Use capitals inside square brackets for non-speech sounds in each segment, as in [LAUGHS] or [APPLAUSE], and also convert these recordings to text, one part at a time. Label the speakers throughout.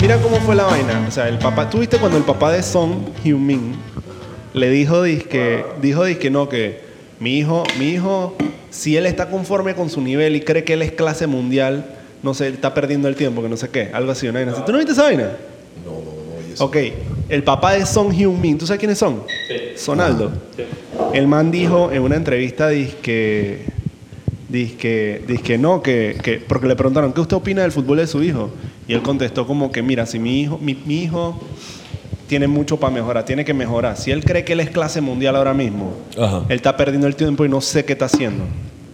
Speaker 1: Mira cómo fue la vaina. O sea, el papá. ¿Tú viste cuando el papá de Song Heung-min le dijo que dijo que no que mi hijo, mi hijo, si él está conforme con su nivel y cree que él es clase mundial, no sé, él está perdiendo el tiempo, que no sé qué, algo así, una vaina. así. ¿Tú no viste esa vaina?
Speaker 2: No, no, no. y eso.
Speaker 1: Ok, el papá de Song Heung-min, ¿tú sabes quiénes son?
Speaker 3: Sí.
Speaker 1: Sonaldo. El man dijo en una entrevista, dizque, dizque, dizque no, que, que- porque le preguntaron, ¿qué usted opina del fútbol de su hijo? Y él contestó como que, mira, si mi hijo, mi, mi hijo tiene mucho para mejorar, tiene que mejorar. Si él cree que él es clase mundial ahora mismo,
Speaker 2: Ajá.
Speaker 1: él está perdiendo el tiempo y no sé qué está haciendo.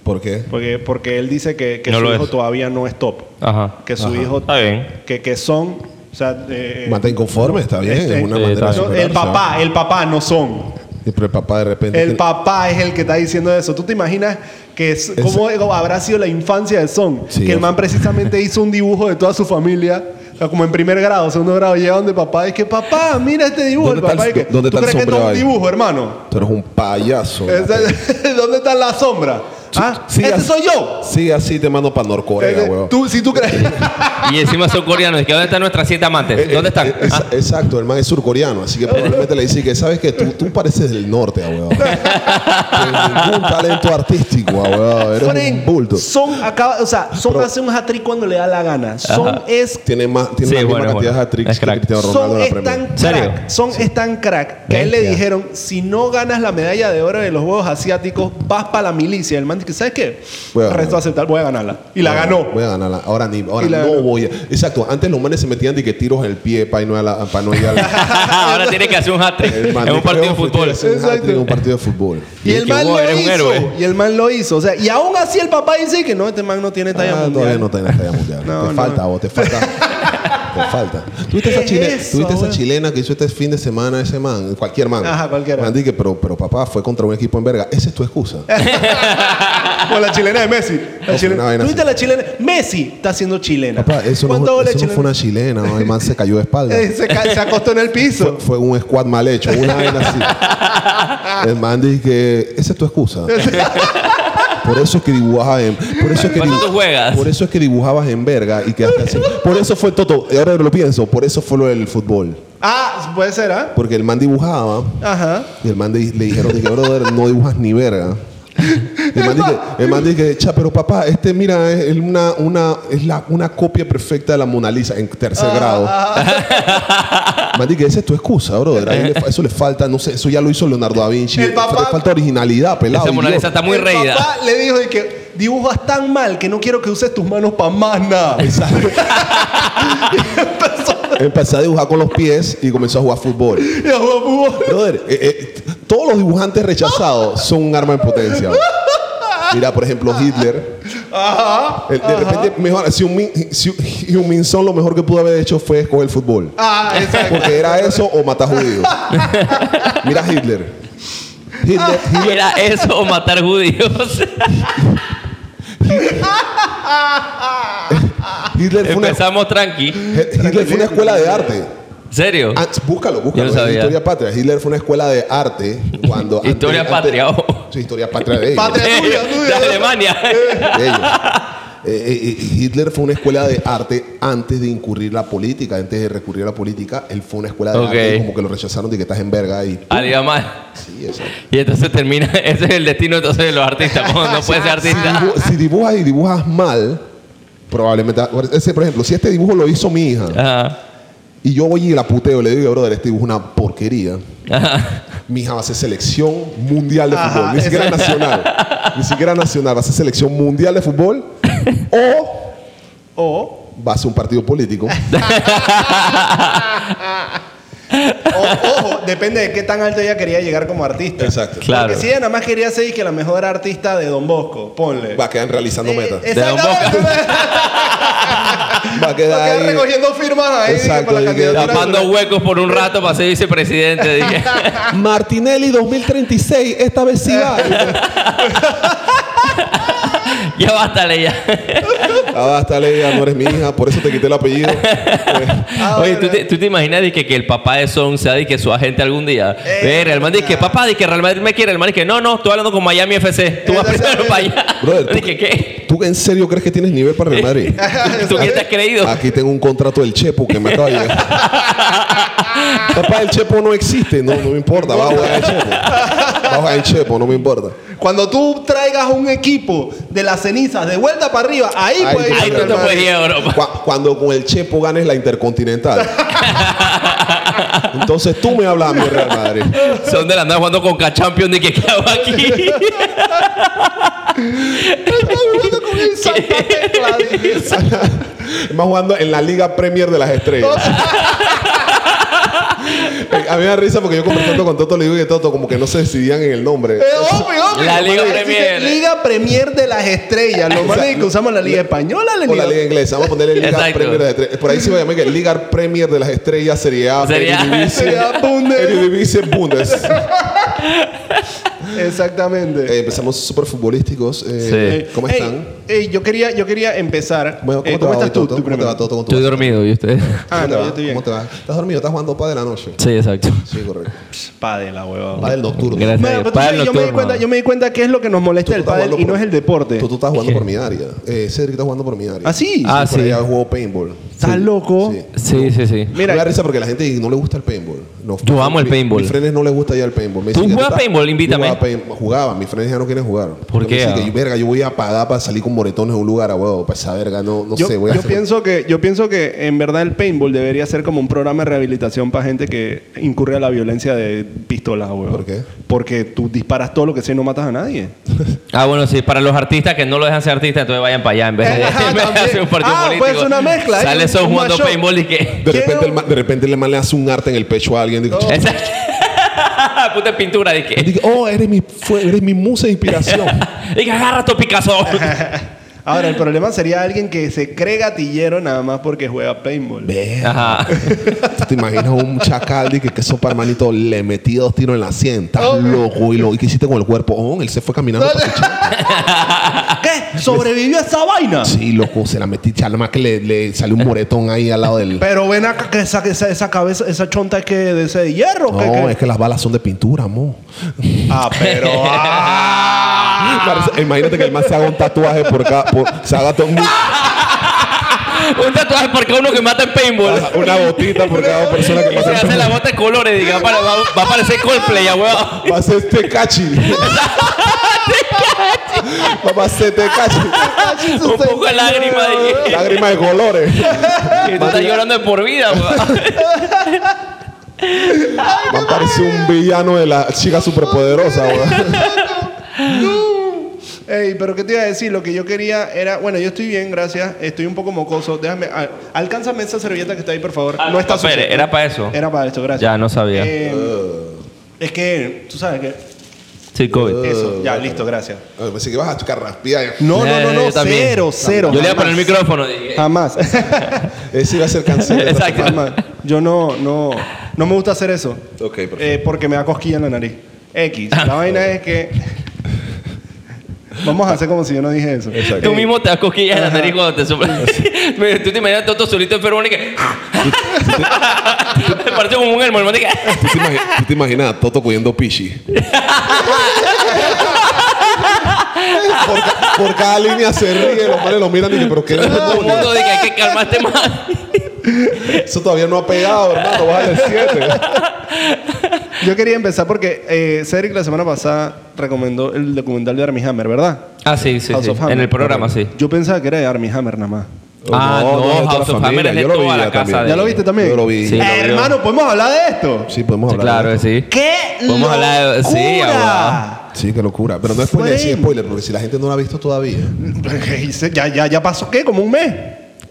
Speaker 2: ¿Por qué?
Speaker 1: Porque, porque él dice que, que
Speaker 3: No
Speaker 1: su
Speaker 3: lo
Speaker 1: hijo
Speaker 3: es.
Speaker 1: todavía no es top.
Speaker 3: Ajá.
Speaker 1: Que su hijo...
Speaker 3: Está bien.
Speaker 1: Que, que son... O sea, eh,
Speaker 2: Mata inconforme, está bien.
Speaker 1: Este-
Speaker 2: es una
Speaker 3: Sí,
Speaker 2: manera
Speaker 3: está
Speaker 2: de
Speaker 3: bien.
Speaker 1: no,
Speaker 2: superarse,
Speaker 1: el papá, el papá no son.
Speaker 2: ¿no? Sí, Pero el papá de repente.
Speaker 1: El
Speaker 2: tiene-
Speaker 1: papá es el que está diciendo eso. ¿Tú te imaginas que es, cómo habrá sido la infancia de Son?
Speaker 2: Sí,
Speaker 1: que el
Speaker 2: es-
Speaker 1: man precisamente hizo un dibujo de toda su familia. o sea, como en primer grado, segundo grado, llega donde papá es que papá, mira este dibujo.
Speaker 2: ¿Dónde
Speaker 1: El papá
Speaker 2: está el-
Speaker 1: es que,
Speaker 2: dónde
Speaker 1: ¿Tú
Speaker 2: está el
Speaker 1: crees que esto es un
Speaker 2: sombrero ahí?
Speaker 1: dibujo, hermano?
Speaker 2: Tú eres un payaso.
Speaker 1: Ese- [LAUGHS] ¿Dónde está la sombra? ¿Ah?
Speaker 2: Sí,
Speaker 1: ese
Speaker 2: así-
Speaker 1: soy yo.
Speaker 2: Sí, así te mando para Norcorea,
Speaker 1: Ese-
Speaker 2: weón.
Speaker 1: tú, si tú crees.
Speaker 3: Y encima son coreanos. ¿Y que ¿Dónde están nuestras siete
Speaker 2: Eh,
Speaker 3: amantes?
Speaker 2: eh,
Speaker 3: ¿Dónde están?
Speaker 2: eh, exa-
Speaker 3: Ah,
Speaker 2: Exacto, el man es surcoreano, así que probablemente le dice que sabes que tú, tú pareces del norte,
Speaker 1: [LAUGHS]
Speaker 2: ah, weón. Tienes ningún talento artístico, ah, weón. Eres
Speaker 1: Fren,
Speaker 2: un bulto.
Speaker 1: Son acaba, o sea, Son hace un hat-trick cuando le da la gana. Son es
Speaker 2: Tiene más, tiene
Speaker 3: Sí,
Speaker 2: la misma
Speaker 3: bueno,
Speaker 2: cantidad
Speaker 3: bueno.
Speaker 2: de hat-tricks
Speaker 3: Es
Speaker 2: que
Speaker 3: crack.
Speaker 2: Cristiano Ronaldo
Speaker 1: Son
Speaker 2: en la
Speaker 1: es
Speaker 2: Premier.
Speaker 1: tan
Speaker 3: ¿Serio?
Speaker 1: crack, son es tan crack que a él le
Speaker 2: Bestia.
Speaker 1: dijeron, si no ganas la medalla de oro de los Juegos Asiáticos, vas para la milicia. El man dice, ¿sabes qué?
Speaker 2: Voy a ganarla.
Speaker 1: Resto aceptar, voy a ganarla. Y la ganó.
Speaker 2: Voy a ganarla. Ahora ni, ahora
Speaker 1: Y la
Speaker 2: no
Speaker 1: ganó.
Speaker 2: voy a. Exacto, antes los manes se metían de que tiros en el pie para no, ir a la- pa' no ir a la-
Speaker 3: [LAUGHS] Ahora tiene que hacer un hat-trick
Speaker 2: el man
Speaker 3: en un
Speaker 2: dijo,
Speaker 3: partido de
Speaker 2: "Ojo,
Speaker 3: fútbol.
Speaker 2: estoy haciendo un hat-trick en
Speaker 1: Exacto.
Speaker 2: un partido de fútbol.
Speaker 1: Y el
Speaker 3: que
Speaker 1: man
Speaker 3: vos
Speaker 1: lo
Speaker 3: eres un
Speaker 1: hizo.
Speaker 3: héroe.
Speaker 1: Y el man lo hizo. O sea, y aún así el papá dice que no, este man no [LAUGHS] tiene talla
Speaker 2: Ah, todavía
Speaker 1: mundial.
Speaker 2: no tenés talla mundial.
Speaker 1: No,
Speaker 2: te
Speaker 1: no.
Speaker 2: falta vos, te
Speaker 1: [LAUGHS]
Speaker 2: falta. te falta. ¿Tuviste esa,
Speaker 1: ¿Qué
Speaker 2: chile-
Speaker 1: es eso,
Speaker 2: tuviste esa
Speaker 1: weón?
Speaker 2: chilena que hizo este fin de semana ese man? Cualquier man.
Speaker 1: Ajá, cualquiera.
Speaker 2: Man, dije, pero, pero papá, fue contra un equipo en verga. Esa es tu
Speaker 1: [LAUGHS]
Speaker 2: excusa.
Speaker 1: O la chilena de Messi. La
Speaker 2: No,
Speaker 1: chilena-
Speaker 2: una vaina
Speaker 1: ¿Tú viste
Speaker 2: así.
Speaker 1: la chilena? Messi está siendo chilena.
Speaker 2: papá, eso, no,
Speaker 1: ¿Cuántos
Speaker 2: eso
Speaker 1: goles
Speaker 2: no fue
Speaker 1: chilena?
Speaker 2: una chilena. ¿no? El man se cayó de espalda.
Speaker 1: Eh, se, ca- se acostó en el piso.
Speaker 2: Fue un squad mal hecho, una vaina así.
Speaker 1: [LAUGHS]
Speaker 2: El man dije, esa es tu excusa. Por eso es que dibujabas en. Por eso es que
Speaker 3: Por eso
Speaker 2: dibu-
Speaker 3: tú juegas.
Speaker 2: Por eso es que dibujabas en verga y quedaste así. Por eso fue todo. Y ahora lo pienso, por eso fue lo del fútbol.
Speaker 1: ah, puede ser, ¿ah?
Speaker 2: Porque el man dibujaba
Speaker 1: Ajá.
Speaker 2: y el man di- le dijeron, dije, brother, no dibujas ni verga. Y El man dije, el man dije, cha, pero papá, este mira, es una, una, es la, una copia perfecta de la Mona Lisa en tercer grado. El man dije, esa es tu excusa, brother. A él le fa- eso le falta, no sé, eso ya lo hizo Leonardo da Vinci.
Speaker 1: El
Speaker 2: Le
Speaker 1: papá-
Speaker 2: falta originalidad, pelado.
Speaker 3: Esa Mona Lisa
Speaker 2: idiota.
Speaker 3: está muy
Speaker 1: el
Speaker 3: reída.
Speaker 1: papá le dijo de que dibujas tan mal que no quiero que uses tus manos para más nada.
Speaker 2: Empecé a dibujar con los pies y comenzó a jugar fútbol.
Speaker 1: [LAUGHS] Y el huevo-
Speaker 2: Brother, eh, eh, t- todos los dibujantes rechazados son un arma en potencia. Mira, por ejemplo, Hitler. Eh, de repente, mejor, si un, Min- si un- si un Minson lo mejor que pudo haber hecho fue escoger el fútbol.
Speaker 1: Ah, exacto.
Speaker 2: Porque era eso o matar judíos. Mira Hitler. Hitler, Hitler-
Speaker 3: Era eso o matar judíos.
Speaker 2: Hitler fue, una,
Speaker 3: Empezamos tranqui.
Speaker 2: Hitler fue una escuela de arte.
Speaker 3: ¿Serio?
Speaker 2: Ah, búscalo, búscalo.
Speaker 3: Yo no
Speaker 2: Es
Speaker 3: sabía.
Speaker 2: Historia patria. Hitler fue una escuela de arte cuando. antes-
Speaker 3: [LAUGHS] Historia
Speaker 2: antes-
Speaker 3: patria, [LAUGHS] ojo.
Speaker 2: Sí, historia patria de ellos.
Speaker 1: Patria tuya,
Speaker 3: de
Speaker 1: tuya.
Speaker 3: Alemania.
Speaker 2: de ellos. Eh, eh, eh, Hitler fue una escuela de arte antes de incurrir la política, antes de recurrir a la política, él fue una escuela de
Speaker 3: Ok.
Speaker 2: arte y como que lo rechazaron de que estás en verga y
Speaker 3: Alibaba.
Speaker 2: sí, eso.
Speaker 3: Y entonces termina, [LAUGHS] ese es el destino entonces de los artistas. No, no puede ser artista.
Speaker 2: Dibu- si dibujas y dibujas mal, probablemente ese por ejemplo, si este dibujo lo hizo mi hija
Speaker 3: Ajá.
Speaker 2: y yo voy y la puteo y le digo, brother, este dibujo es una porquería.
Speaker 3: Ajá.
Speaker 2: Mi hija va a ser selección mundial de
Speaker 1: Ajá,
Speaker 2: fútbol,
Speaker 1: [LAUGHS]
Speaker 2: ni siquiera nacional. Ni siquiera nacional, va a ser selección mundial de fútbol o
Speaker 1: O,
Speaker 2: va a ser un partido político.
Speaker 1: o- ojo, depende de qué tan alto ella quería llegar como artista.
Speaker 2: Exacto.
Speaker 3: [LAUGHS] Claro.
Speaker 1: Porque si ella nada más quería ser y que la mejor artista de Don Bosco, ponle.
Speaker 2: Va a quedar realizando
Speaker 1: Eh,
Speaker 2: metas.
Speaker 1: exactamente. [LAUGHS]
Speaker 2: Va a
Speaker 1: Va a
Speaker 2: quedar
Speaker 1: quedar
Speaker 2: ahí.
Speaker 1: recogiendo firmas ahí dije,
Speaker 2: Exacto,
Speaker 1: para la
Speaker 2: y que-
Speaker 1: candidatura.
Speaker 3: Tapando huecos por un rato para ser vicepresidente. dije. [LAUGHS]
Speaker 2: Martinelli 2036, esta vez sí [LAUGHS] va.
Speaker 3: ya bástale ya.
Speaker 2: Ah, basta, Leia, no eres mi hija, por eso te quité el apellido.
Speaker 1: Ah,
Speaker 3: Oye,
Speaker 1: bueno.
Speaker 3: ¿tú te, tú te imaginas de que, que el papá de Son sea de que su agente algún día?
Speaker 1: Eh,
Speaker 3: Ver, el man dice que papá,
Speaker 4: Eh,
Speaker 3: dice que Real Madrid me quiere. El man dice que no, no, estoy hablando con Miami FC. Tú vas primero para allá.
Speaker 2: Brother, tú-
Speaker 3: [LAUGHS]
Speaker 4: [LAUGHS]
Speaker 3: Dije, ¿qué?
Speaker 2: ¿Tú ¿Tú en serio crees que tienes nivel para Real Madrid?
Speaker 3: ¿Tú qué [LAUGHS] te has creído?
Speaker 2: Aquí tengo un contrato del Chepo que me acaba de
Speaker 3: [LAUGHS]
Speaker 2: llegar. Papá, el Chepo no existe. No, no me importa. Va a jugar el Chepo. Va a jugar el Chepo, no me importa.
Speaker 4: Cuando tú traigas un equipo de las cenizas de vuelta para arriba, ahí,
Speaker 2: Ahí
Speaker 4: puedes
Speaker 2: tú
Speaker 4: ir
Speaker 3: Ahí tú
Speaker 4: al Real
Speaker 3: te
Speaker 4: Madrid.
Speaker 3: puedes ir a
Speaker 4: [LAUGHS]
Speaker 3: Europa.
Speaker 2: Cu- cuando con el Chepo ganes la Intercontinental.
Speaker 3: [LAUGHS]
Speaker 2: Entonces tú me hablas a mí de Real Madrid.
Speaker 3: Son de la nada jugando con K-Champions y que qué hago aquí.
Speaker 4: Santa
Speaker 3: [LAUGHS]
Speaker 4: Tecla, dice.
Speaker 2: Más jugando en la Liga Premier de las Estrellas. [LAUGHS] Eh, A mí me da risa porque yo conversando con Toto le digo que Toto como que no se decidían en el nombre.
Speaker 4: Eh, obvio, obvio.
Speaker 3: La Liga
Speaker 4: Parece que
Speaker 3: Premier.
Speaker 4: Liga Premier de las estrellas. Lo malo es que usamos la Liga Española, la
Speaker 2: O la Liga
Speaker 4: Liga.
Speaker 2: Inglesa, vamos a ponerle Liga
Speaker 3: Exacto.
Speaker 2: Premier de las Estrellas. Por ahí se va a llamar que Liga Premier de las Estrellas sería
Speaker 3: Sería-
Speaker 4: Sería Bundes.
Speaker 2: Eredivisie Bundes.
Speaker 4: Exactamente.
Speaker 2: Eh, empezamos súper futbolísticos. Eh,
Speaker 3: Sí.
Speaker 2: ¿Cómo
Speaker 1: Ey,
Speaker 2: están?
Speaker 1: ey, yo, quería, yo quería empezar.
Speaker 2: Bueno, ¿cómo,
Speaker 1: Eh,
Speaker 2: te va hoy,
Speaker 1: estás tú,
Speaker 2: Toto?
Speaker 1: tú
Speaker 2: ¿Cómo te
Speaker 1: primero?
Speaker 2: va, Toto? ¿Cómo te
Speaker 3: [LAUGHS] Estoy
Speaker 2: va?
Speaker 3: dormido, ¿y usted?
Speaker 1: Ah,
Speaker 2: ¿Cómo te
Speaker 1: no,
Speaker 2: va?
Speaker 1: yo estoy bien.
Speaker 2: ¿Cómo te va? ¿Estás dormido? ¿Estás jugando pa' de la noche?
Speaker 3: Sí, exacto.
Speaker 2: Sí, correcto.
Speaker 1: Padel, huevón.
Speaker 2: Pa' del nocturno.
Speaker 3: Gracias.
Speaker 1: Bueno,
Speaker 3: a Dios.
Speaker 1: pero tú
Speaker 3: Pádel
Speaker 1: sabes, yo, me di
Speaker 3: nocturno.
Speaker 1: cuenta, yo me di cuenta que es lo que nos molesta del
Speaker 2: estás
Speaker 1: pádel
Speaker 2: jugando
Speaker 1: y no
Speaker 2: por-
Speaker 1: es el deporte.
Speaker 2: Tú, tú estás jugando
Speaker 3: ¿Qué?
Speaker 2: por mi área. Eh, Cedric está jugando por mi área.
Speaker 1: ¿Ah, sí?
Speaker 3: Ah,
Speaker 2: por
Speaker 3: sí.
Speaker 2: allá jugó paintball.
Speaker 1: ¿Estás loco?
Speaker 2: Sí.
Speaker 3: Sí, sí, sí.
Speaker 1: Mira,
Speaker 2: Mira, me da risa porque a la gente no le gusta el paintball. No,
Speaker 3: Yo amo el
Speaker 2: mi-
Speaker 3: paintball.
Speaker 2: Mis frenes no les gusta ya el paintball. Me
Speaker 3: ¿Tú
Speaker 2: dicen que
Speaker 3: juegas
Speaker 2: estás-
Speaker 3: paintball?
Speaker 2: Yo
Speaker 3: Invítame.
Speaker 2: Jugaba, paintball. Jugaba, mis frenes ya no quieren jugar.
Speaker 3: ¿Por
Speaker 2: Yo
Speaker 3: qué,
Speaker 2: me dicen
Speaker 3: ah?
Speaker 2: que, yo, verga, yo voy a pagar para salir con moretones en un lugar, ah, huevo. Para esa verga, no, no
Speaker 1: yo,
Speaker 2: sé. Voy a
Speaker 1: yo
Speaker 2: hacer-
Speaker 1: pienso que, yo pienso que en verdad el paintball debería ser como un programa de rehabilitación para gente que incurre a la violencia de pistolas, huevón.
Speaker 2: ¿Por qué?
Speaker 1: Porque tú disparas todo lo que sea y no matas a nadie.
Speaker 3: Ah, bueno, sí, para los artistas que no lo dejan ser artistas, entonces vayan para allá [LAUGHS] en vez
Speaker 4: [LAUGHS]
Speaker 3: de,
Speaker 4: Ajá,
Speaker 3: en vez de
Speaker 4: Ah, también.
Speaker 3: hacer un partido
Speaker 4: Ah,
Speaker 3: político.
Speaker 4: puede ser una mezcla, ¿eh?
Speaker 3: Sale son
Speaker 4: Un
Speaker 3: jugando
Speaker 4: mashup.
Speaker 3: paintball y que. [LAUGHS]
Speaker 2: De repente,
Speaker 1: Quiero-
Speaker 2: el, ma- de repente el man le hace un arte en el pecho a alguien. Digo,
Speaker 3: Esa- [LAUGHS] Puta pintura de que.
Speaker 2: digo, oh, eres mi, fue- eres mi musa de inspiración.
Speaker 3: [LAUGHS] Y que agarra
Speaker 1: [LAUGHS]
Speaker 3: tu Picasso.
Speaker 1: Ahora, el problema sería alguien que se cree gatillero nada más porque juega paintball.
Speaker 3: Ajá.
Speaker 2: ¿Tú [LAUGHS] ¿Te imaginas un chacal de que, que sopa, hermanito, le metí dos tiros en la sien? Estás loco. ¿Y, lo, ¿Y qué hiciste con el cuerpo? Oh, él se fue caminando para su chamba.
Speaker 1: ¿Qué? ¿Sobrevivió a esa vaina?
Speaker 2: Sí, loco, se la metí. Chal, más que le, le salió un moretón ahí al lado del...
Speaker 1: [LAUGHS] Pero ven acá que esa, esa, esa cabeza, esa chonta es que de ese de hierro. ¿qué-
Speaker 2: No,
Speaker 1: qué?
Speaker 2: es que las balas son de pintura, amor.
Speaker 1: Ah, pero. [LAUGHS] ah.
Speaker 2: Imagínate que el man se haga un tatuaje por cada... por- se haga todo un-
Speaker 3: [LAUGHS] un tatuaje porque uno que mata en paintball.
Speaker 2: una botita por cada persona que
Speaker 3: Y se
Speaker 2: pasa.
Speaker 3: hace la bota de colores, diga, va, va- va a aparecer Coldplay, ya
Speaker 1: [LAUGHS]
Speaker 3: weón.
Speaker 2: Va a ser Tecachi. Va a ser Tecachi.
Speaker 3: Un poco de lágrima de que-
Speaker 2: Lágrimas de colores.
Speaker 3: que tú estás llorando de por vida, weón.
Speaker 2: Va a parecer un villano de la chica superpoderosa, weón.
Speaker 1: Ey, pero ¿qué te iba a decir? Lo que yo quería era. Bueno, yo estoy bien, gracias. Estoy un poco mocoso. Déjame. ah, alcánzame esa servilleta que está ahí, por favor.
Speaker 3: Ah,
Speaker 1: no está
Speaker 3: espere,
Speaker 1: sucia.
Speaker 3: ¿era para eso?
Speaker 1: Era para esto, gracias.
Speaker 3: Ya, no sabía.
Speaker 1: Eh, Es que, tú sabes
Speaker 2: Eh,
Speaker 1: que.
Speaker 3: [LAUGHS] Sí, COVID.
Speaker 1: Eso, ya, listo, gracias.
Speaker 2: Ay, Pensé que ibas a chocar raspía.
Speaker 1: No, no,
Speaker 3: Eh,
Speaker 1: no, no.
Speaker 3: yo también.
Speaker 1: Cero, cero.
Speaker 3: Yo le iba a
Speaker 1: jamás. Ah.
Speaker 3: poner el micrófono. dije. [LAUGHS]
Speaker 1: Jamás.
Speaker 2: Ese iba a ser cáncer.
Speaker 3: Exacto.
Speaker 1: Jamás. Yo no, no, no me gusta hacer eso.
Speaker 2: Ok, perfecto.
Speaker 1: Eh, porque me da cosquilla en la nariz. X.
Speaker 3: [LAUGHS]
Speaker 1: La vaina es que. Vamos a hacer como si yo no dije eso.
Speaker 2: Exacto.
Speaker 3: Tú mismo te das cosquillas en la nariz cuando te soplas.
Speaker 1: [LAUGHS]
Speaker 3: [LAUGHS] Me- Tú te imaginas todo solito enfermo y que. [LAUGHS] Me parece como un hermano. y que-
Speaker 1: [LAUGHS]
Speaker 2: ¿Tú te, imagi- tú te imaginas a Toto cogiendo pichi? por, ca- por cada línea se ríe, los males lo miran y dicen, pero qué
Speaker 3: Todo el mundo
Speaker 2: demonios.
Speaker 3: dice que hay que calmarte más.
Speaker 2: Eso todavía no ha pegado, hermano. Bájale 7.
Speaker 1: Yo quería empezar porque eh, Cedric la semana pasada recomendó el documental de Armie Hammer, ¿verdad?
Speaker 3: Ah, sí, sí.
Speaker 1: House
Speaker 3: sí.
Speaker 1: of Hammer.
Speaker 3: En el programa, sí.
Speaker 1: Yo pensaba que era de Armie Hammer nada más.
Speaker 3: Ah, no,
Speaker 2: es de toda
Speaker 3: House
Speaker 2: la
Speaker 3: of Hammer
Speaker 2: familia.
Speaker 3: es de
Speaker 2: Yo lo
Speaker 3: toda
Speaker 2: vi
Speaker 3: la
Speaker 2: ya
Speaker 3: casa
Speaker 2: también.
Speaker 3: de-
Speaker 1: ¿Ya lo viste también?
Speaker 2: Yo lo vi.
Speaker 3: Sí.
Speaker 2: Sí,
Speaker 3: lo
Speaker 1: Eh,
Speaker 3: veo.
Speaker 1: hermano, ¿podemos hablar de esto?
Speaker 2: podemos
Speaker 3: Sí,
Speaker 2: hablar.
Speaker 3: claro
Speaker 2: de
Speaker 3: que
Speaker 2: eso.
Speaker 3: sí.
Speaker 1: ¿Qué?
Speaker 3: Podemos hablar de- sí,
Speaker 1: locura!
Speaker 2: Sí, qué locura. Pero no es spoiler, sí, spoiler, porque si la gente no la ha visto todavía.
Speaker 1: [LAUGHS] ya, ya, ya pasó, ¿qué? ¿Como un mes?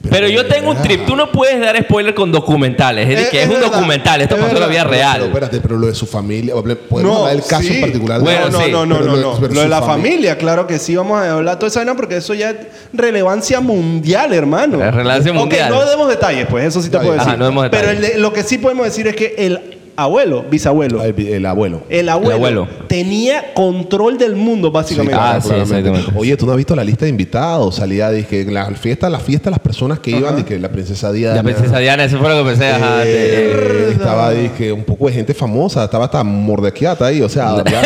Speaker 3: Pero yo tengo un trip. Tú no puedes dar spoiler con documentales. Es,
Speaker 1: Es-
Speaker 3: decir, que es,
Speaker 1: Eh, es
Speaker 3: un
Speaker 1: verdad.
Speaker 3: documental. Esto
Speaker 1: Es
Speaker 3: pasó en la vida
Speaker 1: verdad.
Speaker 2: Pero
Speaker 3: real.
Speaker 2: espérate, pero lo de su familia. hable- Podemos hablar del caso
Speaker 1: sí.
Speaker 2: en particular.
Speaker 3: Bueno,
Speaker 1: no,
Speaker 3: sí.
Speaker 1: no, no,
Speaker 2: Pero
Speaker 1: no,
Speaker 2: lo-
Speaker 1: no.
Speaker 2: pero
Speaker 1: Lo de
Speaker 2: su
Speaker 1: la
Speaker 2: familia.
Speaker 1: familia, claro que sí, vamos a hablar toda esa vaina porque eso ya es relevancia mundial, hermano.
Speaker 3: Es relevancia
Speaker 1: Ok,
Speaker 3: mundial.
Speaker 1: no demos detalles, pues eso sí te
Speaker 2: Está
Speaker 1: puedo
Speaker 2: bien.
Speaker 1: decir.
Speaker 3: Ajá, no demos
Speaker 1: Pero
Speaker 3: detalles.
Speaker 1: el de- lo que sí podemos decir es que el abuelo, bisabuelo,
Speaker 2: El, el abuelo.
Speaker 1: el abuelo,
Speaker 3: abuelo.
Speaker 1: tenía control del mundo, básicamente.
Speaker 3: claro. Ah, sí,
Speaker 2: claramente.
Speaker 3: exactamente.
Speaker 2: Oye, tú no has visto la lista de invitados. Salía, dije, en las fiestas, las fiestas, las personas que iban, dije, la princesa Diana.
Speaker 3: La princesa Diana, eso fue lo que pensé. Ajá, sí.
Speaker 2: Eh, estaba dije, un poco de gente famosa, estaba [LAUGHS] hasta mordequiata ahí, o sea, ¿verdad?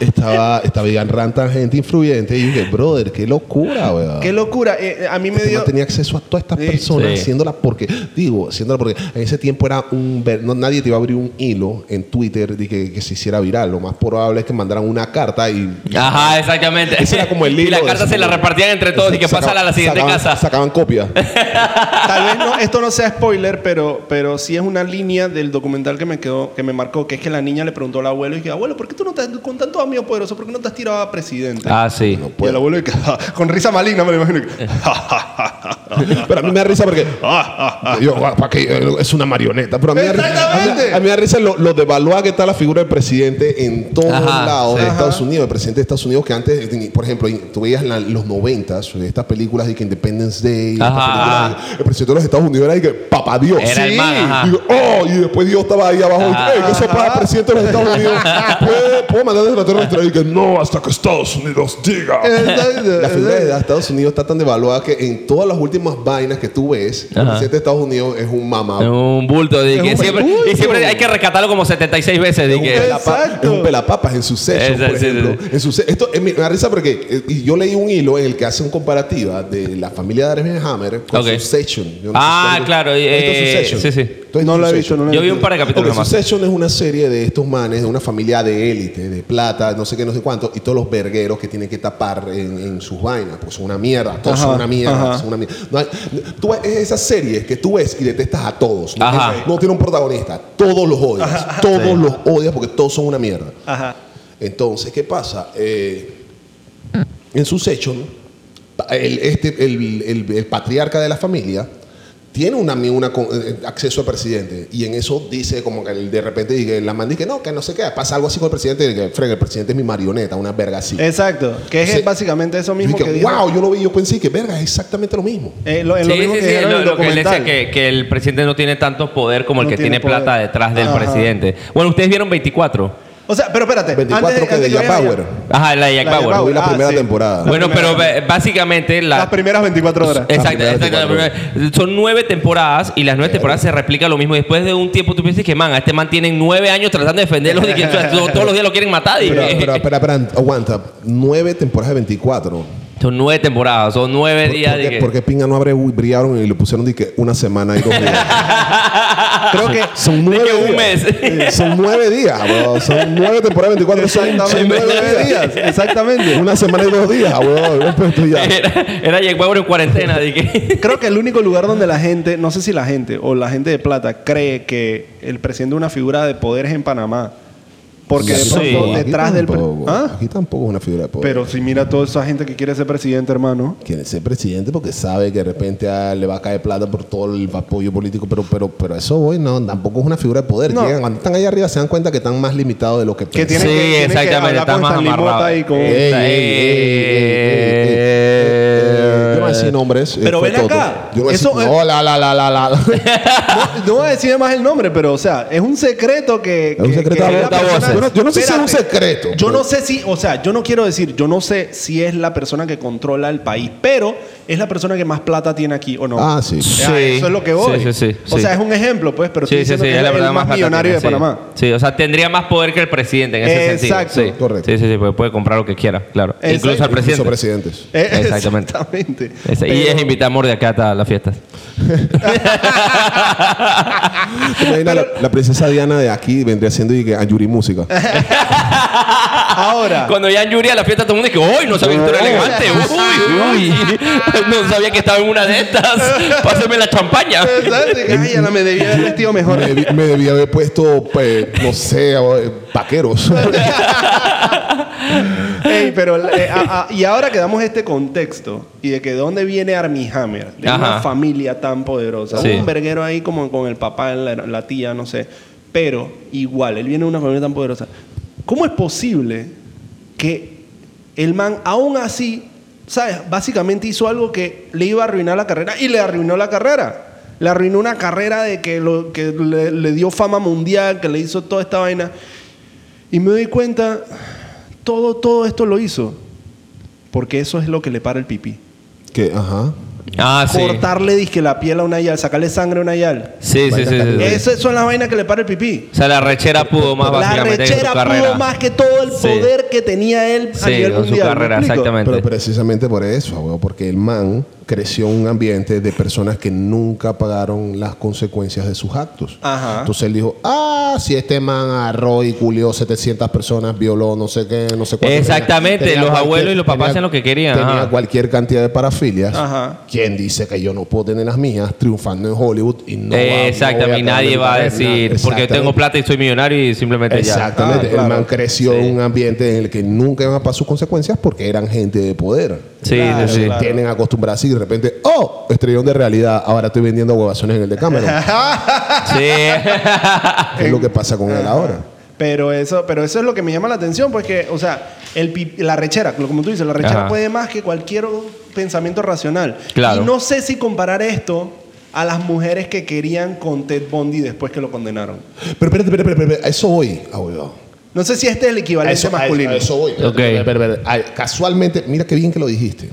Speaker 2: estaba, estaba vegan ranta gente influyente. Y yo dije, brother, qué locura, weón.
Speaker 1: Qué locura. eh, eh, a mí me
Speaker 2: Este man
Speaker 1: dio.
Speaker 2: tenía acceso a todas estas
Speaker 1: Sí.
Speaker 2: personas
Speaker 3: Sí.
Speaker 2: haciéndola porque, digo, haciéndola porque en ese tiempo era un. ver- no, nadie te iba a abrir un hilo en Twitter de que, que se hiciera viral. Lo más probable es que mandaran una carta y.
Speaker 3: Ajá, exactamente.
Speaker 2: Ese era como el
Speaker 3: [LAUGHS] Y
Speaker 2: hilo
Speaker 3: la
Speaker 2: de
Speaker 3: carta
Speaker 2: ese
Speaker 3: se la
Speaker 2: momento.
Speaker 3: repartían entre todos y que
Speaker 2: Saca-
Speaker 3: pasara a la siguiente
Speaker 2: sacaban-
Speaker 3: casa.
Speaker 2: Sacaban
Speaker 3: [LAUGHS]
Speaker 2: copia.
Speaker 1: Tal vez no, esto no sea spoiler, pero, pero sí es una línea del documental que me quedó, que me marcó, que es que la niña le preguntó al abuelo y que, abuelo, ¿por qué tú no estás con tantos amigos poderosos? ¿Por qué no te has tirado a presidente?
Speaker 3: Ah, sí.
Speaker 2: No
Speaker 1: y el
Speaker 2: puedo.
Speaker 1: abuelo y que, [LAUGHS] con risa maligna me lo imagino. y que,
Speaker 2: [LAUGHS] Pero a mí me da risa porque. Yo, "Ah, ¿pa' qué? Es una marioneta. Pero a mí, me da risa-
Speaker 1: Exactamente.
Speaker 2: a mí- a mí me da risa lo, lo devaluada que está la figura del presidente en todos
Speaker 3: Ajá,
Speaker 2: lados
Speaker 3: sí.
Speaker 2: de Estados Unidos. El presidente de Estados Unidos que antes, eh, por ejemplo, in- tú veías en la- los 90 estas películas de que Independence Day. estas
Speaker 3: Ajá.
Speaker 2: películas de- el presidente de los Estados Unidos era de que papá Dios.
Speaker 3: Era el man, ajá.
Speaker 2: Digo, "Oh", y después Dios estaba ahí abajo.
Speaker 3: Ajá.
Speaker 2: Y, "Ey, ¿Qué se pasa, presidente de los Estados
Speaker 3: [LAUGHS]
Speaker 2: Unidos? ¿Puede- ¿Puedo mandar desde la tierra nuestra?" Y que no, hasta que Estados Unidos diga. La figura de Estados Unidos está tan devaluada que en todas las últimas vainas que tú ves, el
Speaker 3: Ajá.
Speaker 2: presidente de Estados Unidos es un mamá.
Speaker 3: Es Un bulto. de que
Speaker 2: un
Speaker 3: siempre,
Speaker 2: bulto.
Speaker 3: Y siempre hay que rescatarlo como 76 veces. de
Speaker 2: Es un,
Speaker 3: que-
Speaker 2: pelapa-
Speaker 1: Exacto.
Speaker 2: es un pelapapas en su sexo,
Speaker 3: Esa-
Speaker 2: por
Speaker 3: sí,
Speaker 2: ejemplo.
Speaker 3: sí,
Speaker 2: En su se- esto es mi- me da risa porque eh, y yo leí un hilo en el que hace un comparativa de la familia de Arben Hammer con
Speaker 3: Ok.
Speaker 2: Succession. Yo
Speaker 3: Ah,
Speaker 2: si tú-
Speaker 3: claro,
Speaker 2: ¿Has visto
Speaker 3: eh,
Speaker 2: Succession?
Speaker 3: sí, sí.
Speaker 2: ¿Tú has
Speaker 1: No lo he
Speaker 2: Succession?
Speaker 1: visto, no lo he
Speaker 3: Yo vi un par de capítulos
Speaker 2: Ok,
Speaker 3: nomás.
Speaker 2: Succession es una serie de estos manes, de una familia de élite, de plata, no sé qué, no sé cuánto, y todos los vergueros que tienen que tapar en, en sus vainas, pues son una mierda, todos son
Speaker 1: Ajá,
Speaker 2: una mierda,
Speaker 1: ajá.
Speaker 2: son una mierda. No hay- tú ves esas series que tú ves y detestas a todos. No,
Speaker 3: Ajá.
Speaker 2: no tiene un protagonista, todos los odias, todos
Speaker 3: Sí.
Speaker 2: los odias porque todos son una mierda.
Speaker 1: Ajá.
Speaker 2: Entonces, ¿qué pasa? Eh, en su session, el, este, el, el- el patriarca de la familia tiene una, una con- eh, acceso al presidente y en eso dice como que el- de repente dice, la man dice, no, que no sé qué, pasa algo así con el presidente, y que "Frega, el presidente es mi marioneta, una verga así.
Speaker 1: Exacto. Que es
Speaker 2: Sí.
Speaker 1: básicamente eso
Speaker 2: Y
Speaker 1: mismo
Speaker 2: que,
Speaker 1: que dijo.
Speaker 2: wow, yo lo vi, yo pensé que verga, es exactamente lo mismo.
Speaker 1: Eh, lo, es
Speaker 3: Sí,
Speaker 1: lo mismo
Speaker 3: sí,
Speaker 1: que
Speaker 3: sí,
Speaker 1: dijeron en
Speaker 3: lo,
Speaker 1: el
Speaker 3: lo que él
Speaker 1: documental.
Speaker 3: decía que, que el presidente no tiene tanto poder como el
Speaker 1: No
Speaker 3: que
Speaker 1: tiene
Speaker 3: tiene plata
Speaker 1: poder.
Speaker 3: detrás del
Speaker 1: Ajá.
Speaker 3: presidente. Bueno, ustedes vieron 24.
Speaker 1: O sea, pero espérate.
Speaker 2: 24
Speaker 1: antes de-
Speaker 2: que
Speaker 1: antes
Speaker 2: de
Speaker 1: que
Speaker 2: Jack
Speaker 1: vaya-
Speaker 2: Bauer.
Speaker 3: Ajá, la de Jack
Speaker 1: La de
Speaker 3: Bauer.
Speaker 1: Bauer.
Speaker 2: Yo vi la
Speaker 1: Ah,
Speaker 2: primera
Speaker 1: sí.
Speaker 2: temporada.
Speaker 1: La-
Speaker 3: Bueno, pero
Speaker 1: primera.
Speaker 3: eh, básicamente
Speaker 1: Las
Speaker 3: la...
Speaker 1: primeras 24 horas.
Speaker 2: Eh,
Speaker 3: Exacto,
Speaker 2: La primera
Speaker 3: exacto, la
Speaker 2: temporada.
Speaker 3: primera. Son nueve temporadas y las nueve temporadas se replica lo mismo. Después de un tiempo tú piensas que, man, a este man tienen nueve años tratando de defenderlo y que todos todos los días lo quieren matar. y-
Speaker 2: Pero, pero, espera, espera, aguanta, nueve temporadas de 24.
Speaker 3: Son nueve temporadas, son nueve
Speaker 2: ¿Por,
Speaker 3: días
Speaker 2: por
Speaker 3: de
Speaker 2: qué,
Speaker 3: que...
Speaker 2: por qué Pinga no abre brillaron y lo pusieron de que una semana y dos
Speaker 1: [LAUGHS]
Speaker 2: días?
Speaker 1: Creo que
Speaker 2: Son
Speaker 3: De
Speaker 2: nueve
Speaker 3: que un
Speaker 2: días.
Speaker 3: mes.
Speaker 2: Sí, Son nueve días, bro. Son nueve temporadas 24. Son, son
Speaker 1: Exactamente.
Speaker 2: nueve días.
Speaker 1: Exactamente.
Speaker 2: Una semana y dos días, bro. Pero esto ya.
Speaker 3: Era, era Jack Bauer en cuarentena. de que-
Speaker 1: Creo que el único lugar donde la gente, no sé si la gente o la gente de plata cree que el presidente es una figura de poder es en Panamá. Porque de
Speaker 3: Sí.
Speaker 1: pronto
Speaker 2: Aquí
Speaker 1: detrás del. pre-
Speaker 2: tampoco.
Speaker 1: ¿Ah?
Speaker 2: Aquí tampoco es una figura de poder.
Speaker 1: Pero si mira toda esa gente que quiere ser presidente, hermano.
Speaker 2: Quiere ser presidente porque sabe que de repente ah, le va a caer plata por todo el apoyo político, pero pero pero eso hoy no, tampoco es una figura de poder.
Speaker 1: No.
Speaker 2: Llegan- cuando están allá arriba se dan cuenta que están más limitados de lo que
Speaker 1: Que
Speaker 2: piensan.
Speaker 1: tienen
Speaker 3: Sí,
Speaker 1: que, tienen que
Speaker 3: exactamente,
Speaker 1: hablar
Speaker 3: está
Speaker 1: con
Speaker 3: más
Speaker 1: Stanley
Speaker 3: amarrado.
Speaker 1: Mota y con.
Speaker 2: Ey, ey, ey, ey, ey, ey, ey. Yo no voy a decir nombres. eh,
Speaker 1: Pero
Speaker 2: fue
Speaker 1: ven
Speaker 2: todo.
Speaker 1: acá.
Speaker 2: Yo no voy a decir-
Speaker 1: Eso es-
Speaker 2: no, la, la, la, la, la.
Speaker 1: No, no voy a decir más el nombre, pero, o sea, es un secreto que.
Speaker 2: Es un
Speaker 1: que-
Speaker 2: secreto
Speaker 1: que
Speaker 2: a
Speaker 1: la
Speaker 2: voces. Yo no- yo no sé si es un
Speaker 1: Espérate.
Speaker 2: secreto.
Speaker 1: Yo no sé si, o sea, yo no quiero decir, yo no sé si es la persona que controla el país, pero es la persona que más plata tiene aquí, ¿o [LAUGHS] no?
Speaker 2: [LAUGHS] Ah, sí.
Speaker 1: Ah, Eso es lo que voy.
Speaker 3: Sí, sí, sí,
Speaker 1: O
Speaker 3: sí.
Speaker 1: sea, es un ejemplo, pues, pero estoy
Speaker 3: Sí, sí,
Speaker 1: diciendo
Speaker 3: sí,
Speaker 1: que
Speaker 3: es la
Speaker 1: es
Speaker 3: verdad
Speaker 1: el más
Speaker 3: plata
Speaker 1: millonario de
Speaker 3: tiene, sí.
Speaker 1: Panamá.
Speaker 3: Sí, o sea, tendría más poder que el presidente en ese
Speaker 1: Exacto,
Speaker 3: sentido. Sí.
Speaker 2: correcto.
Speaker 3: Sí, sí, sí, porque puede comprar lo que quiera, claro.
Speaker 1: Exacto.
Speaker 3: Incluso al presidente.
Speaker 2: Incluso
Speaker 1: [LAUGHS]
Speaker 2: presidentes.
Speaker 1: Eh,
Speaker 3: [LAUGHS] Exactamente.
Speaker 1: exactamente.
Speaker 3: Ese- y
Speaker 1: Pero-
Speaker 3: es invitar a Mordi acá a las fiestas.
Speaker 2: ¿Te imaginas la, la princesa Diana de aquí vendría siendo y que
Speaker 1: [LAUGHS]
Speaker 2: Ayuri Música?
Speaker 1: Ahora,
Speaker 3: Cuando ya en Yuri a la fiesta todo el mundo dice, ¡Uy, no sabía que tú eres elegante! ¡Uy, [LAUGHS] uy! No sabía que estaba en una de estas. Pásame la champaña.
Speaker 1: [LAUGHS] ¿sabes? Ay, Ana, me debía haber vestido mejor.
Speaker 3: [LAUGHS]
Speaker 2: Me, debí- me debía haber puesto, pues, no sé, eh,
Speaker 1: [LAUGHS]
Speaker 2: vaqueros.
Speaker 1: Ey, pero eh, a- a- y ahora que damos este contexto y de que de dónde viene Armie Hammer, de una
Speaker 3: Ajá.
Speaker 1: familia tan poderosa,
Speaker 3: Sí.
Speaker 1: un verguero ahí como con el papá, la, la tía, no sé, pero igual, él viene de una familia tan poderosa. ¿Cómo es posible que el man aún así, sabes, básicamente hizo algo que le iba a arruinar la carrera y le arruinó la carrera? Le arruinó una carrera de que, lo, que le- le dio fama mundial, que le hizo toda esta vaina. Y me doy cuenta, todo, todo esto lo hizo porque eso es lo que le para el pipí.
Speaker 2: que, ajá.
Speaker 3: Ah, sí.
Speaker 1: cortarle disque la piel a una yal, sacarle sangre a una yal.
Speaker 3: Sí, sí, sí, sí, sí.
Speaker 1: Esas son las vainas que le para el pipí.
Speaker 3: O sea, la rechera pudo más
Speaker 1: La
Speaker 3: básicamente que su
Speaker 1: rechera
Speaker 3: carrera.
Speaker 1: pudo más que todo el
Speaker 3: Sí.
Speaker 1: poder que tenía él a
Speaker 3: sí,
Speaker 1: nivel
Speaker 3: con su
Speaker 1: mundial. ¿me
Speaker 3: carrera,
Speaker 1: explico?
Speaker 3: exactamente.
Speaker 2: Pero precisamente por eso, weón, porque el man creció en un ambiente de personas que nunca pagaron las consecuencias de sus actos.
Speaker 1: Ajá.
Speaker 2: Entonces él dijo, ah, si este man agarró y culió 700 personas, violó no sé qué, no sé cuánto.
Speaker 3: Exactamente, los abuelos y los papás hacían lo que querían,
Speaker 2: Tenía
Speaker 3: ajá.
Speaker 2: cualquier cantidad de parafilias.
Speaker 1: Ajá.
Speaker 2: ¿Quién dice que yo no puedo tener las mías triunfando en Hollywood y no va- no voy a
Speaker 3: Eh, Exactamente,
Speaker 2: tener
Speaker 3: nadie va a
Speaker 2: nada?
Speaker 3: decir, porque yo tengo
Speaker 2: Exactamente.
Speaker 3: plata y soy millonario y simplemente ya.
Speaker 2: Exactamente.
Speaker 1: Ah, claro.
Speaker 2: El man creció
Speaker 3: Sí.
Speaker 2: en un ambiente en el que nunca iban a pasar sus consecuencias porque eran gente de poder.
Speaker 3: Sí,
Speaker 1: Claro,
Speaker 3: sí, sí.
Speaker 1: claro.
Speaker 2: Tienen acostumbradas y de repente, ¡oh! Estrellón de realidad, ahora estoy vendiendo huevazones en el de [LAUGHS] cámara. [LAUGHS]
Speaker 3: Sí.
Speaker 2: es lo que pasa con él ahora.
Speaker 1: Pero eso, pero eso es lo que me llama la atención, pues que, o sea, el pi- la rechera, como tú dices, la rechera
Speaker 3: Ajá.
Speaker 1: puede más que cualquier pensamiento racional.
Speaker 3: Claro.
Speaker 1: Y no sé si comparar esto a las mujeres que querían con Ted Bundy después que lo condenaron.
Speaker 2: Pero espérate, espérate, espérate, espérate, a eso voy, abogado.
Speaker 1: No sé si este es el
Speaker 2: A
Speaker 1: equivalente
Speaker 2: eso, a eso-
Speaker 1: masculino.
Speaker 2: a eso voy.
Speaker 3: Ok.
Speaker 2: Espérate, espérate, espérate. Ay, Casualmente, mira qué bien que lo dijiste.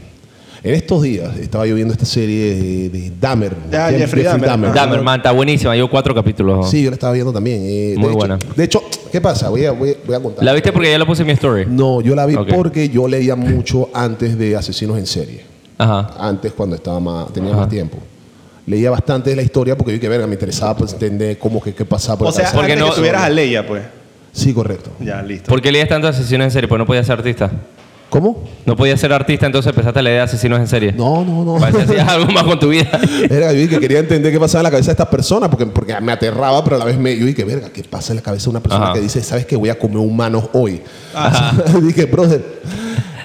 Speaker 2: En estos días estaba yo viendo esta serie de, de Dahmer.
Speaker 1: Ah,
Speaker 2: Jeff-
Speaker 1: Jeffrey Dahmer. Ajá.
Speaker 3: Dame, hermano, está buenísima. Yo cuatro capítulos.
Speaker 2: Sí, yo la estaba viendo también. eh, de
Speaker 3: Muy
Speaker 2: hecho-
Speaker 3: buena.
Speaker 2: de hecho, ¿qué pasa? Voy a, voy a- voy a contar.
Speaker 3: ¿La viste porque ya la puse en mi story?
Speaker 2: No, yo la vi
Speaker 3: Ok.
Speaker 2: porque yo leía mucho antes de Asesinos en Serie.
Speaker 3: Ajá.
Speaker 2: Antes, cuando estaba más, tenía
Speaker 3: Ajá.
Speaker 2: más tiempo. Leía bastante de la historia porque vi que, verga, me interesaba pues, entender cómo que qué pasaba por
Speaker 1: o
Speaker 2: la
Speaker 1: sea,
Speaker 2: cabeza.
Speaker 3: Porque
Speaker 1: antes
Speaker 3: no-
Speaker 1: que tuvieras a Leia, pues.
Speaker 2: Sí, correcto.
Speaker 1: Ya, listo.
Speaker 3: ¿Por qué leías tanto asesinos en serie? Pues no podías ser artista.
Speaker 2: ¿Cómo?
Speaker 3: No podías ser artista, entonces empezaste a leer asesinos en serie.
Speaker 2: No, no, no. [LAUGHS]
Speaker 3: Parece que hacías algo más con tu vida.
Speaker 2: Verga, yo dije que quería entender qué pasaba en la cabeza de estas personas porque, porque me aterraba, pero a la vez me, yo dije, verga, ¿qué pasa en la cabeza de una persona
Speaker 3: Ajá.
Speaker 2: que dice, sabes que voy a comer humanos hoy? [LAUGHS] dije, brother,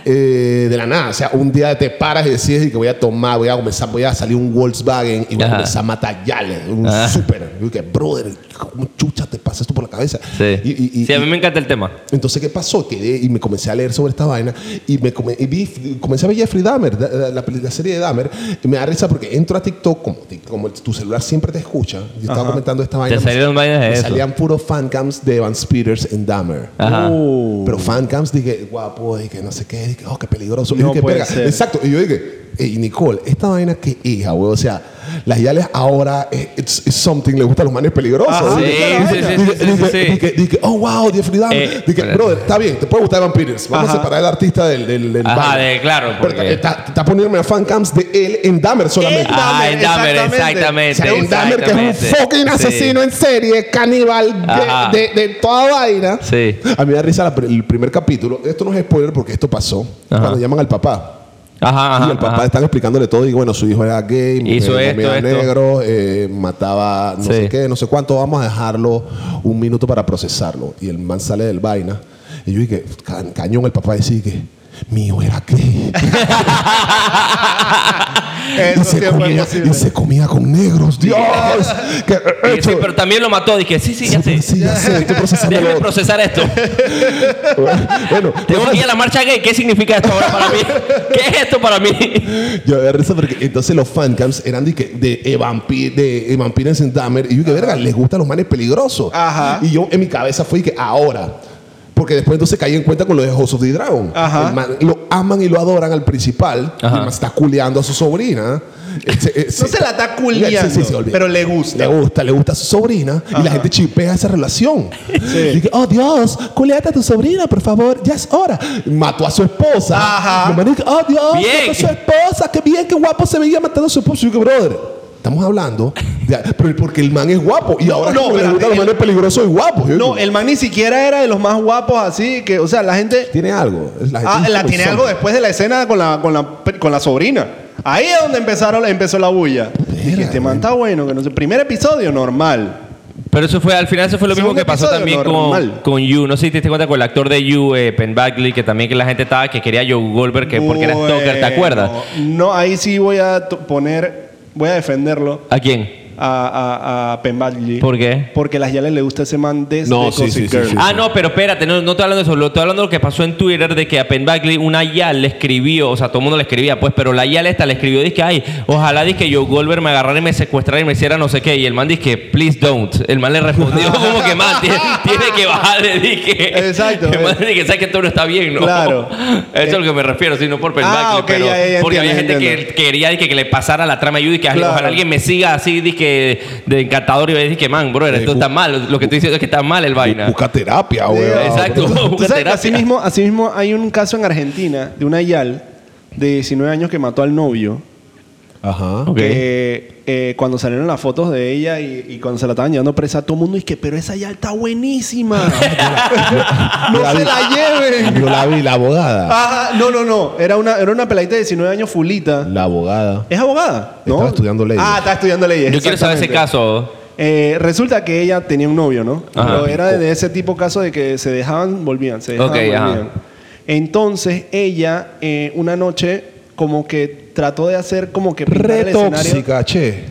Speaker 2: eh, de la nada, o sea, un día te paras y decides que voy a tomar, voy a comenzar, voy a salir un Volkswagen y voy a
Speaker 3: Ajá.
Speaker 2: comenzar a matar yales, un
Speaker 3: Ajá.
Speaker 2: súper. Yo dije, brother, ¿cómo chucha te pasa esto por la cabeza?
Speaker 3: Sí.
Speaker 2: Y- y- y-
Speaker 3: sí, a mí
Speaker 2: y-
Speaker 3: me encanta el tema.
Speaker 2: entonces, ¿qué pasó? Quedé y me comencé a leer sobre esta vaina y, me come- y vi- comencé a ver Jeffrey Dahmer, da- da- la, peli- la serie de Dahmer. Y me da risa porque entro a TikTok, como, ti- como el- tu celular siempre te escucha. Yo estaba comentando esta vaina.
Speaker 3: salieron vainas de
Speaker 2: me
Speaker 3: eso. Ah,
Speaker 2: Salían puros fancams de Van Peters en Dahmer.
Speaker 3: Ajá.
Speaker 2: Pero fancams dije, guapo, dije, no sé qué, dije, oh, qué peligroso. Y
Speaker 1: No
Speaker 2: dije,
Speaker 1: puede
Speaker 2: "Verga".
Speaker 1: ser.
Speaker 2: Exacto. Y yo dije, hey, Nicole, esta vaina que hija, güey. O sea, las yales ahora, eh, it's, it's something, le gustan los manes peligrosos.
Speaker 1: Ajá.
Speaker 2: ¿no?
Speaker 1: Sí,
Speaker 2: Claro,
Speaker 1: sí,
Speaker 2: vaina.
Speaker 3: Ah, sí, sí,
Speaker 2: Dije-
Speaker 3: sí,
Speaker 2: dije-
Speaker 3: sí, sí.
Speaker 2: dije- dije, oh, wow, Jeffrey Dahmer.
Speaker 3: Eh,
Speaker 2: dije,
Speaker 3: espérate.
Speaker 2: brother, está bien, te puede gustar Van Peters. Vamos
Speaker 1: Ajá.
Speaker 2: a separar al artista del. del, del
Speaker 3: Ajá,
Speaker 2: vaina.
Speaker 3: de- claro,
Speaker 2: Pero
Speaker 3: porque-
Speaker 2: está, está, está poniéndome a fancams de él en Dahmer solamente.
Speaker 1: Él-
Speaker 3: Ah, el Dahmer,
Speaker 1: exactamente.
Speaker 2: O sea,
Speaker 3: exactamente.
Speaker 2: un Dahmer que es un
Speaker 3: exactamente.
Speaker 2: fucking
Speaker 3: Sí.
Speaker 2: asesino en serie, caníbal
Speaker 3: Ajá.
Speaker 2: de, de- de toda vaina.
Speaker 3: Sí.
Speaker 2: A mí me da risa la pr- el primer capítulo. Esto no es spoiler porque esto pasó.
Speaker 3: Ajá.
Speaker 2: Cuando llaman al papá.
Speaker 3: Ajá, ajá.
Speaker 2: y al papá
Speaker 3: ajá.
Speaker 2: están explicándole todo. Y bueno, su hijo era gay,
Speaker 3: Hizo
Speaker 2: mujer,
Speaker 3: esto,
Speaker 2: comía
Speaker 3: esto.
Speaker 2: negro, eh, mataba no
Speaker 3: Sí.
Speaker 2: sé qué, no sé cuánto. Vamos a dejarlo un minuto para procesarlo. Y el man sale del vaina. Y yo dije, ca- cañón, el papá decía que mi hijo era gay.
Speaker 1: Eso
Speaker 2: y, se
Speaker 1: siempre
Speaker 2: comía,
Speaker 1: es posible.
Speaker 2: y se comía con negros. Dios. que,
Speaker 3: [LAUGHS] Y
Speaker 2: eh,
Speaker 3: dice, pero también lo mató. Dije, sí, sí, ya sé.
Speaker 2: Sí, ya sé, estoy procesando
Speaker 3: [LAUGHS] Déjame
Speaker 2: lo otro.
Speaker 3: procesar esto.
Speaker 2: [LAUGHS] Bueno,
Speaker 3: Tengo que ir a la marcha gay. ¿Qué significa esto ahora [LAUGHS] para mí? ¿Qué es esto para mí?
Speaker 2: yo me da risa porque entonces los fancams eran de, que- de, Evampir, de Evampires en Dahmer y yo que verga, les gustan los manes peligrosos.
Speaker 1: Ajá.
Speaker 2: Y yo en mi cabeza fui que ahora. Porque después entonces caí en cuenta con lo de House of the Dragon.
Speaker 1: Ajá.
Speaker 2: El man- lo aman y lo adoran al principal. Y el
Speaker 3: Ajá.
Speaker 2: man está culeando a su sobrina. Ese- ese-
Speaker 1: No se la está culiando,
Speaker 2: Sí, sí, sí, olvida.
Speaker 1: pero le gusta.
Speaker 2: Le gusta, le gusta a su sobrina y la gente chipea esa relación. Dije, oh Dios, culeate a tu sobrina, por favor, ya es hora. Mató a su esposa.
Speaker 1: Ajá.
Speaker 2: Mi mamá dijo, oh Dios,
Speaker 3: Bien.
Speaker 2: mató a su esposa, qué bien, qué guapo se veía matando a su esposo. Y yo, brother, estamos hablando, de- pero porque el man es guapo y ahora
Speaker 1: No,
Speaker 2: como le
Speaker 1: espérate,
Speaker 2: gustan los
Speaker 1: el-
Speaker 2: manes peligrosos y guapos. Yo
Speaker 1: No,
Speaker 2: digo,
Speaker 1: el man ni siquiera era de los más guapos así, que, o sea, la gente...
Speaker 2: tiene algo. La, gente "Pues,
Speaker 1: Ah,
Speaker 2: es
Speaker 1: la
Speaker 2: como
Speaker 1: tiene
Speaker 2: zombie.
Speaker 1: algo después de la escena con la, con la, con la sobrina. Ahí es donde empezaron, empezó la bulla. Dije, este man está bueno, que no sé. Primer episodio, normal.
Speaker 3: Pero eso fue, al final eso fue lo
Speaker 1: Es
Speaker 3: mismo
Speaker 1: un
Speaker 3: que pasó
Speaker 1: episodio
Speaker 3: también con,
Speaker 1: normal.
Speaker 3: con You. No sé si te diste cuenta con el actor de You, eh, Penn Bagley, que también que la gente estaba que quería a Joe Goldberg que porque era
Speaker 1: Bueno,
Speaker 3: stalker, ¿te acuerdas?
Speaker 1: No, ahí sí voy a to- poner, voy a defenderlo.
Speaker 3: ¿A quién?
Speaker 1: a, a, a Pembalji.
Speaker 3: ¿Por qué?
Speaker 1: Porque a las Yales le gusta ese man desde
Speaker 2: No, sí,
Speaker 1: Gossip
Speaker 2: sí, sí,
Speaker 1: Girl.
Speaker 2: sí.
Speaker 3: Ah, no, pero espérate, no, no estoy hablando de eso, lo- estoy hablando de lo que pasó en Twitter de que a Penn Bagley una YAL le escribió, o sea, todo el mundo le escribía, pues, pero la YAL esta le escribió, dice, ay, ojalá dice que yo Goldberg me agarrara y me secuestrara y me hiciera no sé qué, y el man dice que, please don't. El man
Speaker 1: [LAUGHS]
Speaker 3: le respondió como que, man, tiene, tiene que bajarle, dije.
Speaker 4: Exacto,
Speaker 3: El man
Speaker 4: eh.
Speaker 3: dice que sabe que todo no está bien, ¿no?
Speaker 1: Claro.
Speaker 3: [LAUGHS] Eso es a lo que me refiero, si no por Penn
Speaker 1: Ah,
Speaker 3: Bagley,
Speaker 1: ok,
Speaker 3: pero
Speaker 1: ya, ya, ya
Speaker 3: porque había
Speaker 1: entiendo,
Speaker 3: gente
Speaker 1: ya
Speaker 3: que
Speaker 1: entiendo.
Speaker 3: quería dice, que le pasara la trama a Judy, que ay,
Speaker 1: Claro.
Speaker 3: ojalá alguien me siga así, dice, de encantador y dice que, man, brother, esto
Speaker 2: bu-
Speaker 3: está mal, lo que estoy diciendo es que está mal el vaina.
Speaker 2: Busca terapia, weón.
Speaker 3: Exacto.
Speaker 1: Ah, Tú
Speaker 3: Busca
Speaker 1: sabes que
Speaker 3: terapia.
Speaker 1: así mismo, así mismo hay un caso en Argentina de una Yal de 19 años que mató al novio.
Speaker 2: Ajá.
Speaker 3: Ok.
Speaker 1: que, eh, cuando salieron las fotos de ella y, y cuando se la estaban llevando presa, todo el mundo dice que, pero esa Yal está
Speaker 3: [LAUGHS]
Speaker 1: buenísima. no
Speaker 2: la
Speaker 1: se
Speaker 2: vi.
Speaker 1: la lleven.
Speaker 2: Yo la vi, la abogada.
Speaker 1: Ajá, Ah, no, no, no. Era una, era una peladita de 19 años fulita.
Speaker 2: La abogada.
Speaker 1: ¿Es abogada? ¿No?
Speaker 2: Estaba estudiando leyes.
Speaker 1: Ah, está estudiando leyes.
Speaker 3: Yo quiero saber ese
Speaker 1: exactamente.
Speaker 3: caso.
Speaker 1: Eh, resulta que ella tenía un novio, ¿no?
Speaker 3: Ajá. Oh.
Speaker 1: Pero era de ese tipo caso de que se dejaban, volvían, se dejaban,
Speaker 3: Ok, ajá.
Speaker 1: volvían. Entonces ella eh, una noche como que trató de hacer como que pintar el
Speaker 2: Re
Speaker 1: escenario,
Speaker 2: tóxica, che.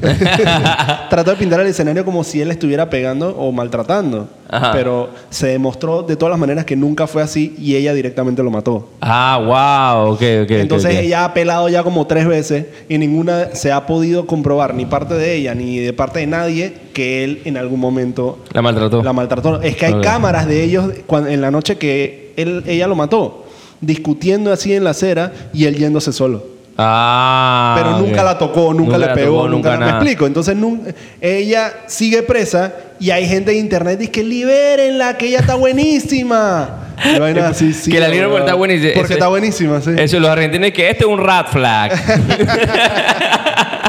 Speaker 1: trató de pintar el escenario como si él la estuviera pegando o maltratando,
Speaker 3: Ajá.
Speaker 1: pero se demostró de todas las maneras que nunca fue así y ella directamente lo mató.
Speaker 3: Ah, wow, ok, ok.
Speaker 1: Entonces
Speaker 3: ok, ok.
Speaker 1: ella ha apelado ya como tres veces y ninguna se ha podido comprobar, ni parte de ella, ni de parte de nadie, que él en algún momento
Speaker 3: La maltrató.
Speaker 1: la maltrató. Es que hay
Speaker 3: Ok.
Speaker 1: cámaras de ellos cuan- en la noche que él, ella lo mató, discutiendo así en la acera y él yéndose solo.
Speaker 3: ah.
Speaker 1: Pero nunca
Speaker 3: ok.
Speaker 1: la tocó, nunca, le
Speaker 3: la
Speaker 1: pegó,
Speaker 3: tocó,
Speaker 1: nunca, la-
Speaker 3: nada.
Speaker 1: me explico. Entonces nun- ella sigue presa y hay gente de internet dice que libérenla, que ella está buenísima.
Speaker 3: [LAUGHS]
Speaker 1: Y vaina así, sí,
Speaker 3: Que la liberen porque
Speaker 1: weón.
Speaker 3: está buenísima.
Speaker 1: Porque
Speaker 3: Eso-
Speaker 1: está buenísima, sí.
Speaker 3: Eso, los argentinos que este es un rat
Speaker 1: [LAUGHS]
Speaker 3: flag.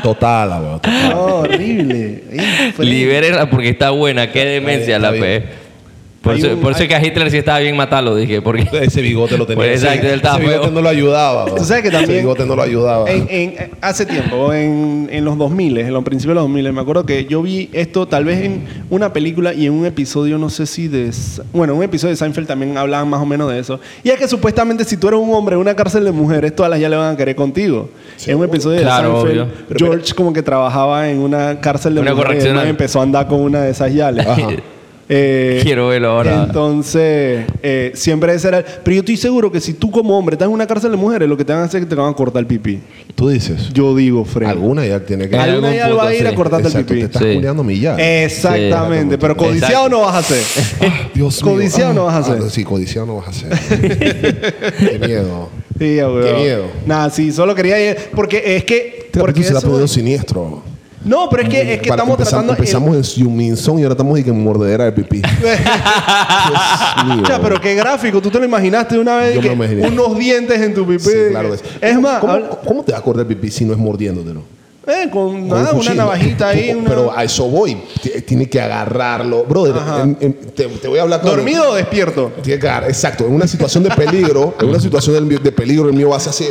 Speaker 2: Total, weón.
Speaker 1: No, Ah, horrible. Eh, fue-
Speaker 3: Libérenla porque está buena. Qué demencia
Speaker 2: está
Speaker 3: la
Speaker 2: bien.
Speaker 3: fe. Por,
Speaker 1: Hay
Speaker 3: eso,
Speaker 1: un-
Speaker 3: por eso
Speaker 1: hay-
Speaker 3: que a Hitler sí estaba bien matarlo, dije. Porque...
Speaker 2: Ese bigote lo tenía.
Speaker 3: Pues
Speaker 2: ese-
Speaker 3: exacto, él estaba
Speaker 2: ese bigote
Speaker 3: feo.
Speaker 2: no lo ayudaba. weón.
Speaker 1: Tú sabes que
Speaker 2: Ese
Speaker 1: también-
Speaker 2: bigote no lo ayudaba.
Speaker 1: En, en- hace tiempo, en, en los 2000, en los principios de los 2000, me acuerdo que yo vi esto tal vez en una película y en un episodio, no sé si de... S- Bueno, en un episodio de Seinfeld también hablaban más o menos de eso. Y es que supuestamente si tú eres un hombre en una cárcel de mujeres, todas las ya le van a querer contigo. En un episodio de
Speaker 3: Claro,
Speaker 1: Seinfeld,
Speaker 3: obvio.
Speaker 1: Pero George como que trabajaba en una cárcel de
Speaker 3: Una
Speaker 1: mujeres y
Speaker 3: correccional.
Speaker 1: además empezó a andar con una de esas yales.
Speaker 3: [LAUGHS]
Speaker 2: Ajá.
Speaker 1: Eh,
Speaker 3: Quiero verlo ahora.
Speaker 1: Entonces, eh, siempre ese era. el- Pero yo estoy seguro que si tú, como hombre, estás en una cárcel de mujeres, lo que te van a hacer es que te van a cortar el pipí.
Speaker 2: Tú dices.
Speaker 1: Yo digo, Fred.
Speaker 2: Alguna ya tiene que.
Speaker 3: En algún
Speaker 1: Alguna ya lo va a
Speaker 3: punto,
Speaker 1: ir a
Speaker 3: sí.
Speaker 1: cortarte el
Speaker 2: Exacto, te
Speaker 1: pipí. Eh,
Speaker 2: estás
Speaker 3: Sí.
Speaker 2: culiando mi ya.
Speaker 1: Exactamente,
Speaker 2: Sí.
Speaker 1: pero codiciado
Speaker 3: Exacto.
Speaker 1: no vas a
Speaker 2: [LAUGHS]
Speaker 1: ser.
Speaker 2: Ah, Dios mío.
Speaker 1: Codiciado
Speaker 2: Ah,
Speaker 1: no vas a
Speaker 2: ah,
Speaker 1: ser.
Speaker 2: sí, codiciado no vas
Speaker 1: [LAUGHS]
Speaker 2: a hacer. Qué miedo.
Speaker 1: Sí, ya, weón.
Speaker 2: Qué miedo.
Speaker 1: Nada, sí, solo quería ir. Porque es que.
Speaker 2: Este
Speaker 1: Porque
Speaker 2: capítulo será
Speaker 1: eso-
Speaker 2: pedido siniestro.
Speaker 1: no, pero es que, es que
Speaker 2: Para-
Speaker 1: estamos
Speaker 2: empezamos,
Speaker 1: tratando. el-
Speaker 2: empezamos en Yuminson y ahora estamos y que en mordedera
Speaker 1: [LAUGHS]
Speaker 2: de pipí. [LAUGHS] Dios mío.
Speaker 1: Cha, Ah, pero qué gráfico. Tú te lo imaginaste de una vez.
Speaker 2: Yo me
Speaker 1: que
Speaker 2: lo imaginé.
Speaker 1: Unos dientes en tu pipí.
Speaker 2: Sí, claro.
Speaker 1: Es, más,
Speaker 2: ¿Cómo,
Speaker 1: habla-
Speaker 2: cómo te vas a cortar el pipí si no es mordiéndotelo?
Speaker 1: eh, con,
Speaker 2: Con un
Speaker 1: nada, una
Speaker 2: cuchillo.
Speaker 1: navajita ahí.
Speaker 2: Tú-
Speaker 1: una-
Speaker 2: Pero a eso voy. T- Tiene que agarrarlo. Brother, en- en- te, te voy a hablar claro.
Speaker 1: ¿Dormido o despierto?
Speaker 2: Tiene que agarrar. Exacto. En una situación de peligro, en una situación del mío- de peligro, el mío va a ser así.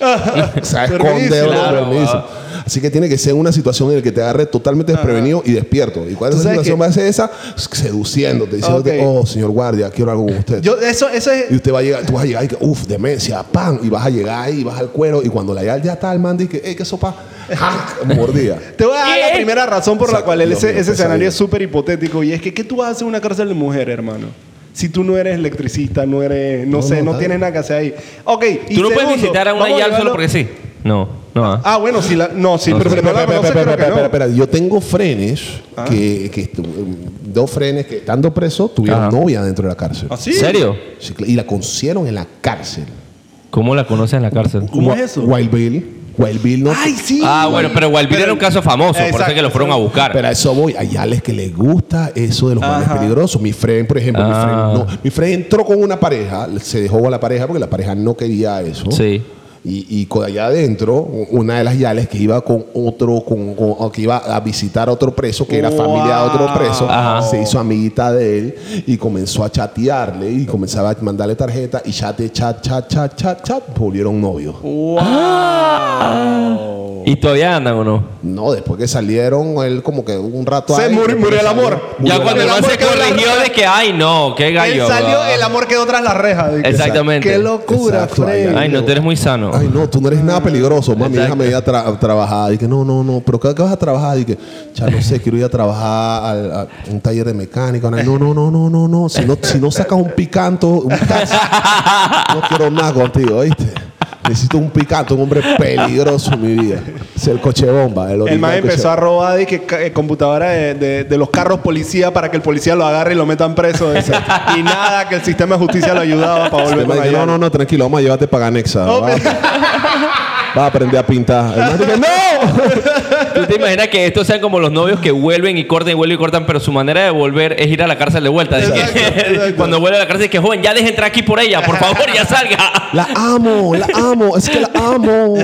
Speaker 2: o sea, esconderlo.
Speaker 3: Claro,
Speaker 2: permiso.
Speaker 3: ah.
Speaker 2: Así que tiene que ser una situación en la que te agarre totalmente desprevenido y despierto. ¿Y cuál es
Speaker 1: ¿Tú
Speaker 2: la
Speaker 1: sabes
Speaker 2: situación?
Speaker 1: que-
Speaker 2: Va a ser esa, seduciéndote, diciéndote,
Speaker 1: Ok.
Speaker 2: oh, señor guardia, quiero algo con usted.
Speaker 1: Yo, eso, eso es.
Speaker 2: Y usted va a llegar, tú vas a llegar y que, uff, demencia, pan, y vas a llegar ahí, y vas al cuero, y cuando la ya está el man, dice, hey, qué sopa, ¡Ja! mordida.
Speaker 1: Te voy a dar la
Speaker 3: ¿Qué?
Speaker 1: primera razón por la
Speaker 2: Exacto,
Speaker 1: cual
Speaker 2: Dios
Speaker 1: ese,
Speaker 2: mío, pues,
Speaker 1: ese escenario
Speaker 2: pesadilla.
Speaker 1: es súper hipotético y es que ¿qué tú vas a hacer en una cárcel de mujer, hermano? Si tú no eres electricista, no eres, no,
Speaker 2: No,
Speaker 1: sé,
Speaker 2: no,
Speaker 1: no
Speaker 2: está
Speaker 1: tienes
Speaker 2: bien.
Speaker 1: nada que hacer ahí. Ok, y
Speaker 3: [LAUGHS] Tú no puedes
Speaker 1: segundo,
Speaker 3: visitar a una
Speaker 1: vamos a
Speaker 3: YAL solo
Speaker 1: llevarlo-
Speaker 3: porque sí. No, no. ah.
Speaker 1: Ah, bueno, si la no, si
Speaker 2: Pero,
Speaker 1: si
Speaker 2: pero,
Speaker 1: no la
Speaker 2: pero, pero,
Speaker 1: conoces,
Speaker 2: pero,
Speaker 1: creo que
Speaker 2: pero,
Speaker 1: no. Ah.
Speaker 2: pero, yo tengo frenes que, que estu- dos frenes que estando presos tuvieron
Speaker 3: Ajá.
Speaker 2: novia dentro de la cárcel.
Speaker 1: ¿Ah, sí?
Speaker 3: ¿En serio?
Speaker 2: Sí, cl- Y la consiguieron en la cárcel.
Speaker 3: ¿Cómo la conoces en la cárcel?
Speaker 1: ah. ¿Cómo
Speaker 2: Wa-
Speaker 1: es eso?
Speaker 2: Wild Bill. Wild Bill no.
Speaker 1: Ay, sí.
Speaker 3: Ah, bueno, pero Walvir era un caso famoso, por eso es
Speaker 1: Exacto.
Speaker 3: que lo fueron a buscar.
Speaker 2: Pero a eso voy. Hay ales que les gusta eso de los manes
Speaker 1: Ajá.
Speaker 2: peligrosos. Mi friend, por ejemplo, mi,
Speaker 3: Ah.
Speaker 2: friend, no. mi friend entró con una pareja, se dejó a la pareja porque la pareja no quería eso.
Speaker 3: Sí.
Speaker 2: Y, y con allá adentro, u- una de las yales que iba con otro, con, con- o que iba a visitar a otro preso, que era familia de otro preso,
Speaker 3: Ajá.
Speaker 2: se hizo amiguita de él y comenzó a chatearle y comenzaba a mandarle tarjeta
Speaker 3: Uh.
Speaker 2: y chat, chat, chat, chat, chat, chat, volvieron novios.
Speaker 1: Wow.
Speaker 3: ¿Y todavía andan o no?
Speaker 2: No, después que salieron, él como que un rato
Speaker 4: Se
Speaker 2: ahí,
Speaker 4: murió-
Speaker 2: después
Speaker 4: murió el
Speaker 2: salió.
Speaker 4: amor.
Speaker 2: Murió
Speaker 3: ya
Speaker 2: el
Speaker 3: cuando el
Speaker 2: amor.
Speaker 3: man se
Speaker 4: amor quedó en la
Speaker 3: corrió
Speaker 4: rata.
Speaker 3: de que, ay, no, qué gallo.
Speaker 4: Él salió,
Speaker 3: ah.
Speaker 4: el amor quedó tras las rejas. dije.
Speaker 3: Exactamente.
Speaker 4: Qué locura,
Speaker 2: Exacto, ahí,
Speaker 4: Freddy.
Speaker 2: ahí.
Speaker 3: Ay, no, tú eres muy sano.
Speaker 2: Ay, no, tú no eres nada peligroso, mami.
Speaker 3: Exacto.
Speaker 2: Déjame ir a, tra- a trabajar. Y que no, no, no. Pero ¿qué, qué vas a trabajar? Y que, ya no sé, quiero ir a trabajar al- a un taller de mecánica. Una- No, no, no, no, no, no. Si no, si no sacas un picanto, un taxi, no quiero nada contigo, ¿oíste? Necesito un picanto, un hombre peligroso en mi vida. Es el coche bomba. eh, El,
Speaker 1: El
Speaker 2: original
Speaker 1: man
Speaker 2: coche
Speaker 1: empezó a
Speaker 2: bomba.
Speaker 1: robar de que, ca- eh, computadora de, de- de los carros policía para que el policía lo agarre y lo metan preso. dice. y nada, que el sistema de justicia lo ayudaba para
Speaker 2: El
Speaker 1: volver
Speaker 2: man
Speaker 1: para
Speaker 2: dice,
Speaker 1: allá.
Speaker 2: no, no, no, tranquilo, vamos a llevarte para Ganexa.
Speaker 1: No,
Speaker 2: vas,
Speaker 1: pero-
Speaker 2: vas a aprender a pintar. El man dice,
Speaker 1: [LAUGHS]
Speaker 2: ¡No!
Speaker 3: ¿Tú te imaginas que estos sean como los novios que vuelven y cortan y vuelven y cortan, pero su manera de volver es ir a la cárcel de vuelta? De que-
Speaker 1: Exacto, exacto.
Speaker 3: Cuando vuelve a la cárcel, que joven, ya deje entrar aquí por ella, por favor,
Speaker 2: [LAUGHS]
Speaker 3: ya salga.
Speaker 2: La amo, la amo, es que la amo.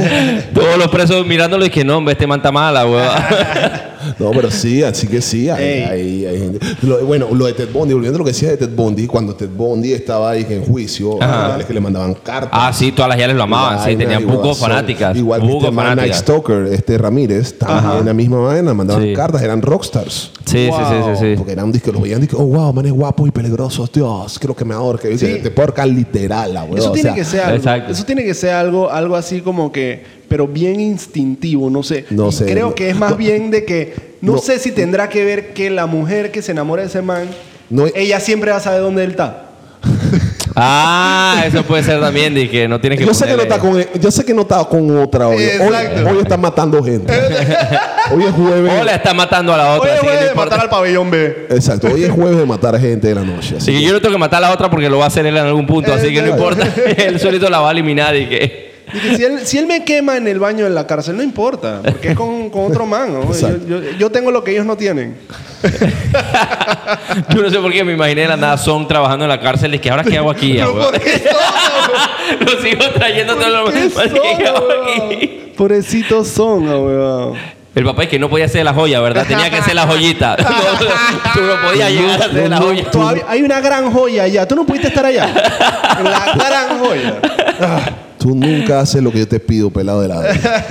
Speaker 3: Todos los presos mirándolo y que no, hombre, este man está mala, weón.
Speaker 2: No, pero sí, así que sí. Hay,
Speaker 1: Ey.
Speaker 2: hay- hay gente. Lo- bueno, lo de Ted Bundy, volviendo a lo que decía de Ted Bundy, cuando Ted Bundy estaba ahí en juicio,
Speaker 3: Ajá.
Speaker 2: es que le mandaban cartas.
Speaker 3: Ah, sí, todas las yales lo amaban, sí,
Speaker 2: Vaina,
Speaker 3: tenían
Speaker 2: igual,
Speaker 3: pocos
Speaker 2: son-
Speaker 3: fanáticas.
Speaker 2: Igual que
Speaker 3: pocos
Speaker 2: este man, Night
Speaker 3: fanáticas.
Speaker 2: Stalker, este Ramírez, también
Speaker 3: Ajá.
Speaker 2: la misma vaina, mandaban
Speaker 3: Sí.
Speaker 2: cartas, eran rockstars.
Speaker 3: Sí, sí, sí, sí, sí.
Speaker 2: Porque eran discos, los veían, disque, oh wow, man es guapo y peligroso, Dios, creo que me ahorque. Dice, Te puedo ahorcar literal, la weón.
Speaker 1: Eso
Speaker 2: o
Speaker 1: tiene
Speaker 2: sea,
Speaker 1: que ser algo.
Speaker 3: Exacto.
Speaker 1: Eso tiene que ser algo, algo así como que, pero bien instintivo, no sé.
Speaker 2: No
Speaker 1: Y
Speaker 2: sé.
Speaker 1: Creo que es más
Speaker 2: No.
Speaker 1: bien de que no,
Speaker 2: No.
Speaker 1: sé si tendrá que ver que la mujer que se enamora de ese man,
Speaker 2: No,
Speaker 1: ella siempre va a saber dónde él está.
Speaker 3: Ah, eso puede ser también, dije, no tienes que
Speaker 2: yo sé que no
Speaker 3: ponerle-
Speaker 2: está con yo sé que no está con otra hoy. Hoy,
Speaker 1: Exacto.
Speaker 2: hoy está
Speaker 1: [LAUGHS]
Speaker 2: matando gente. hoy es jueves.
Speaker 3: O la está matando a la otra,
Speaker 1: Oye,
Speaker 3: así que
Speaker 1: güey,
Speaker 3: no
Speaker 1: de
Speaker 3: importa.
Speaker 1: matar al pabellón B.
Speaker 2: Exacto, hoy es jueves de matar gente de la noche. así
Speaker 3: Así que
Speaker 2: que-
Speaker 3: yo no tengo que matar a la otra porque lo va a hacer él en algún punto, así que no importa.
Speaker 1: [LAUGHS]
Speaker 3: él solito la va a eliminar y que... [LAUGHS]
Speaker 1: Y que si, él, si él me quema en el baño de la cárcel, no importa, porque es con, con otro man. ¿no? Yo,
Speaker 2: Exacto.
Speaker 1: yo- yo tengo lo que ellos no tienen.
Speaker 3: Yo no sé por qué me imaginé de la nada Son trabajando en la cárcel y que ahora qué
Speaker 1: [LAUGHS]
Speaker 3: hago aquí. ya,
Speaker 1: Pero
Speaker 3: weón? [LAUGHS]
Speaker 1: ¿por qué son?
Speaker 3: Los sigo trayendo todo lo
Speaker 1: ¿Por
Speaker 3: [LAUGHS]
Speaker 1: qué son,
Speaker 3: aquí.
Speaker 1: weón? Pobrecitos son, ah, weón.
Speaker 3: El papá es que no podía hacer la joya, ¿verdad? Tenía que ser la joyita. [LAUGHS] No, tú no podías llegar a hacer la joya.
Speaker 1: Todavía hay una gran joya allá. Tú no pudiste estar allá. la gran joya.
Speaker 2: Tú nunca haces lo que yo te pido, pelado de
Speaker 3: [LAUGHS]
Speaker 2: la vida.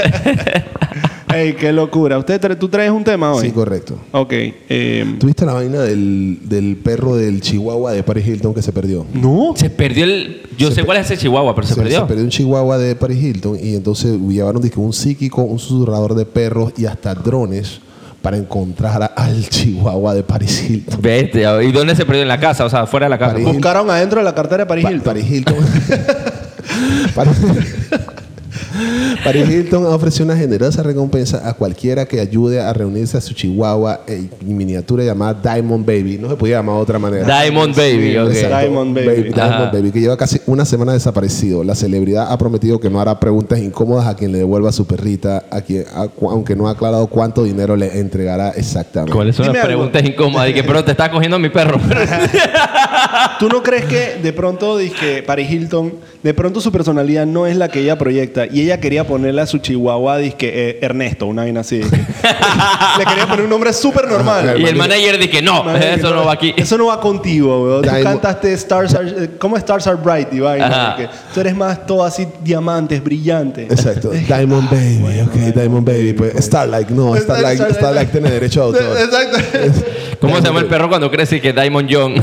Speaker 1: Ey, qué locura. Usted tra- ¿Tú traes un tema hoy?
Speaker 2: Sí, correcto.
Speaker 1: Ok. eh,
Speaker 2: ¿Tuviste la vaina del, del perro del Chihuahua de Paris Hilton que se perdió?
Speaker 1: ¿No?
Speaker 3: Se perdió el... Yo sé cuál es ese chihuahua, pero se, perdió.
Speaker 2: un Chihuahua de Paris Hilton y entonces llevaron dizque, un psíquico, un susurrador de perros y hasta drones para encontrar a- al Chihuahua de Paris Hilton.
Speaker 3: Vete, ya, ¿y dónde se perdió? En la casa, o sea, fuera de la casa.
Speaker 2: París.
Speaker 1: Buscaron adentro de la cartera de Paris
Speaker 2: Pa-
Speaker 1: Hilton.
Speaker 2: Paris Hilton. [LAUGHS] Paris, Paris Hilton ofreció una generosa recompensa a cualquiera que ayude a reunirse a su chihuahua en miniatura llamada Diamond Baby. No se podía llamar de otra manera.
Speaker 3: Diamond Baby, ok.
Speaker 2: Exacto.
Speaker 1: Diamond Baby.
Speaker 2: Diamond
Speaker 3: Ajá.
Speaker 2: Baby, que lleva casi una semana desaparecido. La celebridad ha prometido que no hará preguntas incómodas a quien le devuelva su perrita, a quien, a cu- aunque no ha aclarado cuánto dinero le entregará exactamente.
Speaker 3: ¿Cuáles son
Speaker 1: Dime
Speaker 3: las
Speaker 1: algo.
Speaker 3: preguntas incómodas? Y que, pero te está cogiendo a mi perro. [LAUGHS]
Speaker 1: ¿Tú no crees que de pronto que Paris Hilton, de pronto su personalidad no es la que ella proyecta y ella quería ponerle a su chihuahua disque eh, Ernesto, una vaina así.
Speaker 2: [LAUGHS]
Speaker 1: dizque. Le quería poner un nombre súper normal.
Speaker 3: y el manager dice, no, eso no va aquí.
Speaker 1: [LAUGHS] Eso no va contigo, weón. Tú
Speaker 2: Diamond-
Speaker 1: cantaste Stars Are, eh, ¿cómo Stars Are Bright y vaina,
Speaker 3: Ajá.
Speaker 1: dizque. Tú eres más todo así diamantes, brillantes. [LAUGHS]
Speaker 2: Exacto.
Speaker 1: Ah,
Speaker 2: Diamond Baby, ok, Diamond Baby. Pues Starlight, no, Starlight,
Speaker 1: Starlight.
Speaker 2: Starlight tiene derecho a autor.
Speaker 1: Exacto. [LAUGHS]
Speaker 3: ¿Cómo se llama el perro cuando crece? Que Diamond Young.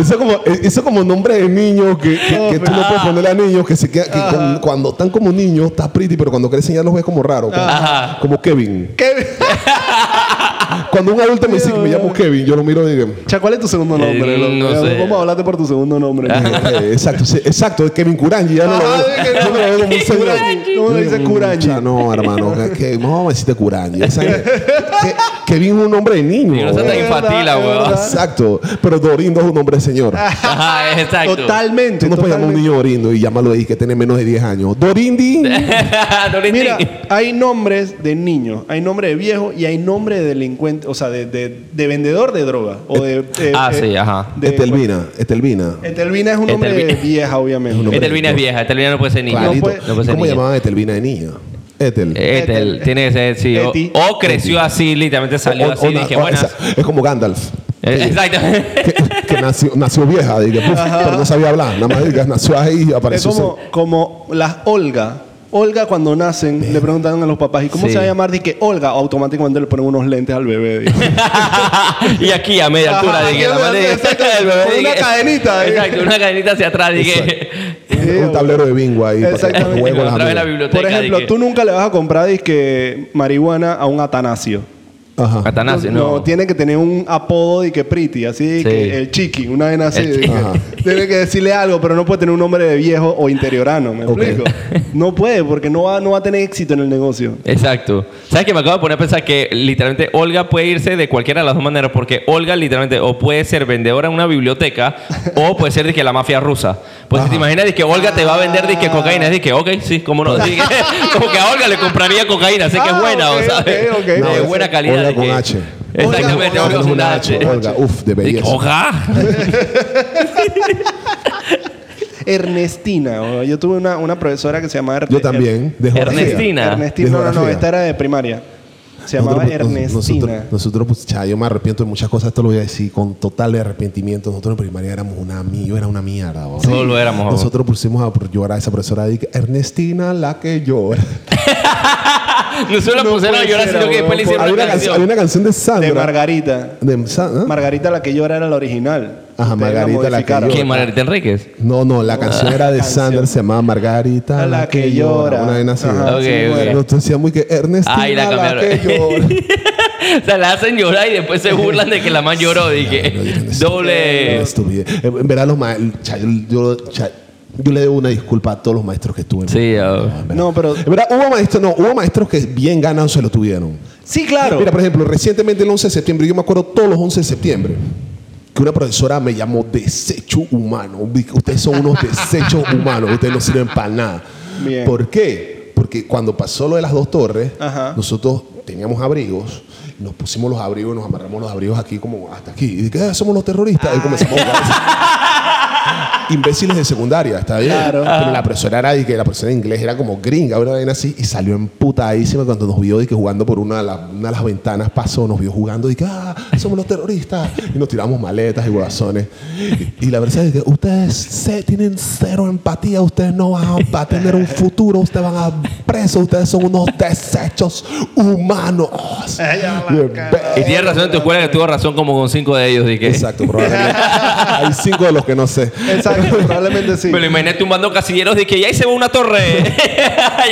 Speaker 2: Eso como, e, eso como nombre de niño que, que- que tú no
Speaker 1: Ah.
Speaker 2: puedes ponerle a niños que se queda, que con- cuando están como niños, está pretty, pero cuando crecen ya los ves como raro. Como,
Speaker 3: Ajá.
Speaker 2: como Kevin.
Speaker 1: Kevin.
Speaker 2: Cuando un adulto me dice que me llamo Kevin, yo lo miro y digo.
Speaker 1: Cha, ¿cuál es tu segundo nombre?
Speaker 3: Eh, no
Speaker 1: loco?
Speaker 3: sé.
Speaker 1: Vamos a hablarte por tu segundo nombre.
Speaker 2: eh, exacto, sí, exacto, es Kevin Kurangi, ya no lo
Speaker 1: Ajá,
Speaker 2: veo.
Speaker 1: de que no.
Speaker 2: Yo no lo veo como un señor.
Speaker 1: Kurangi. ¿Cómo le dice
Speaker 2: Mm,
Speaker 1: Kurangi?
Speaker 2: cha, No, hermano, que- que, vamos a decirte Kurangi. Esa- que- Kevin es un nombre de niño.
Speaker 3: [LAUGHS] Y no sea
Speaker 2: weón.
Speaker 3: tan
Speaker 1: Es verdad,
Speaker 3: infantil, la
Speaker 1: es
Speaker 3: huevón.
Speaker 1: verdad.
Speaker 2: Exacto, pero Dorindo es un nombre de señor.
Speaker 3: [LAUGHS] Ah, Ajá, exacto. [LAUGHS]
Speaker 1: Totalmente.
Speaker 2: Tú no puedes llamar a un
Speaker 1: totalmente.
Speaker 2: niño Dorindo y llamarlo ahí que tiene menos de 10 años. Dorindi.
Speaker 3: Dorintín.
Speaker 1: Mira, eh, hay nombres de niños, hay nombre de viejo y hay nombre de delincuente, o sea, de, de- de vendedor de droga. O de, de-
Speaker 3: Ah,
Speaker 1: de-
Speaker 3: sí, ajá.
Speaker 1: de-
Speaker 2: Estelvina, Estelvina.
Speaker 1: Etelvina es un nombre de
Speaker 3: Etelvina.
Speaker 1: vieja, obviamente.
Speaker 2: nombre-
Speaker 3: Etelvina es vieja, Etelvina no puede ser niña.
Speaker 2: Clarito.
Speaker 3: No
Speaker 1: puede-
Speaker 3: puede, no puede ser Eh,
Speaker 2: ¿Cómo
Speaker 3: niña.
Speaker 2: llamaban a Estelvina de niña? Etel.
Speaker 3: Ethel,
Speaker 1: Ethel.
Speaker 3: tiene que ser, sí. O,
Speaker 1: Eti.
Speaker 3: o creció así, literalmente salió
Speaker 2: O-
Speaker 3: así.
Speaker 2: o-
Speaker 3: dije,
Speaker 2: o-
Speaker 3: buenas.
Speaker 2: esa- es como Gandalf.
Speaker 3: Eh, Exacto.
Speaker 2: que nació, nació vieja, dije, puf, pero no sabía hablar. Nada más dije, nació ahí y
Speaker 1: Es
Speaker 2: apareció.
Speaker 1: como, como las Olga. Olga cuando nacen le preguntan a los papás, ¿y cómo
Speaker 3: Sí.
Speaker 1: se va a llamar? Dice que Olga automáticamente le ponen unos lentes al bebé. dije.
Speaker 3: Ah, y aquí a media altura
Speaker 4: Ajá,
Speaker 3: dije,
Speaker 4: aquí a
Speaker 3: la
Speaker 4: media
Speaker 3: madre-
Speaker 4: altura, exacto,
Speaker 3: [LAUGHS] el bebé,
Speaker 4: con una
Speaker 3: dije- [LAUGHS]
Speaker 4: cadenita, dije.
Speaker 3: Exacto, una cadenita hacia atrás. Dije,
Speaker 2: Exacto. un tablero de bingo ahí. para que
Speaker 1: Exactamente.
Speaker 2: juegue con las
Speaker 3: otra vez la
Speaker 2: amigas.
Speaker 3: [LAUGHS] biblioteca.
Speaker 1: Por ejemplo,
Speaker 3: dije,
Speaker 1: tú nunca le vas a comprar dizque, marihuana a un Atanasio.
Speaker 2: Ajá.
Speaker 3: Atanasio,
Speaker 1: no.
Speaker 3: no.
Speaker 1: tiene que tener un apodo y que pretty, así de que
Speaker 3: Sí.
Speaker 1: el chiqui, una vez así.
Speaker 3: El
Speaker 1: de
Speaker 3: chiqui.
Speaker 1: que-
Speaker 3: [LAUGHS]
Speaker 2: Ajá.
Speaker 1: tiene que decirle algo, pero no puede tener un nombre de viejo o interiorano, ¿me
Speaker 2: Ok.
Speaker 3: [LAUGHS]
Speaker 1: explico? No puede, porque no va, no va a tener éxito en el negocio.
Speaker 3: Exacto. ¿Sabes que Me acabo de poner a pensar que literalmente Olga puede irse de cualquiera de las dos maneras, porque Olga literalmente o puede ser vendedora en una biblioteca o puede ser de que la mafia rusa. Pues si te imaginas de que Olga te va a vender de que cocaína, de que, ok, sí, [LAUGHS] cómo no. Dije, como que a Olga le compraría cocaína, sé que es
Speaker 1: Ah,
Speaker 3: buena,
Speaker 1: ok,
Speaker 3: o ¿sabes?
Speaker 1: ok, ok.
Speaker 3: De
Speaker 1: No,
Speaker 2: esa-
Speaker 3: buena calidad.
Speaker 2: Olga
Speaker 3: de
Speaker 2: con
Speaker 3: que-
Speaker 2: H.
Speaker 3: Exactamente,
Speaker 2: Olga
Speaker 3: Olga
Speaker 2: con
Speaker 3: con una
Speaker 2: H.
Speaker 3: H.
Speaker 2: Olga, uf, de
Speaker 3: De que,
Speaker 2: belleza.
Speaker 3: [LAUGHS] Olga.
Speaker 1: Ernestina, o- yo tuve una, una profesora que se llamaba Erne-
Speaker 2: Yo también. De geografía.
Speaker 3: Ernestina.
Speaker 1: Ernestina, no, no, no,
Speaker 2: Geografía.
Speaker 1: esta era de primaria. Se llamaba
Speaker 2: Nosotros, nos-
Speaker 1: Ernestina.
Speaker 2: Nosotros, nosotros, pues, cha, yo me arrepiento de muchas cosas, esto lo voy a decir con total arrepentimiento. Nosotros en primaria éramos una mierda, yo era una mierda. bro.
Speaker 3: Todos lo éramos, bro.
Speaker 2: Nosotros pusimos a llorar a esa profesora de que, Ernestina la que llora.
Speaker 3: Nosotros la
Speaker 1: No
Speaker 3: pusieron a
Speaker 1: puede
Speaker 3: llorar,
Speaker 1: ser,
Speaker 3: sino que
Speaker 1: weón,
Speaker 3: después le hicieron
Speaker 2: Había
Speaker 3: una
Speaker 2: una, canción, había
Speaker 3: canción.
Speaker 2: una canción de Sandra.
Speaker 1: de Margarita.
Speaker 2: de Sa- ¿ah?
Speaker 1: Margarita la que llora era la original.
Speaker 2: Ajá,
Speaker 1: Ustedes
Speaker 2: Margarita la que
Speaker 1: modificaron.
Speaker 2: llora.
Speaker 3: ¿Quién, Margarita Enríquez?
Speaker 2: No, no, la canción era de
Speaker 1: canción.
Speaker 2: Sandra, se llamaba Margarita.
Speaker 1: La que llora.
Speaker 2: Una vaina así.
Speaker 1: Ajá,
Speaker 2: ¿no?
Speaker 3: Ok,
Speaker 2: Sí,
Speaker 3: ok.
Speaker 2: bueno, Nosotros decíamos muy que Ernestina
Speaker 3: Ay, la
Speaker 2: la, que
Speaker 3: cambiaron.
Speaker 2: llora.
Speaker 3: [LAUGHS] o sea, la hacen llorar y después se burlan de que la man lloró. Dije,
Speaker 2: no, yo no sé.
Speaker 3: doble.
Speaker 2: Era estupidez. En verdad, los maestros. Yo, cha- yo le debo una disculpa a todos los maestros que tuve.
Speaker 3: Sí,
Speaker 2: No,
Speaker 3: oh.
Speaker 2: en verdad.
Speaker 1: No, pero-
Speaker 2: En verdad, hubo maestros, no, hubo maestros que bien ganan se lo tuvieron.
Speaker 1: Sí, claro.
Speaker 2: Mira, por ejemplo, recientemente el 11 de septiembre, yo me acuerdo todos los 11 de septiembre, que una profesora me llamó desecho humano. Dijo, Ustedes son unos
Speaker 1: [LAUGHS]
Speaker 2: desechos humanos, ustedes no sirven para nada.
Speaker 1: Bien.
Speaker 2: ¿Por qué? Porque cuando pasó lo de las dos torres,
Speaker 1: Ajá.
Speaker 2: nosotros teníamos abrigos, nos pusimos los abrigos, nos amarramos los abrigos aquí como hasta aquí. Y dije, "Ah, somos los terroristas. Y comenzamos a jugar. Imbéciles de secundaria, está bien.
Speaker 1: Claro.
Speaker 2: Pero la profesora era, y que la profesora de inglés era como gringa, una vaina así, y salió emputadísima cuando nos vio y que jugando por una de las, una de las ventanas pasó, nos vio jugando y que, ah, somos los terroristas. Y nos tiramos maletas y corazones. Y, y la verdad es que ustedes se- tienen cero empatía, ustedes no van a tener un futuro, ustedes van a presos, ustedes son unos desechos humanos.
Speaker 3: Y tienes razón en tu escuela que tuvo razón como con cinco de ellos. Dije,
Speaker 2: Exacto, probablemente. Hay cinco de los que no sé.
Speaker 1: Exacto,
Speaker 2: [LAUGHS]
Speaker 1: probablemente sí.
Speaker 3: Me lo imaginé tumbando casilleros. Dije, y ahí se va una torre. [LAUGHS]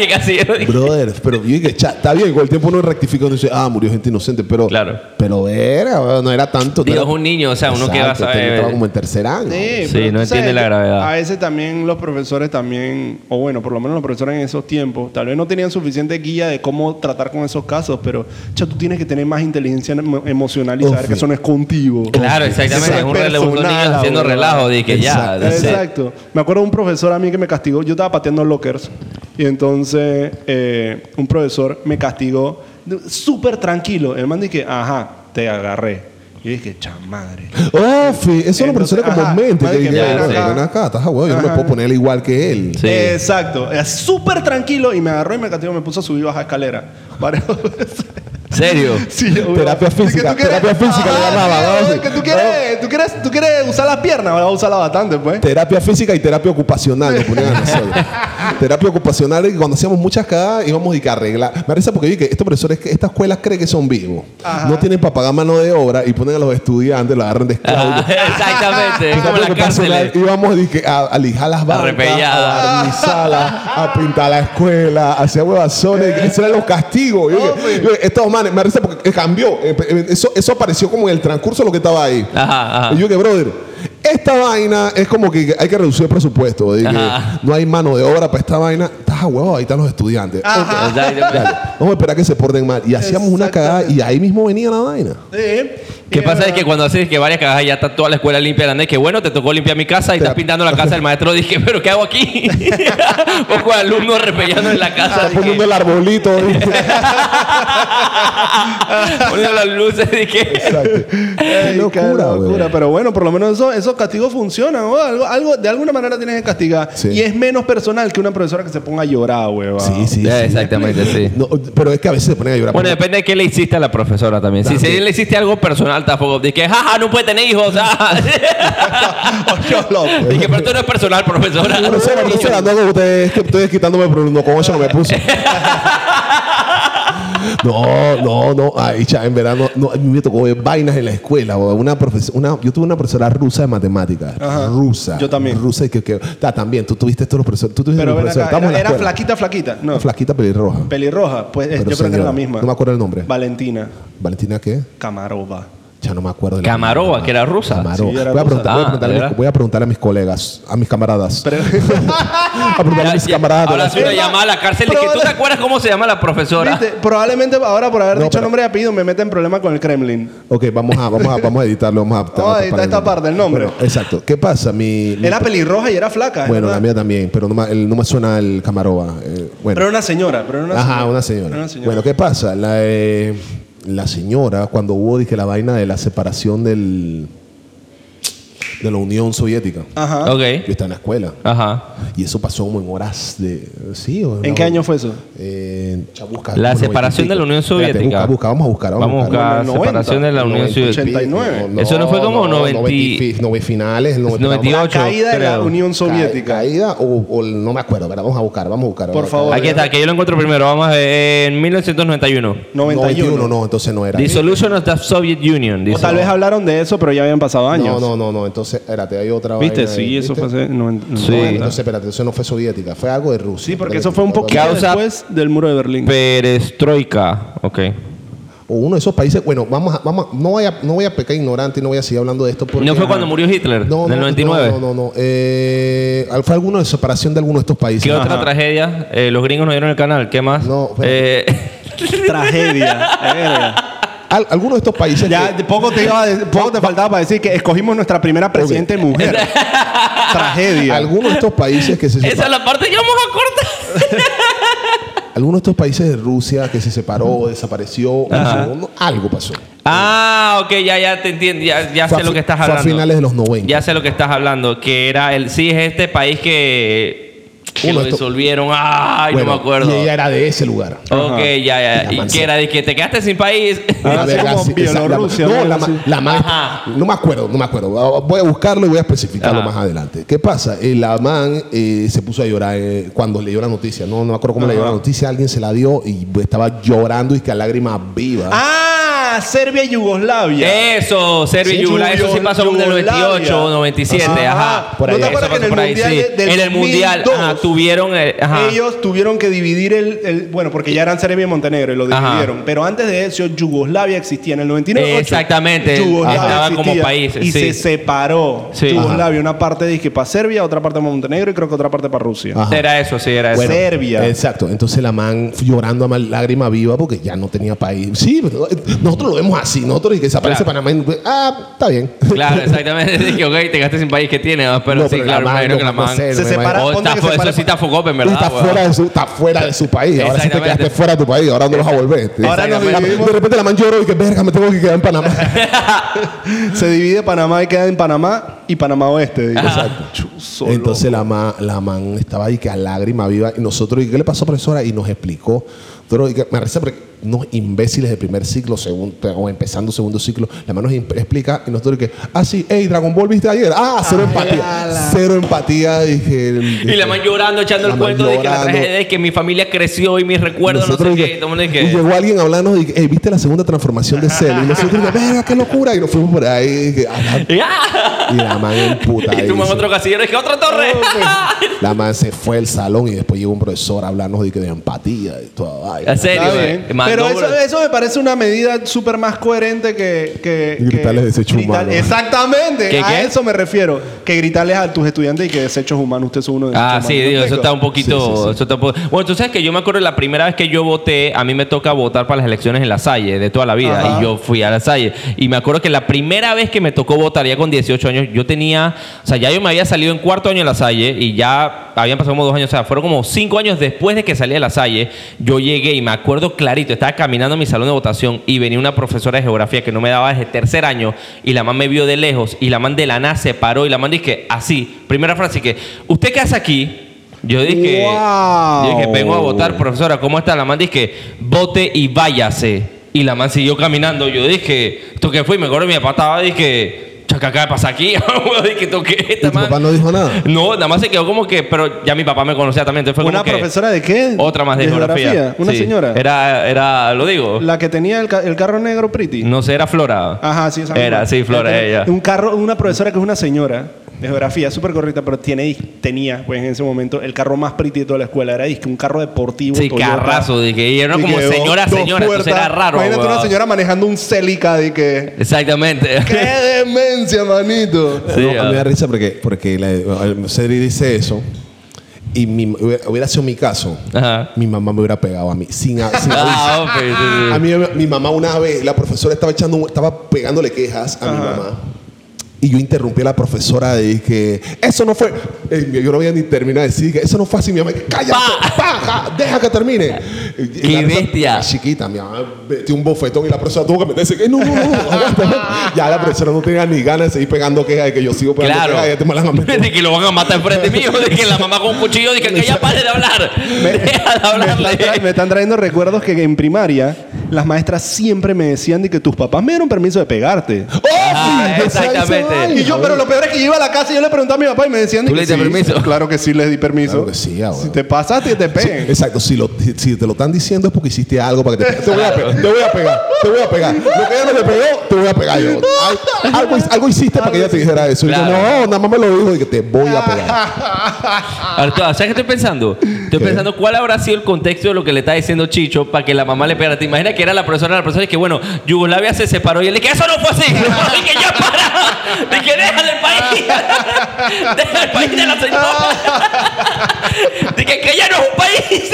Speaker 3: y casilleros. dije,
Speaker 2: Brother, pero yo dije, "Cha, está bien, con el tiempo uno rectifica, uno dice, ah, murió gente inocente, pero.
Speaker 3: Claro.
Speaker 2: Pero era, weón, no era tanto. no
Speaker 3: Digo,
Speaker 2: era-
Speaker 3: es un niño, o sea, uno que va a
Speaker 2: Exacto,
Speaker 3: saber.
Speaker 2: Estaba como en tercer año.
Speaker 1: Sí,
Speaker 3: Sí,
Speaker 1: pero
Speaker 3: no
Speaker 1: tú
Speaker 3: entiende la
Speaker 1: yo-
Speaker 3: gravedad.
Speaker 1: A veces también los profesores también, o bueno, por lo menos los profesores en esos tiempos, tal vez no tenían suficiente guía de cómo tratar con esos casos, pero cha, tú tienes que tener más inteligencia emo- emocional y saber
Speaker 2: Obvio.
Speaker 1: que eso no es contigo.
Speaker 3: Claro,
Speaker 1: Eso es
Speaker 3: exactamente. Es un relevo de
Speaker 1: personal,
Speaker 3: niños haciendo
Speaker 1: bro.
Speaker 3: relajo. Dije, ya.
Speaker 2: Exacto.
Speaker 3: that's it.
Speaker 1: Exacto. Me acuerdo de un profesor a mí que me castigó. Yo estaba pateando lockers. Y entonces eh, un profesor me castigó de- súper tranquilo. El man dije, ajá, te agarré. Y yo dije, chamadre.
Speaker 2: Oh, fi, eso es una
Speaker 1: Entonces,
Speaker 2: persona
Speaker 1: ajá,
Speaker 2: comúnmente que
Speaker 1: madre, que
Speaker 2: dice,
Speaker 3: ven
Speaker 2: "Bueno,
Speaker 1: acá".
Speaker 2: ven acá, estás a huevo, yo no me
Speaker 1: Ajá.
Speaker 2: puedo poner igual que él.
Speaker 3: Sí.
Speaker 1: Exacto. Era Súper tranquilo. Y me agarró y me castigó. Me puso a subir baja escalera. [LAUGHS] Varias veces.
Speaker 2: [LAUGHS]
Speaker 3: ¿Serio?
Speaker 1: [LAUGHS] Sí, obvio.
Speaker 2: Terapia
Speaker 1: Dije,
Speaker 2: física,
Speaker 1: ¿tú quieres?
Speaker 2: terapia física le
Speaker 1: Ajá,
Speaker 2: llamaba,
Speaker 1: sí,
Speaker 2: ¿no?
Speaker 1: obvio, que tú quieres, tú quieres, tú quieres usar las piernas, vas a usarla bastante, pues.
Speaker 2: Terapia física y terapia ocupacional nos ponían a nosotros. terapia ocupacional y cuando hacíamos muchas cagadas íbamos y que arreglar. Me parece porque vi que estos profesores, que estas escuelas creen que son vivos. No tienen para pagar mano de obra y ponen a los estudiantes, los agarran de esclavos.
Speaker 3: Ah, [LAUGHS] exactamente. Es como
Speaker 2: Terapia
Speaker 3: la
Speaker 2: ocupacional,
Speaker 3: cárcel.
Speaker 2: eh. Íbamos dizque, a, a lijar las bancas,
Speaker 3: Arrepellada.
Speaker 2: a barnizarlas, a pintar la escuela, hacía huevazones. Esos eran los castigos. Yo dije, yo dije, estos manes, me parece porque cambió. Eh, eh, Eso, eso apareció como en el transcurso de lo que estaba ahí.
Speaker 3: Ajá, ajá.
Speaker 2: Y yo que, brother, esta vaina es como que hay que reducir el presupuesto. de que
Speaker 3: Ajá.
Speaker 2: no hay mano de obra para esta vaina. Estás a huevo, ahí están los estudiantes. Ok,
Speaker 3: Exactamente.
Speaker 2: dale, vamos a esperar que se porten mal. Y hacíamos una cagada y ahí mismo venía la vaina.
Speaker 1: Eh,
Speaker 3: ¿Qué
Speaker 1: eh,
Speaker 3: pasa es que cuando haces que varias cajas ya está toda la escuela limpia grande, que bueno, te tocó limpiar mi casa y estás pintando la casa del maestro, dije, pero ¿qué hago aquí? [LAUGHS] Poco de alumnos repellando en la casa,
Speaker 2: Está
Speaker 3: dije,
Speaker 2: poniendo el arbolito. ¿viste?
Speaker 3: poniendo las luces, dije,
Speaker 2: Exacto. Qué
Speaker 1: Ay, qué
Speaker 3: [LAUGHS]
Speaker 2: locura,
Speaker 1: locura,
Speaker 2: güey.
Speaker 1: Pero bueno, por lo menos eso, eso castigos funcionan, o algo, algo- de alguna manera tienes que castigar.
Speaker 2: Sí.
Speaker 1: Y es menos personal que una profesora que se ponga a llorar, huevón.
Speaker 2: Sí, sí,
Speaker 3: Ya,
Speaker 2: sí.
Speaker 3: exactamente, sí.
Speaker 2: No, pero es que a veces se ponen a llorar.
Speaker 3: Bueno,
Speaker 2: porque-
Speaker 3: depende de qué le hiciste a la profesora también. Si se- le hiciste algo personal tampoco, dije, jaja, no puede tener hijos. [LAUGHS] ah".
Speaker 4: Yo lo-
Speaker 3: dije, pero esto no es personal, profesora.
Speaker 2: Profesora, profesora, no, que usted- es que estoy quitándome por no con ocho que me puso.
Speaker 3: [LAUGHS]
Speaker 2: No, no, no. Ay, cha, en verdad, no, no, a mí me tocó ver vainas en la escuela. bo. Una profes- una, yo tuve una profesora rusa de matemáticas.
Speaker 1: Ajá.
Speaker 2: Rusa.
Speaker 1: Yo también.
Speaker 2: Rusa y que, que- ta, también, tú tuviste todos los profesores. Tú tuviste
Speaker 1: Pero
Speaker 2: los
Speaker 1: ven
Speaker 2: profesores.
Speaker 1: acá, era,
Speaker 2: Estamos en la
Speaker 1: era
Speaker 2: escuela.
Speaker 1: flaquita, flaquita. No,
Speaker 2: Una Flaquita pelirroja.
Speaker 1: pelirroja. Pues es-
Speaker 2: Pero
Speaker 1: yo creo que era
Speaker 2: señora,
Speaker 1: la misma.
Speaker 2: no me acuerdo el nombre.
Speaker 1: Valentina
Speaker 2: ¿Valentina qué?
Speaker 1: Camarova.
Speaker 2: Ya no me acuerdo. el
Speaker 3: Camarova,
Speaker 2: nombre.
Speaker 3: que era rusa.
Speaker 2: Camarova.
Speaker 1: Sí, era
Speaker 2: voy,
Speaker 1: rusa.
Speaker 2: a preguntar, voy, a
Speaker 3: Ah,
Speaker 2: preguntarle a mis-
Speaker 3: ¿verdad?
Speaker 2: voy a preguntar a mis colegas, a mis camaradas.
Speaker 3: [LAUGHS]
Speaker 1: Pero- [LAUGHS]
Speaker 2: a preguntarle Ah, a mis camaradas. de
Speaker 3: Ahora
Speaker 2: la
Speaker 3: sí una
Speaker 1: escuela.
Speaker 3: llamada a la cárcel. Dije, ¿tú te
Speaker 1: Probable-
Speaker 3: acuerdas cómo se llama la profesora?
Speaker 1: Viste, Probablemente ahora por haber
Speaker 2: No,
Speaker 1: dicho
Speaker 2: pero-
Speaker 1: nombre y apellido me meten en problema con el Kremlin.
Speaker 2: Ok, vamos a, vamos a, vamos a editarlo. Vamos a,
Speaker 1: [LAUGHS] Vamos a editar esta parte, el nombre.
Speaker 2: Bueno, exacto. ¿Qué pasa? Mi, mi-
Speaker 1: Era pelirroja y era flaca. es
Speaker 2: bueno,
Speaker 1: verdad.
Speaker 2: la mía también, pero no, me- el- no me suena el Camarova. eh, bueno.
Speaker 1: Pero era una señora. Pero era una
Speaker 2: Ajá,
Speaker 1: señora.
Speaker 2: una señora.
Speaker 1: Era una señora.
Speaker 2: Bueno, ¿qué pasa? La, eh, la señora, cuando hubo dije, la vaina de la separación del, de la Unión Soviética,
Speaker 1: Ajá.
Speaker 3: Ok.
Speaker 2: yo estaba en la escuela.
Speaker 3: Ajá.
Speaker 2: Y eso pasó como en horas de... Sí, o
Speaker 1: ¿En
Speaker 2: no,
Speaker 1: qué año fue eso?
Speaker 2: eh, cha, busca,
Speaker 3: La
Speaker 2: como 95.
Speaker 3: separación de la Unión
Speaker 2: Espérate,
Speaker 3: Soviética.
Speaker 2: busca, busca, vamos a buscar. Vamos,
Speaker 3: Vamos a buscar
Speaker 1: No,
Speaker 3: separación
Speaker 1: 90,
Speaker 3: de la Unión
Speaker 2: 90,
Speaker 3: Soviética.
Speaker 1: 89.
Speaker 3: Eso no fue como 90
Speaker 2: 90 finales,
Speaker 3: 98.
Speaker 1: La caída de la
Speaker 3: creo.
Speaker 1: Unión Soviética.
Speaker 2: Ca- Caída o, o el- no me acuerdo, pero vamos a buscar, vamos a buscar.
Speaker 1: Por
Speaker 2: vamos a
Speaker 1: favor.
Speaker 2: buscar.
Speaker 3: Aquí está, que yo lo encuentro primero. Vamos a ver. eh, En 1991.
Speaker 1: 91.
Speaker 2: 91 no, entonces no era.
Speaker 3: Dissolution of the Soviet Union.
Speaker 1: O
Speaker 3: dice.
Speaker 1: tal vez hablaron de eso, pero ya habían pasado años.
Speaker 2: No, no, no, no, entonces, espérate, hay otra
Speaker 1: ¿Viste?
Speaker 2: vaina ahí,
Speaker 1: Sí, eso
Speaker 2: ¿viste?
Speaker 1: fue hace noven-
Speaker 3: Sí.
Speaker 2: No,
Speaker 1: 90.
Speaker 2: entonces, espérate, eso no fue soviética, fue algo de Rusia.
Speaker 1: Sí, porque eso fue un
Speaker 2: Espérate,
Speaker 1: poquito
Speaker 3: Causa-
Speaker 1: después del muro de Berlín.
Speaker 3: Perestroika. Ok.
Speaker 2: O uno de esos países, bueno, vamos a, vamos a- no voy a, no voy a pecar ignorante y no voy a seguir hablando de esto porque
Speaker 3: ¿No fue cuando murió Hitler?
Speaker 2: No,
Speaker 3: ¿Del
Speaker 2: no,
Speaker 3: 99?
Speaker 2: No, no, no. Eh, fue alguno de separación de alguno de estos países.
Speaker 3: ¿Qué otra tragedia? Eh, los gringos nos dieron el canal. ¿Qué más?
Speaker 2: No,
Speaker 3: eh,
Speaker 1: [LAUGHS]
Speaker 3: [LAUGHS]
Speaker 1: Tragedia. verga.
Speaker 2: Al- alguno de estos países.
Speaker 1: ya
Speaker 2: que-
Speaker 1: de poco te, iba a de- poco te faltaba para decir que escogimos nuestra primera presidente mujer.
Speaker 3: [LAUGHS]
Speaker 1: Tragedia.
Speaker 2: algunos de estos países que se
Speaker 3: esa es
Speaker 2: separaron.
Speaker 3: la parte que vamos a cortar.
Speaker 2: Algunos de estos países de Rusia que se separó, desapareció, no, algo pasó.
Speaker 3: ah, ok, ya, ya te entiendo. Ya, ya
Speaker 2: Fue a
Speaker 3: sé lo
Speaker 2: fi-
Speaker 3: que estás
Speaker 2: fue a
Speaker 3: hablando.
Speaker 2: finales de los 90.
Speaker 3: Ya sé lo que estás hablando. Que era el. Sí, es este país que. que
Speaker 2: Uno
Speaker 3: lo
Speaker 2: de estos-
Speaker 3: disolvieron. Ay,
Speaker 2: Bueno,
Speaker 3: no me acuerdo.
Speaker 2: Y ella era de ese lugar.
Speaker 3: Ok,
Speaker 1: Ajá.
Speaker 3: ya, ya.
Speaker 2: La
Speaker 3: ¿Y
Speaker 2: manzana.
Speaker 3: qué era? ¿De que te quedaste sin país? [LAUGHS]
Speaker 1: Ahora Ah, sí como
Speaker 2: sí, esa- la-
Speaker 1: Bielorrusia,
Speaker 2: no,
Speaker 1: algo
Speaker 2: la,
Speaker 1: así.
Speaker 2: ma- la man-
Speaker 3: Ajá.
Speaker 2: no me acuerdo, no me acuerdo. Voy a buscarlo y voy a especificarlo
Speaker 3: Ajá.
Speaker 2: más adelante. ¿Qué pasa? Eh, la man eh, se puso a llorar eh, cuando leyó la noticia. No, no me acuerdo cómo leyó la noticia. Alguien se la dio y estaba llorando y que a lágrimas vivas.
Speaker 1: Ah, Serbia y
Speaker 3: Eh,
Speaker 1: Yugoslavia.
Speaker 3: Eso, Serbia y
Speaker 1: Sí,
Speaker 3: Yugoslavia, eso sí
Speaker 1: Yugoslavia.
Speaker 3: pasó en el 98 o 97, ajá.
Speaker 1: Ajá.
Speaker 2: Por
Speaker 3: Eso
Speaker 2: ahí. ¿No te
Speaker 1: acuerdas
Speaker 3: pasó
Speaker 1: que en
Speaker 3: por
Speaker 1: el
Speaker 3: ahí,
Speaker 1: Mundial
Speaker 3: sí.
Speaker 1: de- del
Speaker 3: En el mundial,
Speaker 1: 2002,
Speaker 3: ajá, tuvieron el- ajá.
Speaker 1: Ellos tuvieron que dividir el, el- Bueno, porque ya eran Serbia y Montenegro y lo
Speaker 3: Ajá.
Speaker 1: dividieron. Pero antes de eso, Yugoslavia existía en el 99.
Speaker 3: Exactamente,
Speaker 1: Yugoslavia
Speaker 3: estaba
Speaker 1: existía
Speaker 3: como país,
Speaker 1: Y
Speaker 3: sí.
Speaker 1: se separó
Speaker 3: Sí.
Speaker 1: Yugoslavia. Una parte dije para Serbia, otra parte para Montenegro y creo que otra parte para Rusia.
Speaker 2: Ajá.
Speaker 3: Era eso, sí, era eso.
Speaker 2: Bueno,
Speaker 1: Serbia.
Speaker 2: Exacto. Entonces la man fue llorando a mal- lágrima viva porque ya no tenía país. Sí, pero, eh, nosotros lo vemos así. Nosotros y que desaparece
Speaker 3: Claro.
Speaker 2: Panamá. y- ah, está bien. [LAUGHS]
Speaker 3: Claro, exactamente. [LAUGHS] Dije, ok, te quedaste sin país, ¿qué tiene? Ah, Pero
Speaker 2: No,
Speaker 3: sí,
Speaker 2: pero la
Speaker 3: claro, me
Speaker 2: man,
Speaker 3: imagino
Speaker 2: no,
Speaker 3: que la
Speaker 2: no
Speaker 3: man.
Speaker 2: sé,
Speaker 1: Se
Speaker 2: me
Speaker 1: separa-
Speaker 3: O
Speaker 2: imagino.
Speaker 1: ponte
Speaker 3: está
Speaker 1: que
Speaker 3: fu-
Speaker 1: se
Speaker 3: eso
Speaker 1: pare-
Speaker 3: sí está Foucault, en
Speaker 2: Y
Speaker 3: ¿verdad?
Speaker 2: Está
Speaker 3: weón?
Speaker 2: fuera, de su, está fuera de su país. Ahora sí te
Speaker 3: Exactamente.
Speaker 2: quedaste fuera de tu país. Ahora no vas a volver.
Speaker 1: Ahora nos
Speaker 2: La-
Speaker 1: dividimos.
Speaker 2: de repente la man lloró y que verga, me tengo que quedar en
Speaker 3: [LAUGHS]
Speaker 2: Panamá.
Speaker 3: Ah.
Speaker 1: Se divide Panamá y queda en Panamá y Panamá Oeste. digo. Chuzo,
Speaker 2: Entonces la man, la man estaba ahí que a lágrima viva. Y nosotros, ¿y qué le pasó, profesora? Y nos explicó. Nosotros, y que- me parece porque unos imbéciles de primer ciclo, segundo, o empezando segundo ciclo, la man nos imp- explica y nosotros y que, ah, sí, hey, Dragon Ball viste ayer. Ah, cero empatía. Cero empatía. Dije,
Speaker 3: Y la man llorando, echando
Speaker 2: La
Speaker 3: el
Speaker 2: man
Speaker 3: cuento de que la
Speaker 2: llorando.
Speaker 3: tragedia de que mi familia creció y mis recuerdos, no sé
Speaker 2: Nosotros,
Speaker 3: qué.
Speaker 2: y
Speaker 3: Y
Speaker 2: que-
Speaker 3: todo el mundo
Speaker 2: y
Speaker 3: dije,
Speaker 2: llegó alguien hablando y "Ey, viste la segunda transformación de Cell. Y nosotros, y que, verga, qué locura. Y nos fuimos por ahí. Y, que, "Ah, la-
Speaker 3: ¡Ah! [LAUGHS]
Speaker 2: y la man en puta.
Speaker 3: Y tu mamá
Speaker 2: dice.
Speaker 3: otro casillero, dije, otra torre.
Speaker 2: La man se fue al salón y después llegó un profesor a hablarnos de, que de empatía y toda vaina.
Speaker 3: En serio,
Speaker 1: Está
Speaker 3: eh.
Speaker 1: bien.
Speaker 3: Mandó,
Speaker 1: Pero eso,
Speaker 3: bro.
Speaker 1: eso me parece una medida súper más coherente que. que
Speaker 2: Y gritarles
Speaker 1: que-
Speaker 2: desecho humano.
Speaker 1: Exactamente.
Speaker 3: ¿Qué,
Speaker 1: a
Speaker 3: qué?
Speaker 1: eso me refiero. que gritarles a tus estudiantes y que desechos humanos, usted es uno de
Speaker 3: [LAUGHS] Ah,
Speaker 1: desechos
Speaker 3: sí,
Speaker 1: humanos.
Speaker 3: digo, eso está un poquito,
Speaker 2: Sí, sí, sí.
Speaker 3: eso está un po- Bueno, tú sabes que yo me acuerdo la primera vez que yo voté, a mí me toca votar para las elecciones en la Salle de toda la vida
Speaker 1: Ajá.
Speaker 3: y yo fui a la Salle y me acuerdo que la primera vez que me tocó votar ya con 18 años, yo tenía, o sea, ya yo me había salido en cuarto año de la Salle y ya habían pasado como dos años, o sea, fueron como cinco años después de que salí de la Salle, yo llegué y me acuerdo clarito, estaba caminando en mi salón de votación y venía una profesora de geografía que no me daba desde tercer año y la man me vio de lejos y la man de la nada se paró y la man dije así, primera frase que, ¿usted qué hace aquí? Yo dije,
Speaker 1: ¡Wow!
Speaker 3: yo dije, vengo a votar, profesora, ¿cómo está? La man dije, vote y váyase. Y la man siguió caminando. Yo dije, ¿esto qué fui? Me acuerdo que mi papá estaba, dije, chaca, acaba de pasar aquí. [LAUGHS] Yo dije, ¿esto qué?
Speaker 2: Y
Speaker 3: Esta
Speaker 2: tu
Speaker 3: man-
Speaker 2: papá no dijo nada.
Speaker 3: No, nada más se quedó como que, pero ya mi papá me conocía también. Entonces fue
Speaker 1: ¿Una
Speaker 3: como que-
Speaker 1: profesora de qué?
Speaker 3: Otra más de, geografía.
Speaker 1: Una
Speaker 3: Sí.
Speaker 1: señora.
Speaker 3: Era, era, lo digo.
Speaker 1: La que tenía el, ca- el carro negro pretty.
Speaker 3: No sé, era Flora.
Speaker 1: Ajá, sí, esa
Speaker 3: Era,
Speaker 1: misma.
Speaker 3: sí, Flora,
Speaker 1: Tiene
Speaker 3: ella.
Speaker 1: Un carro, una profesora que es una señora de geografía, súper correcta, pero tiene, tenía, pues en ese momento, el carro más pretty de toda la escuela. Era disque un carro deportivo.
Speaker 3: Sí,
Speaker 1: Toyota.
Speaker 3: carrazo. Dije, y era
Speaker 1: Disque
Speaker 3: como
Speaker 1: dos-
Speaker 3: señora,
Speaker 1: dos
Speaker 3: señora. Entonces
Speaker 1: puertas.
Speaker 3: era raro.
Speaker 1: Imagínate una
Speaker 3: weón.
Speaker 1: señora manejando un Celica de que.
Speaker 3: Exactamente.
Speaker 1: ¡Qué demencia, manito!
Speaker 3: Sí,
Speaker 2: No, a mí
Speaker 3: ah.
Speaker 2: me da risa porque, porque la- Cedric dice eso y mi- hubiera sido mi caso.
Speaker 3: [LAUGHS] Ajá.
Speaker 2: Mi mamá me hubiera pegado a mí sin, a- sin aviso.
Speaker 3: [LAUGHS] Ah, ok, sí, sí.
Speaker 2: A mí, mi mamá una vez, la profesora estaba echando, un- estaba pegándole quejas a mi mamá. Y yo interrumpí a la profesora de que eso no fue. eh, yo no había ni terminado de decir que eso no fue así. Mi mamá, cállate,
Speaker 3: Pa.
Speaker 2: pa, ja, deja que termine. Y
Speaker 3: Qué
Speaker 2: la profesora-
Speaker 3: bestia.
Speaker 2: Chiquita, mi mamá metió un bofetón y la profesora tuvo que meterse. Que no, no, no, aguanta,
Speaker 3: [LAUGHS]
Speaker 2: aguanta". Ya la profesora no tenía ni ganas de seguir pegando quejas de que yo sigo pegando
Speaker 3: Claro.
Speaker 2: quejas. pues, Ya te me las
Speaker 3: [LAUGHS]
Speaker 2: han metido.
Speaker 3: De que lo van a matar enfrente mío, de que la mamá con un cuchillo, dije que ya pare
Speaker 2: [LAUGHS]
Speaker 3: de hablar. [LAUGHS] Deja de
Speaker 1: Me
Speaker 3: hablarle.
Speaker 1: están, tra- me están trayendo recuerdos que en primaria las maestras siempre me decían de que tus papás me dieron permiso de pegarte.
Speaker 3: Ah,
Speaker 2: ¡Oh, sí!
Speaker 3: exactamente.
Speaker 1: Y yo, pero lo peor es que yo iba a la casa y yo le preguntaba a mi papá y me decían de
Speaker 3: ¿Tú le
Speaker 1: que
Speaker 3: diste
Speaker 1: sí.
Speaker 3: permiso?
Speaker 1: Claro que sí, les di permiso.
Speaker 2: Claro que sí, ah, bueno.
Speaker 1: Si te pasaste, te peguen.
Speaker 2: Exacto, si, lo- si- si te lo están diciendo es porque hiciste algo para que te Te voy a, pe- te voy a pegar, te voy a pegar. Lo que ella no me pegó, te voy a pegar yo. Al- algo, algo hiciste para que ella te dijera eso. Y yo,
Speaker 3: Claro.
Speaker 2: no, nada más me lo dijo y que te voy a
Speaker 1: Ah.
Speaker 2: pegar.
Speaker 3: Arturo, ¿sabes qué estoy pensando? Estoy
Speaker 2: ¿Qué?
Speaker 3: pensando cuál habrá sido el contexto de lo que le está diciendo Chicho para que la mamá le pegara. ¿Te imaginas que era la profesora? La profesora y que, bueno, Yugoslavia se separó y él dije, eso no fue así. [LAUGHS] Y que ya para. De que deja del país. [LAUGHS] Deja el país de la [LAUGHS] señora. De que, que ya no es un país.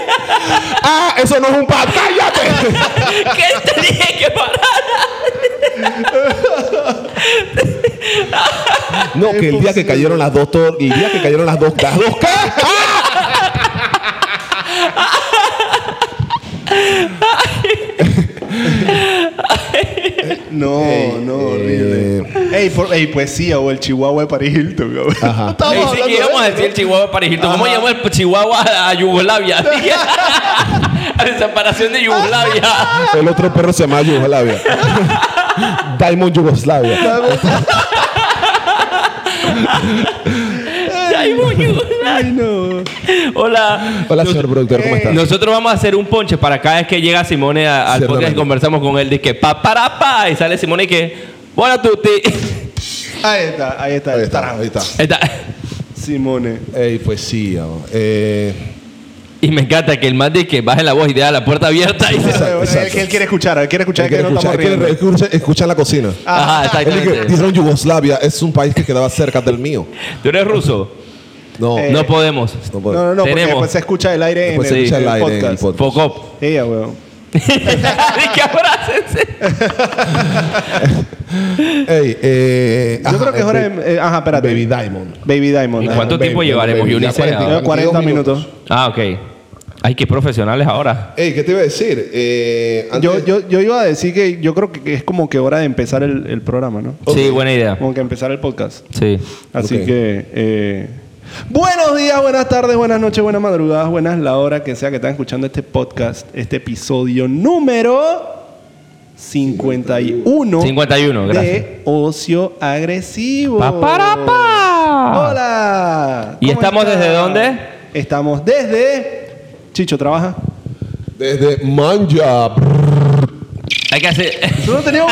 Speaker 3: [LAUGHS]
Speaker 2: ¡Ah, eso no es un pan!
Speaker 1: [LAUGHS]
Speaker 2: ¡Cállate!
Speaker 3: que te dije que parara.
Speaker 2: No, que el día que cayeron las dos, tor- el día que cayeron las dos, las dos cajas.
Speaker 1: No, no,
Speaker 2: eh,
Speaker 1: horrible. Ey, por- ey, poesía o el Chihuahua de Paris Hilton. cabrón.
Speaker 2: Ajá.
Speaker 1: Estamos
Speaker 3: Ey, sí,
Speaker 1: hablando
Speaker 3: que íbamos
Speaker 1: de
Speaker 3: a
Speaker 1: eso.
Speaker 3: decir el Chihuahua parejito. ¿Cómo
Speaker 1: Ajá.
Speaker 3: llamó el Chihuahua a Yugoslavia?
Speaker 1: [LAUGHS]
Speaker 3: [LAUGHS] a la separación de Yugoslavia.
Speaker 1: [LAUGHS]
Speaker 2: El otro perro se llama Yugoslavia. [LAUGHS] Diamond Yugoslavia.
Speaker 3: Ay, muy Yugoslavia.
Speaker 1: Ay, no.
Speaker 3: Hola.
Speaker 2: Hola,
Speaker 3: Nos-
Speaker 2: señor productor,
Speaker 1: Eh,
Speaker 2: ¿cómo estás?
Speaker 3: Nosotros vamos a hacer un ponche para cada vez que llega Simone a- al podcast y
Speaker 2: Ciertamente.
Speaker 3: conversamos con él. Dice que pa, para, pa. Y sale Simone y que, hola, Tuti. [LAUGHS]
Speaker 1: Ahí está, ahí está.
Speaker 2: Ahí está, ahí está.
Speaker 3: Está-
Speaker 1: Simone.
Speaker 2: Ey, pues sí, ah, eh,
Speaker 3: y me encanta que el man dice que baje la voz y deja la puerta abierta. Y se...
Speaker 2: Exacto, exacto.
Speaker 1: Él, él quiere escuchar, él quiere escuchar
Speaker 2: hay
Speaker 1: que,
Speaker 2: que
Speaker 1: no estamos
Speaker 2: escuchar, hay
Speaker 1: riendo.
Speaker 2: que re- escucha- escucha la cocina.
Speaker 1: Ah.
Speaker 3: Ajá,
Speaker 2: Él dijo,
Speaker 3: exactamente.
Speaker 2: dijeron Yugoslavia es un país que quedaba cerca del mío.
Speaker 3: ¿Tú eres ruso?
Speaker 2: No,
Speaker 1: Eh,
Speaker 3: No podemos.
Speaker 2: no
Speaker 1: No,
Speaker 2: puedo.
Speaker 1: no, no, porque
Speaker 3: Tenemos.
Speaker 1: después se escucha el aire en el,
Speaker 2: Después se escucha el
Speaker 1: en el
Speaker 2: aire en el
Speaker 1: podcast.
Speaker 2: podcast.
Speaker 3: Poco. up. [LAUGHS]
Speaker 1: Ella, weón.
Speaker 3: Ay, que abrácense.
Speaker 1: [LAUGHS]
Speaker 2: Ey, eh,
Speaker 1: Yo creo que es hora de. eh, ajá, espérate.
Speaker 2: Baby Diamond.
Speaker 1: Baby Diamond.
Speaker 3: ¿Y
Speaker 1: ajá.
Speaker 3: cuánto tiempo llevaremos,
Speaker 2: baby, ya
Speaker 3: Yunice?
Speaker 2: 40,
Speaker 1: Eh, 40
Speaker 2: 42
Speaker 1: minutos.
Speaker 3: Ah, ok. Ay, qué profesionales ahora.
Speaker 2: Ey, ¿qué te iba a decir? Eh,
Speaker 1: Yo,
Speaker 2: antes-
Speaker 1: yo, yo iba a decir que yo creo que es como que hora de empezar el, el programa, ¿no?
Speaker 2: Ok.
Speaker 3: Sí, buena idea.
Speaker 1: Como que empezar el podcast.
Speaker 3: Sí.
Speaker 1: Así
Speaker 2: Ok.
Speaker 1: que. eh, buenos días, buenas tardes, buenas noches, buenas madrugadas, buenas la hora que sea que están escuchando este podcast, este episodio número 51.
Speaker 3: 51, gracias.
Speaker 1: De Ocio Agresivo.
Speaker 3: Pa, para, pa.
Speaker 1: ¡Hola!
Speaker 3: ¿Y
Speaker 1: ¿Cómo
Speaker 3: estamos
Speaker 1: estás?
Speaker 3: desde dónde?
Speaker 1: Estamos desde. Chicho, trabaja.
Speaker 2: Desde Manja. brr,
Speaker 3: Hay que hacer. [LAUGHS]
Speaker 1: Tú no tenías.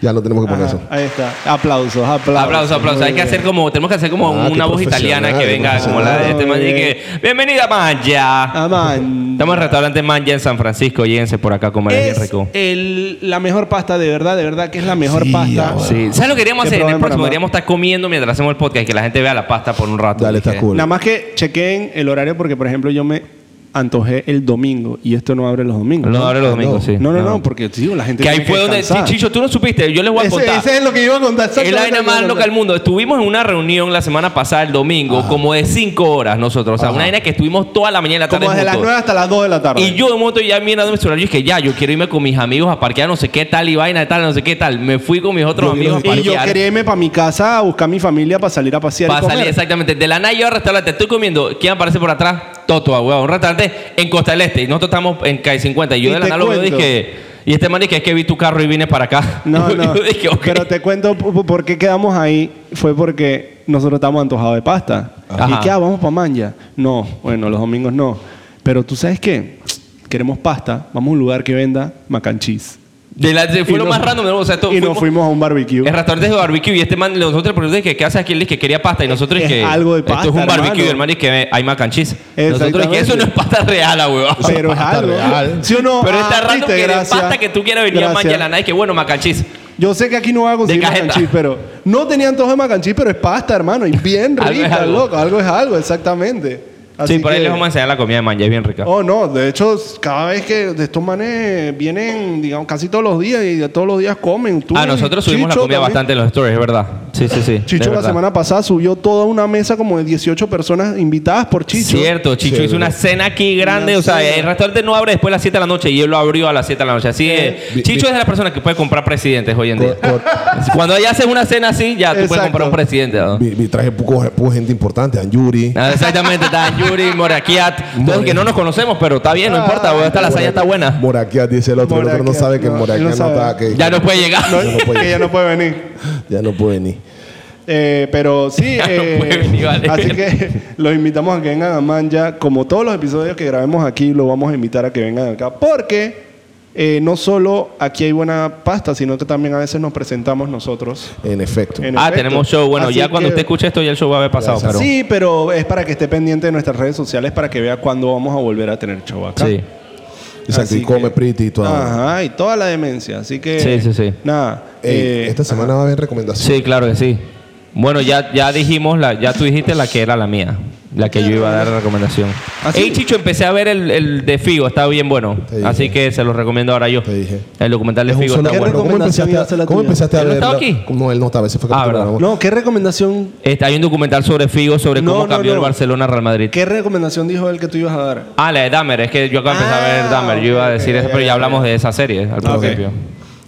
Speaker 2: Ya lo tenemos que poner
Speaker 1: Ajá,
Speaker 2: eso.
Speaker 1: ahí está. Aplausos, aplausos.
Speaker 3: Aplausos, aplausos.
Speaker 1: Muy
Speaker 3: Hay que
Speaker 1: bien.
Speaker 3: hacer como, tenemos que hacer como
Speaker 2: Ah, qué
Speaker 3: una voz italiana que
Speaker 2: profesional,
Speaker 3: venga como la de este man y que, bienvenida
Speaker 1: Ah.
Speaker 3: Manja.
Speaker 1: Amán.
Speaker 3: Estamos en el restaurante Manja en San Francisco, lléguense por acá a comer es bien
Speaker 1: Es
Speaker 3: rico.
Speaker 1: el- la mejor pasta, de verdad, de verdad que es la mejor
Speaker 2: Sí,
Speaker 1: pasta.
Speaker 2: ahora.
Speaker 3: Sí. ¿Sabes lo que queríamos
Speaker 1: Que
Speaker 3: hacer? En
Speaker 1: probé
Speaker 3: el
Speaker 1: en
Speaker 3: próximo
Speaker 1: Panamá.
Speaker 3: queríamos estar comiendo mientras hacemos el podcast, que la gente vea la pasta por un rato.
Speaker 2: Dale, está
Speaker 3: Dije,
Speaker 2: cool.
Speaker 1: Nada más que chequen el horario porque, por ejemplo, yo me antojé el domingo y esto no abre los domingos.
Speaker 3: No, abre los domingos, sí.
Speaker 1: No, no, no, porque tío, la gente
Speaker 3: Que ahí
Speaker 1: tiene
Speaker 3: fue donde.
Speaker 1: descansar.
Speaker 3: Chicho, tú no supiste, yo les voy a
Speaker 4: Ese,
Speaker 3: contar.
Speaker 4: ese es lo que yo iba a contar.
Speaker 3: Es la vaina más loca del mundo. Estuvimos en una reunión la semana pasada, el domingo, como de cinco horas nosotros. O sea, una vaina que estuvimos toda la mañana y la tarde
Speaker 4: Como desde las
Speaker 3: juntos.
Speaker 4: 9 hasta las 2 de la tarde.
Speaker 3: Y yo de momento ya mirando mi celular, yo dije, ya, yo quiero irme con mis amigos a parquear no sé qué tal y vaina tal, no sé qué tal. Me fui con mis otros
Speaker 2: Yo vi
Speaker 3: amigos a
Speaker 2: los-
Speaker 3: parquear.
Speaker 1: Y yo quería irme para mi casa a buscar a mi familia para salir a pasear
Speaker 3: Para
Speaker 1: y comer.
Speaker 3: salir, exactamente. De la nada yo al restaurante, estoy comiendo. ¿Quién aparece por atrás? Toto, ah, huevón. Un restaurante en Costa del Este. Y nosotros estamos en Calle 50. Y yo
Speaker 1: Y
Speaker 3: de la
Speaker 1: te
Speaker 3: nada lo veo y
Speaker 1: cuento.
Speaker 3: dije... Y este man dije, es que vi tu carro y vine para acá.
Speaker 1: No,
Speaker 3: Y
Speaker 1: no.
Speaker 3: [LAUGHS] yo dije, ok.
Speaker 1: Pero te cuento p- p- por qué quedamos ahí. Fue porque nosotros estábamos antojados de pasta.
Speaker 3: Ajá.
Speaker 1: ¿Y qué? ah, vamos para Manja. No, bueno, los domingos no. Pero tú sabes qué? Queremos pasta. Vamos a un lugar que venda mac and cheese.
Speaker 3: De la- Eh, fue
Speaker 1: Y
Speaker 3: lo
Speaker 1: nos-
Speaker 3: más random. ¿no? O sea, esto-
Speaker 1: y nos fuimos a un barbecue.
Speaker 3: El restaurante es de barbecue y este man, nosotros le dije, ¿qué haces aquí? Él dije, quería pasta y nosotros
Speaker 1: Es
Speaker 3: dije,
Speaker 1: algo de pasta,
Speaker 3: esto es un barbecue
Speaker 1: hermano.
Speaker 3: y el man dije, hay mac and cheese. Nosotros dije,
Speaker 1: Exactamente.
Speaker 3: eso no es pasta real, ah, huevón.
Speaker 1: Pero es
Speaker 2: Pasta
Speaker 1: algo.
Speaker 2: real.
Speaker 1: ¿Sí o no?
Speaker 3: Pero está
Speaker 1: Ah,
Speaker 3: raro
Speaker 1: viste,
Speaker 3: que de
Speaker 1: gracias.
Speaker 3: pasta que tú quieras venir a
Speaker 1: Gracias.
Speaker 3: mañana, nada, es que bueno, mac and cheese.
Speaker 1: Yo sé que aquí no va a conseguir mac and
Speaker 3: cajeta.
Speaker 1: cheese, pero no tenía antojo de mac and cheese, pero es pasta, hermano. Y bien
Speaker 3: [LAUGHS] Algo es
Speaker 1: rica,
Speaker 3: algo.
Speaker 1: loco. Algo es algo, exactamente.
Speaker 3: Sí,
Speaker 1: Así
Speaker 3: por ahí
Speaker 1: que-
Speaker 3: les vamos a enseñar la comida de manja, es bien rica.
Speaker 1: Oh, no, de hecho, cada vez que de estos manes vienen, digamos, casi todos los días y de todos los días comen. Tú
Speaker 3: ah,
Speaker 1: y
Speaker 3: nosotros subimos la
Speaker 1: Chicho
Speaker 3: comida
Speaker 1: también.
Speaker 3: bastante en los stories, es verdad. Sí, sí, sí. de
Speaker 1: Chicho la
Speaker 3: verdad.
Speaker 1: semana pasada subió toda una mesa como de 18 personas invitadas por Chicho.
Speaker 3: Cierto, Chicho
Speaker 2: Sí,
Speaker 3: hizo una
Speaker 2: verdad.
Speaker 3: cena aquí grande. O sea,
Speaker 1: cena.
Speaker 3: el restaurante no abre después de las 7 de la noche y él lo abrió a las 7 de la noche. Así es.
Speaker 1: Eh,
Speaker 2: Vi-
Speaker 3: Chicho
Speaker 2: vi-
Speaker 3: es de las personas que puede comprar presidentes hoy en día.
Speaker 2: Cor- cor-
Speaker 3: [LAUGHS] Cuando ya haces una cena así, ya tú puedes
Speaker 1: Exacto.
Speaker 3: comprar un presidente. ¿no?
Speaker 2: vi- vi- traje poco, poco gente importante, Anjuri.
Speaker 3: Ah, Exactamente, está Yuri,
Speaker 1: [LAUGHS]
Speaker 3: Morakiat. Todos que no nos conocemos, pero está bien, no
Speaker 1: Ah,
Speaker 3: importa. güey, Esta lasaña está buena.
Speaker 2: Moraquia dice el otro, el otro no
Speaker 1: Moraquia,
Speaker 2: sabe que
Speaker 1: no,
Speaker 2: Moraquia
Speaker 1: él
Speaker 2: no,
Speaker 1: no sabe.
Speaker 2: está. Que,
Speaker 3: Ya no puede llegar.
Speaker 1: No,
Speaker 2: Ya no puede.
Speaker 1: que ya no puede venir.
Speaker 2: ya no puede ni.
Speaker 1: Eh, pero sí,
Speaker 3: [LAUGHS] Ya no
Speaker 1: eh,
Speaker 3: puede venir, vale,
Speaker 1: así
Speaker 3: verga.
Speaker 1: que [LAUGHS] los invitamos a que vengan a Manja. Como todos los episodios que grabemos aquí, los vamos a invitar a que vengan acá. Porque eh, no solo aquí hay buena pasta, sino que también a veces nos presentamos nosotros.
Speaker 2: En efecto.
Speaker 1: En
Speaker 3: Ah,
Speaker 1: efecto.
Speaker 3: tenemos show. Bueno,
Speaker 1: Así
Speaker 3: ya cuando
Speaker 1: que-
Speaker 3: usted escuche esto, ya el show va a haber pasado.
Speaker 2: Ya,
Speaker 3: pero-
Speaker 1: Sí, pero es para que esté pendiente de nuestras redes sociales para que vea cuándo vamos a volver a tener show acá.
Speaker 3: Sí.
Speaker 2: Exacto,
Speaker 1: Así
Speaker 2: y come
Speaker 1: que-
Speaker 2: pretty y todo.
Speaker 1: Ajá, y toda la demencia. Así que.
Speaker 3: Sí, sí, sí.
Speaker 1: Nada.
Speaker 2: Ey,
Speaker 1: eh,
Speaker 2: esta semana va a haber recomendaciones.
Speaker 3: Sí, claro que sí. Bueno, ya, ya dijimos, la, ya tú dijiste la que era la mía, la que yo iba a dar la recomendación.
Speaker 1: ¿Ah, sí?
Speaker 3: Ey, Chicho, empecé a ver el, el de Figo, está bien bueno.
Speaker 2: Te dije.
Speaker 3: Así que se lo recomiendo ahora yo.
Speaker 2: Te dije.
Speaker 3: El documental de
Speaker 2: Es un
Speaker 3: Figo
Speaker 2: solo-
Speaker 3: está
Speaker 1: ¿Qué
Speaker 3: bueno.
Speaker 1: recom-
Speaker 2: ¿Cómo empezaste
Speaker 1: recomendación
Speaker 2: a,
Speaker 1: hace la
Speaker 2: ¿cómo
Speaker 1: tuya?
Speaker 2: empezaste a
Speaker 3: ¿Él no
Speaker 2: verla?
Speaker 3: estaba aquí?
Speaker 2: No, él no estaba. Ese fue
Speaker 3: Ah,
Speaker 2: capítulo
Speaker 3: ¿verdad?
Speaker 2: grabado.
Speaker 1: no, ¿qué recomendación?
Speaker 3: Este, hay un documental sobre Figo, sobre
Speaker 1: No,
Speaker 3: cómo
Speaker 1: no,
Speaker 3: cambió el
Speaker 1: no.
Speaker 3: Barcelona al Real Madrid.
Speaker 1: ¿Qué recomendación dijo él que tú ibas a dar?
Speaker 3: Ah, la de Dahmer, es que yo acabo de empezar a ver
Speaker 1: Ah,
Speaker 3: Dahmer, yo iba a
Speaker 1: ok,
Speaker 3: decir
Speaker 1: ok,
Speaker 3: eso,
Speaker 1: ok,
Speaker 3: pero ya
Speaker 1: ok.
Speaker 3: hablamos de esa serie al
Speaker 1: Ah, ok.
Speaker 3: principio.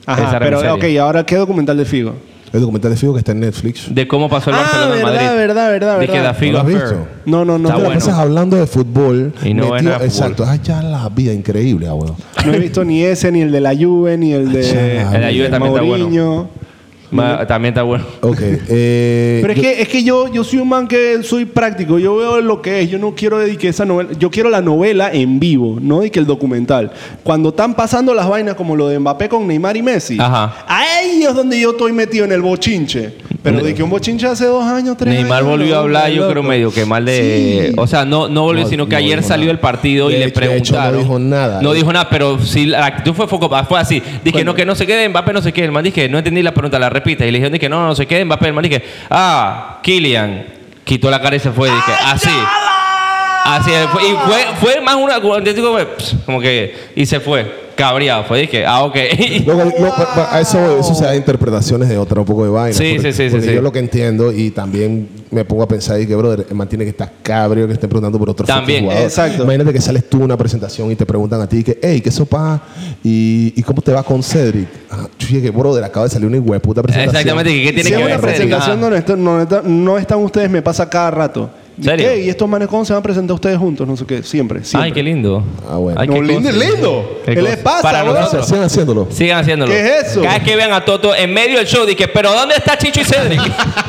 Speaker 1: Ajá,
Speaker 3: Esa
Speaker 1: pero ok,
Speaker 3: miniserie.
Speaker 1: ahora ¿qué documental de Figo?
Speaker 2: El documental de Figo que está en Netflix.
Speaker 3: De cómo pasó el
Speaker 1: Ah,
Speaker 3: Barcelona al
Speaker 1: verdad,
Speaker 3: Madrid.
Speaker 1: verdad, verdad,
Speaker 3: De que
Speaker 1: verdad.
Speaker 3: da Figo
Speaker 2: ¿Lo has
Speaker 3: Affair.
Speaker 2: visto?
Speaker 1: No, no, no.
Speaker 3: Está
Speaker 2: te la
Speaker 3: bueno.
Speaker 2: pasas hablando de fútbol.
Speaker 3: Y no es nada de fútbol.
Speaker 2: exacto. Ah, ya la vida increíble, abuelo.
Speaker 1: No he visto ni ese, ni el de la Juve, ni el de.
Speaker 2: El de la
Speaker 3: Juve también está bueno.
Speaker 1: Mourinho.
Speaker 3: Ma- También está bueno.
Speaker 2: Ok. [LAUGHS] eh,
Speaker 1: Pero es
Speaker 2: yo-
Speaker 1: que, es que yo, yo soy un man que soy práctico, yo veo lo que es, yo no quiero dedicar esa novela, yo quiero la novela en vivo, no de que el documental. Cuando están pasando las vainas como lo de Mbappé con Neymar y Messi,
Speaker 3: Ajá.
Speaker 1: a ellos es donde yo estoy metido en el bochinche. Pero de que un bochinche hace dos años, tres
Speaker 3: Neymar
Speaker 1: años,
Speaker 3: volvió
Speaker 1: no,
Speaker 3: a hablar, yo
Speaker 1: loco.
Speaker 3: creo medio que mal de,
Speaker 1: Sí.
Speaker 3: o sea, no no volvió, sino que
Speaker 2: no
Speaker 3: ayer
Speaker 2: dijo
Speaker 3: salió
Speaker 2: nada.
Speaker 3: el partido y
Speaker 2: De
Speaker 3: le
Speaker 2: hecho- de hecho, no
Speaker 3: preguntaron.
Speaker 2: dijo nada.
Speaker 3: No dijo nada, pero sí la actitud fue foco, fue así. Dije no que no se quede Mbappé, no sé qué. El man dije, no entendí la pregunta, la repita y le dijeron dije, no, no se quede Mbappé, el man dije, ah, Kylian quitó la cara y se fue, dije,
Speaker 2: ¡Ah,
Speaker 3: así. Ah, Así es, fue- y fue, fue más una fue, pss, como que y se fue, cabreado, fue dije, ah, ok. [LAUGHS]
Speaker 2: Luego, lo- pa- pa- a eso, voy, eso se da interpretaciones de otro poco de vaina.
Speaker 3: Sí, sí, sí, sí,
Speaker 2: porque
Speaker 3: sí.
Speaker 2: Yo lo que entiendo y también me pongo a pensar y que, brother, el man tiene que estar cabrio que estén preguntando por otro fucking
Speaker 3: También,
Speaker 2: jugador.
Speaker 1: exacto.
Speaker 2: Imagínate que sales tú a una presentación y te preguntan a ti que, hey, ¿qué sopa? ¿Y, y cómo te va con Cedric? Ah, chuye, que brother, acaba de salir una hueputa presentación.
Speaker 3: Exactamente, que qué
Speaker 1: Si
Speaker 3: tiene que
Speaker 1: es
Speaker 3: ver
Speaker 1: una presentación
Speaker 3: Ajá.
Speaker 1: donde esto- no, está- no están ustedes, me pasa cada rato. ¿Y
Speaker 3: ¿Serio?
Speaker 1: qué? ¿Y estos manes cómo se van a presentar ustedes juntos? No sé qué, siempre, siempre.
Speaker 3: Ay, qué lindo.
Speaker 2: Ah, bueno.
Speaker 3: Ay,
Speaker 1: No,
Speaker 3: qué
Speaker 1: lindo,
Speaker 3: cosa.
Speaker 1: lindo.
Speaker 3: Qué
Speaker 1: ¿Qué les
Speaker 3: cosa.
Speaker 1: pasa,
Speaker 3: Para
Speaker 1: weón?
Speaker 2: O sea,
Speaker 3: nosotros.
Speaker 2: sigan haciéndolo.
Speaker 3: Sigan haciéndolo.
Speaker 1: ¿Qué es eso?
Speaker 3: Cada vez que vean a Toto en medio del show, dije, pero ¿dónde está Chicho y Cedric?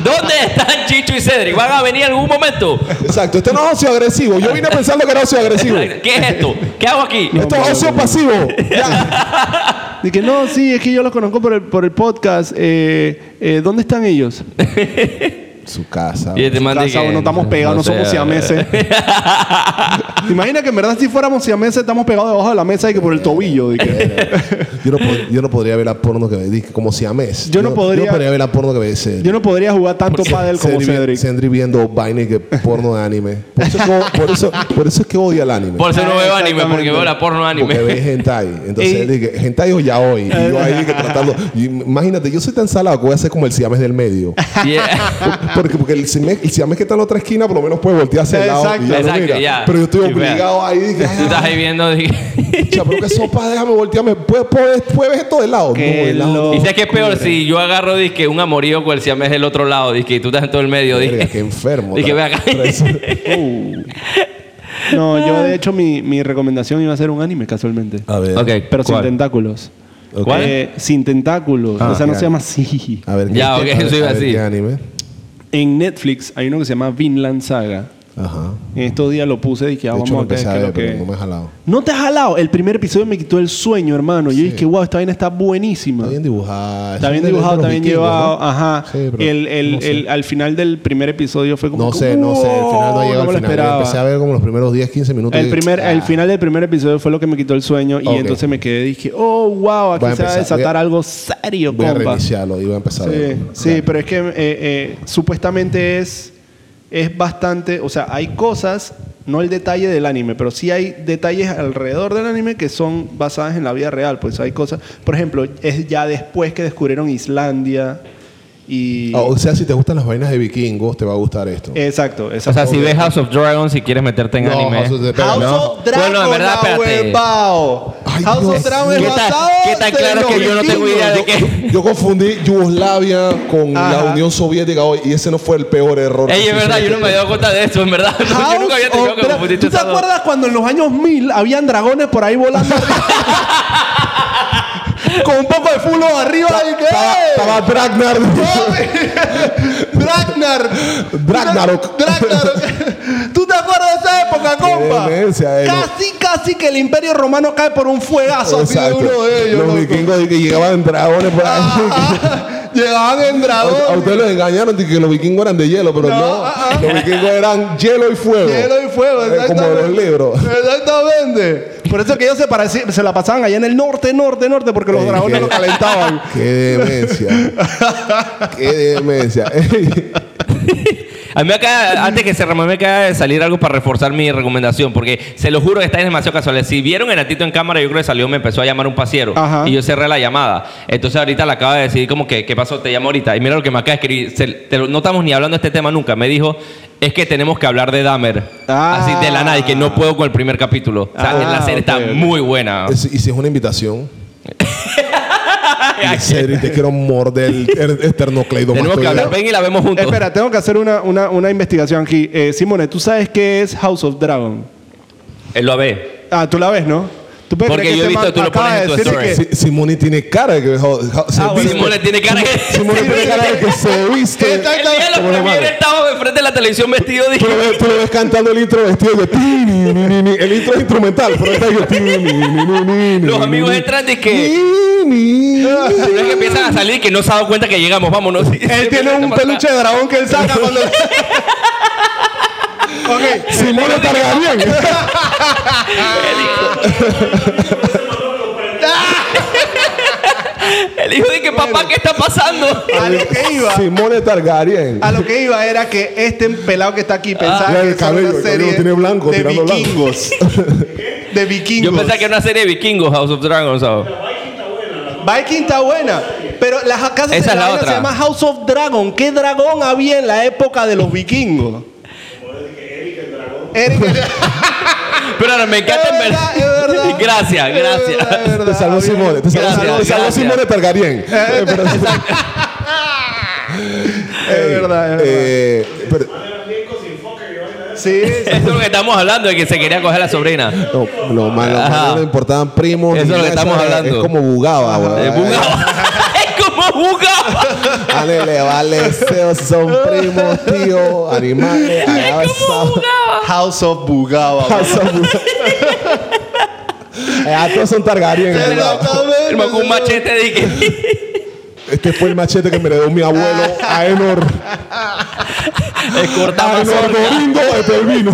Speaker 3: ¿Dónde están Chicho y Cedric? ¿Van a venir en algún momento?
Speaker 2: Exacto, este no es ocio agresivo. Yo vine
Speaker 3: [LAUGHS]
Speaker 2: pensando que era ocio agresivo.
Speaker 3: ¿Qué es esto? ¿Qué hago aquí?
Speaker 2: Esto es ocio pasivo. Ya.
Speaker 1: De que no, sí, es que yo los conozco por el, por el podcast. eh, eh, ¿Dónde están ellos?
Speaker 2: Su casa.
Speaker 3: Y este man
Speaker 1: Casa,
Speaker 3: dice que-
Speaker 1: no estamos pegados, no, somos
Speaker 3: sé,
Speaker 1: siameses.
Speaker 2: [LAUGHS]
Speaker 1: ¿Te imaginas que en verdad si fuéramos siameses estamos pegados debajo de la mesa y que por el tobillo? de que-
Speaker 2: Yo no, pod- yo no podría ver la porno que me dice, como si ames.
Speaker 1: Yo no podría-
Speaker 2: Yo no podría ver la porno que me dice.
Speaker 1: yo no podría jugar tanto pádel como
Speaker 2: Sendri vi-
Speaker 1: Cedric.
Speaker 2: Sendri viendo vaina que porno de anime. Por eso, es que- por, eso, por eso es que odia el anime.
Speaker 3: Por eso no
Speaker 1: Ah,
Speaker 3: veo anime, porque
Speaker 1: exactamente.
Speaker 3: veo la porno anime.
Speaker 2: Porque ve hentai. Entonces
Speaker 1: Y-
Speaker 2: él dije, hentai o ya hoy. Y yo ahí
Speaker 1: [LAUGHS]
Speaker 2: dije, tratando. y imagínate, yo soy tan salado que voy a hacer como el siames del medio.
Speaker 3: [LAUGHS] Yeah.
Speaker 2: Porque, porque el, siames, el siames que está en la otra esquina, por lo menos puede voltear hacia el lado.
Speaker 1: Exacto.
Speaker 2: y ya lo
Speaker 3: Exacto,
Speaker 2: mira.
Speaker 3: ya.
Speaker 2: Pero yo estoy
Speaker 3: Y vea.
Speaker 2: obligado ahí.
Speaker 3: [LAUGHS]
Speaker 2: Dije,
Speaker 3: Tú estás ahí viendo. dije-
Speaker 2: [LAUGHS] Chapo, que sopa, déjame voltearme. ¿Puedes, puedes, puedes ver esto de lado?
Speaker 1: Qué
Speaker 2: de lado.
Speaker 1: loco.
Speaker 3: Y sabes que es peor si yo agarro disque un amorío con el siamés del otro lado, disque y tú estás en todo el medio,
Speaker 2: Verga, qué
Speaker 3: disque.
Speaker 2: enfermo.
Speaker 3: Dije, ve acá.
Speaker 1: Oh. No, yo de hecho mi, mi recomendación iba a ser un anime casualmente.
Speaker 2: A ver.
Speaker 3: Ok.
Speaker 1: Pero sin
Speaker 3: ¿Cuál?
Speaker 1: tentáculos.
Speaker 3: ¿Cuál?
Speaker 1: Eh, sin tentáculos.
Speaker 2: Ah,
Speaker 1: o sea, no
Speaker 2: ya.
Speaker 1: se llama así.
Speaker 2: A ver,
Speaker 3: Ya,
Speaker 2: ¿qué-
Speaker 3: ok, eso iba
Speaker 2: a ver
Speaker 3: así.
Speaker 2: qué anime?
Speaker 1: En Netflix hay uno que se llama Vinland Saga.
Speaker 2: Ajá.
Speaker 1: En estos días lo puse y que ah,
Speaker 2: De
Speaker 1: vamos
Speaker 2: hecho, lo
Speaker 1: a ver
Speaker 2: empecé
Speaker 1: qué
Speaker 2: a
Speaker 1: es lo
Speaker 2: ver, pero
Speaker 1: que- Mm.
Speaker 2: no me he jalado.
Speaker 1: No te has jalado. El primer episodio me quitó el sueño, hermano. Yo dije, wow, esta vaina está buenísima.
Speaker 2: Está bien dibujada.
Speaker 1: Está
Speaker 2: Es
Speaker 1: bien
Speaker 2: un de los
Speaker 1: dibujado, está bien
Speaker 2: vikingos,
Speaker 1: llevado.
Speaker 2: ¿no?
Speaker 1: Ajá.
Speaker 2: Sí, pero
Speaker 1: el, el-
Speaker 2: no sé.
Speaker 1: el- al final del primer episodio fue como.
Speaker 2: No
Speaker 1: que,
Speaker 2: sé, no sé. Al final no
Speaker 1: "Wow, me
Speaker 2: llegó al
Speaker 1: lo
Speaker 2: final. Yo
Speaker 1: esperaba".
Speaker 2: Empecé a ver como los primeros 10, 15 minutos.
Speaker 1: El,
Speaker 2: y dije,
Speaker 1: primer, el
Speaker 2: "Ah".
Speaker 1: final del primer episodio fue lo que me quitó el sueño
Speaker 2: Ok.
Speaker 1: y entonces me quedé y dije, oh, wow, aquí
Speaker 2: Voy a
Speaker 1: se va a
Speaker 2: empezar,
Speaker 1: desatar
Speaker 2: voy a-
Speaker 1: algo serio,
Speaker 2: Voy a
Speaker 1: compa. Sí,
Speaker 2: reiniciarlo y voy a empezar a ver.
Speaker 1: sí, pero es que eh, eh, supuestamente es, es bastante, o sea, hay cosas, no el detalle del anime, pero sí hay detalles alrededor del anime que son basadas en la vida real. Pues hay cosas, por ejemplo, es ya después que descubrieron Islandia y...
Speaker 2: Ah, O sea, si te gustan las vainas de vikingos, te va a gustar esto.
Speaker 1: Exacto,
Speaker 3: [LAUGHS] O
Speaker 1: exacto.
Speaker 3: sea, si ves House of Dragons y quieres meterte en
Speaker 2: No,
Speaker 3: anime.
Speaker 2: House of the-
Speaker 4: House
Speaker 2: no.
Speaker 4: of Dragon,
Speaker 3: Bueno, en verdad,
Speaker 4: la
Speaker 3: espérate.
Speaker 4: huevao.
Speaker 2: Ay,
Speaker 4: House
Speaker 2: Dios
Speaker 4: of Dragon
Speaker 2: mío.
Speaker 4: es
Speaker 3: ¿Qué tan-
Speaker 4: basado
Speaker 3: qué tan
Speaker 4: en
Speaker 3: claro
Speaker 4: los
Speaker 3: que yo no tengo
Speaker 4: vikingos?
Speaker 3: idea de
Speaker 2: yo,
Speaker 3: qué?
Speaker 2: yo- yo confundí Yugoslavia con
Speaker 1: Ajá.
Speaker 2: la Unión Soviética hoy y ese no fue el peor error.
Speaker 3: Ey,
Speaker 2: que
Speaker 3: es
Speaker 2: se
Speaker 3: verdad,
Speaker 2: hizo.
Speaker 3: yo no me había dado cuenta de eso, en verdad. [LAUGHS] No, yo nunca había
Speaker 4: House
Speaker 3: tenido
Speaker 4: of
Speaker 3: que
Speaker 4: Dra-
Speaker 3: confundir
Speaker 4: ¿Tú te
Speaker 3: esas dos.
Speaker 4: acuerdas cuando en los años 1000 habían dragones por ahí
Speaker 3: [LAUGHS]
Speaker 4: volando arriba? con un poco de fulo arriba y que
Speaker 2: Estaba, estaba Dragnar.
Speaker 4: [LAUGHS] Dragnar
Speaker 2: Dragnarok.
Speaker 4: Dragnarok.
Speaker 3: [LAUGHS]
Speaker 4: ¿Tú te acuerdas de esa época, compa?
Speaker 2: demencia, eh, no.
Speaker 4: Casi, casi que el imperio romano cae por un fuegazo así de
Speaker 2: Exacto.
Speaker 4: uno de ellos.
Speaker 2: Los
Speaker 4: loco. Ah,
Speaker 2: vikingos de que llegaban en dragones por ahí. [LAUGHS]
Speaker 4: Ajá. [LAUGHS] Llegaban en
Speaker 2: A
Speaker 4: dragón.
Speaker 2: ustedes los engañaron de que los vikingos eran de hielo, pero no.
Speaker 4: No, ah, ah.
Speaker 2: Los vikingos eran hielo y fuego.
Speaker 4: Hielo y fuego,
Speaker 2: Eh, como
Speaker 4: exactamente.
Speaker 2: los libros.
Speaker 4: Exactamente.
Speaker 1: Por eso que ellos se, pareci- se la pasaban allá en el norte, norte, norte, porque
Speaker 2: [LAUGHS]
Speaker 1: los
Speaker 2: Ey,
Speaker 1: dragones
Speaker 2: qué-
Speaker 1: lo calentaban.
Speaker 2: Eh, [LAUGHS] Qué
Speaker 4: [LAUGHS]
Speaker 2: demencia. Qué demencia. [LAUGHS] Ey.
Speaker 3: A mí me acaba, antes que cerramos, me acaba de salir algo para reforzar mi recomendación, porque se lo juro que estáis demasiado casuales. Si vieron el Natito en cámara, yo creo que salió, me empezó a llamar un pasiero
Speaker 1: Ajá.
Speaker 3: y yo cerré la llamada. Entonces ahorita le acaba de decir como que, ¿qué pasó? Te llamo ahorita. Y mira lo que me acaba de escribir. Se- te lo- no estamos ni hablando de este tema nunca. Me dijo, es que tenemos que hablar de Dahmer.
Speaker 1: Ah.
Speaker 3: Así de la nada, y que no puedo con el primer capítulo. O sea,
Speaker 1: Ah,
Speaker 3: la serie
Speaker 1: ok,
Speaker 3: está
Speaker 1: ok.
Speaker 3: muy buena.
Speaker 2: Es- y si es una
Speaker 3: [LAUGHS]
Speaker 2: invitación. Y Cedric, te quiero morder el
Speaker 3: [LAUGHS]
Speaker 2: er-
Speaker 3: Tenemos que hablar,
Speaker 2: esternocleidomastoideo.
Speaker 3: ven y la vemos juntos.
Speaker 1: Eh, Espera, tengo que hacer una, una- una investigación aquí. Eh, Simone, ¿tú sabes qué es House of Dragon?
Speaker 3: Él lo ve.
Speaker 1: Ah, tú la ves, ¿no? ¿Tú puedes
Speaker 3: Porque
Speaker 1: creer que
Speaker 3: yo he
Speaker 1: este
Speaker 3: visto,
Speaker 1: man
Speaker 3: tú lo
Speaker 1: acaba
Speaker 3: pones
Speaker 1: de
Speaker 3: en tu
Speaker 1: decir
Speaker 3: story.
Speaker 1: que-
Speaker 2: Si- Simone tiene cara de que jo- jo- se
Speaker 1: Ah, bueno,
Speaker 2: viste.
Speaker 3: Simón le tiene cara [LAUGHS] que...
Speaker 2: Simone tiene cara de que se viste.
Speaker 3: El día de la
Speaker 2: como los
Speaker 3: premier,
Speaker 2: malos.
Speaker 3: estaba enfrente de la televisión vestido de...
Speaker 2: Tú lo, ves, tú lo ves cantando el intro vestido de ti, ni, ni, ni, ni. el intro es instrumental, pero está yo, ti, ni, ni, ni, ni, ni,
Speaker 3: Los
Speaker 2: ni,
Speaker 3: amigos
Speaker 2: ni,
Speaker 3: entran de que...
Speaker 2: ni, ni.
Speaker 3: Pero es que empiezan a salir que no se ha dado cuenta que llegamos, vámonos. [LAUGHS]
Speaker 1: Él tiene un peluche de dragón que él saca cuando. [LAUGHS] ok.
Speaker 2: Simone Targaryen.
Speaker 3: El hijo de que papá, ¿qué está
Speaker 1: [LAUGHS]
Speaker 3: pasando?
Speaker 1: [LAUGHS] A lo que iba.
Speaker 2: Simone Targaryen.
Speaker 1: A lo que iba era que este pelado que está aquí pensaba
Speaker 2: Ah,
Speaker 1: que eso
Speaker 2: el
Speaker 1: era
Speaker 2: cabello,
Speaker 1: una
Speaker 2: el cabello
Speaker 1: serie
Speaker 2: tiene blanco,
Speaker 1: de
Speaker 2: tirando blanco. [LAUGHS]
Speaker 1: vikingos. de vikingos.
Speaker 3: Yo pensaba que era una serie de vikingos, House of Dragons. ¿sabes?
Speaker 1: Viking está buena, pero la ja- casa
Speaker 3: Esa es
Speaker 1: de
Speaker 3: la
Speaker 1: vaina
Speaker 3: otra.
Speaker 1: se llama House of Dragon. ¿Qué dragón había en la época de los vikingos? [LAUGHS] Eric el dragón.
Speaker 3: Pero ahora me encanta en
Speaker 1: Es
Speaker 3: verdad.
Speaker 1: verdad, es verdad.
Speaker 3: [LAUGHS] Gracias,
Speaker 1: Es verdad,
Speaker 3: gracias.
Speaker 1: es verdad.
Speaker 2: Te salvó
Speaker 1: había-
Speaker 2: Simone, te salvó
Speaker 3: Gracias,
Speaker 2: Simone, te salvó
Speaker 3: gracias.
Speaker 2: Simone Targaryen. Eh, pero-
Speaker 1: Es verdad, es verdad.
Speaker 2: Eh, pero-
Speaker 1: Sí, sí.
Speaker 3: Eso es lo que estamos hablando, de que se quería coger la sobrina.
Speaker 2: No, lo malo, lo
Speaker 3: Ajá.
Speaker 2: malo le importaban primos.
Speaker 3: Eso es
Speaker 2: ni
Speaker 3: lo que
Speaker 2: nada,
Speaker 3: estamos
Speaker 2: era-
Speaker 3: hablando.
Speaker 2: Es como bugaba,
Speaker 3: Eh,
Speaker 1: [LAUGHS]
Speaker 2: weón.
Speaker 3: bugaba. Es como bugaba.
Speaker 2: Ale, le vale, seo, son primos, tío, animales. allá
Speaker 3: Es como
Speaker 2: esa-
Speaker 3: bugaba.
Speaker 1: House of Bugaba.
Speaker 2: esa- Eh, ah, todos son Targaryen, ¿verdad?
Speaker 4: Exactamente.
Speaker 3: El man con un machete
Speaker 1: [LAUGHS]
Speaker 3: dije.
Speaker 2: Este fue el machete que me heredó mi abuelo
Speaker 3: Ah.
Speaker 2: Aenor.
Speaker 3: Cortaba
Speaker 2: Aenor Gorindo Epelvino.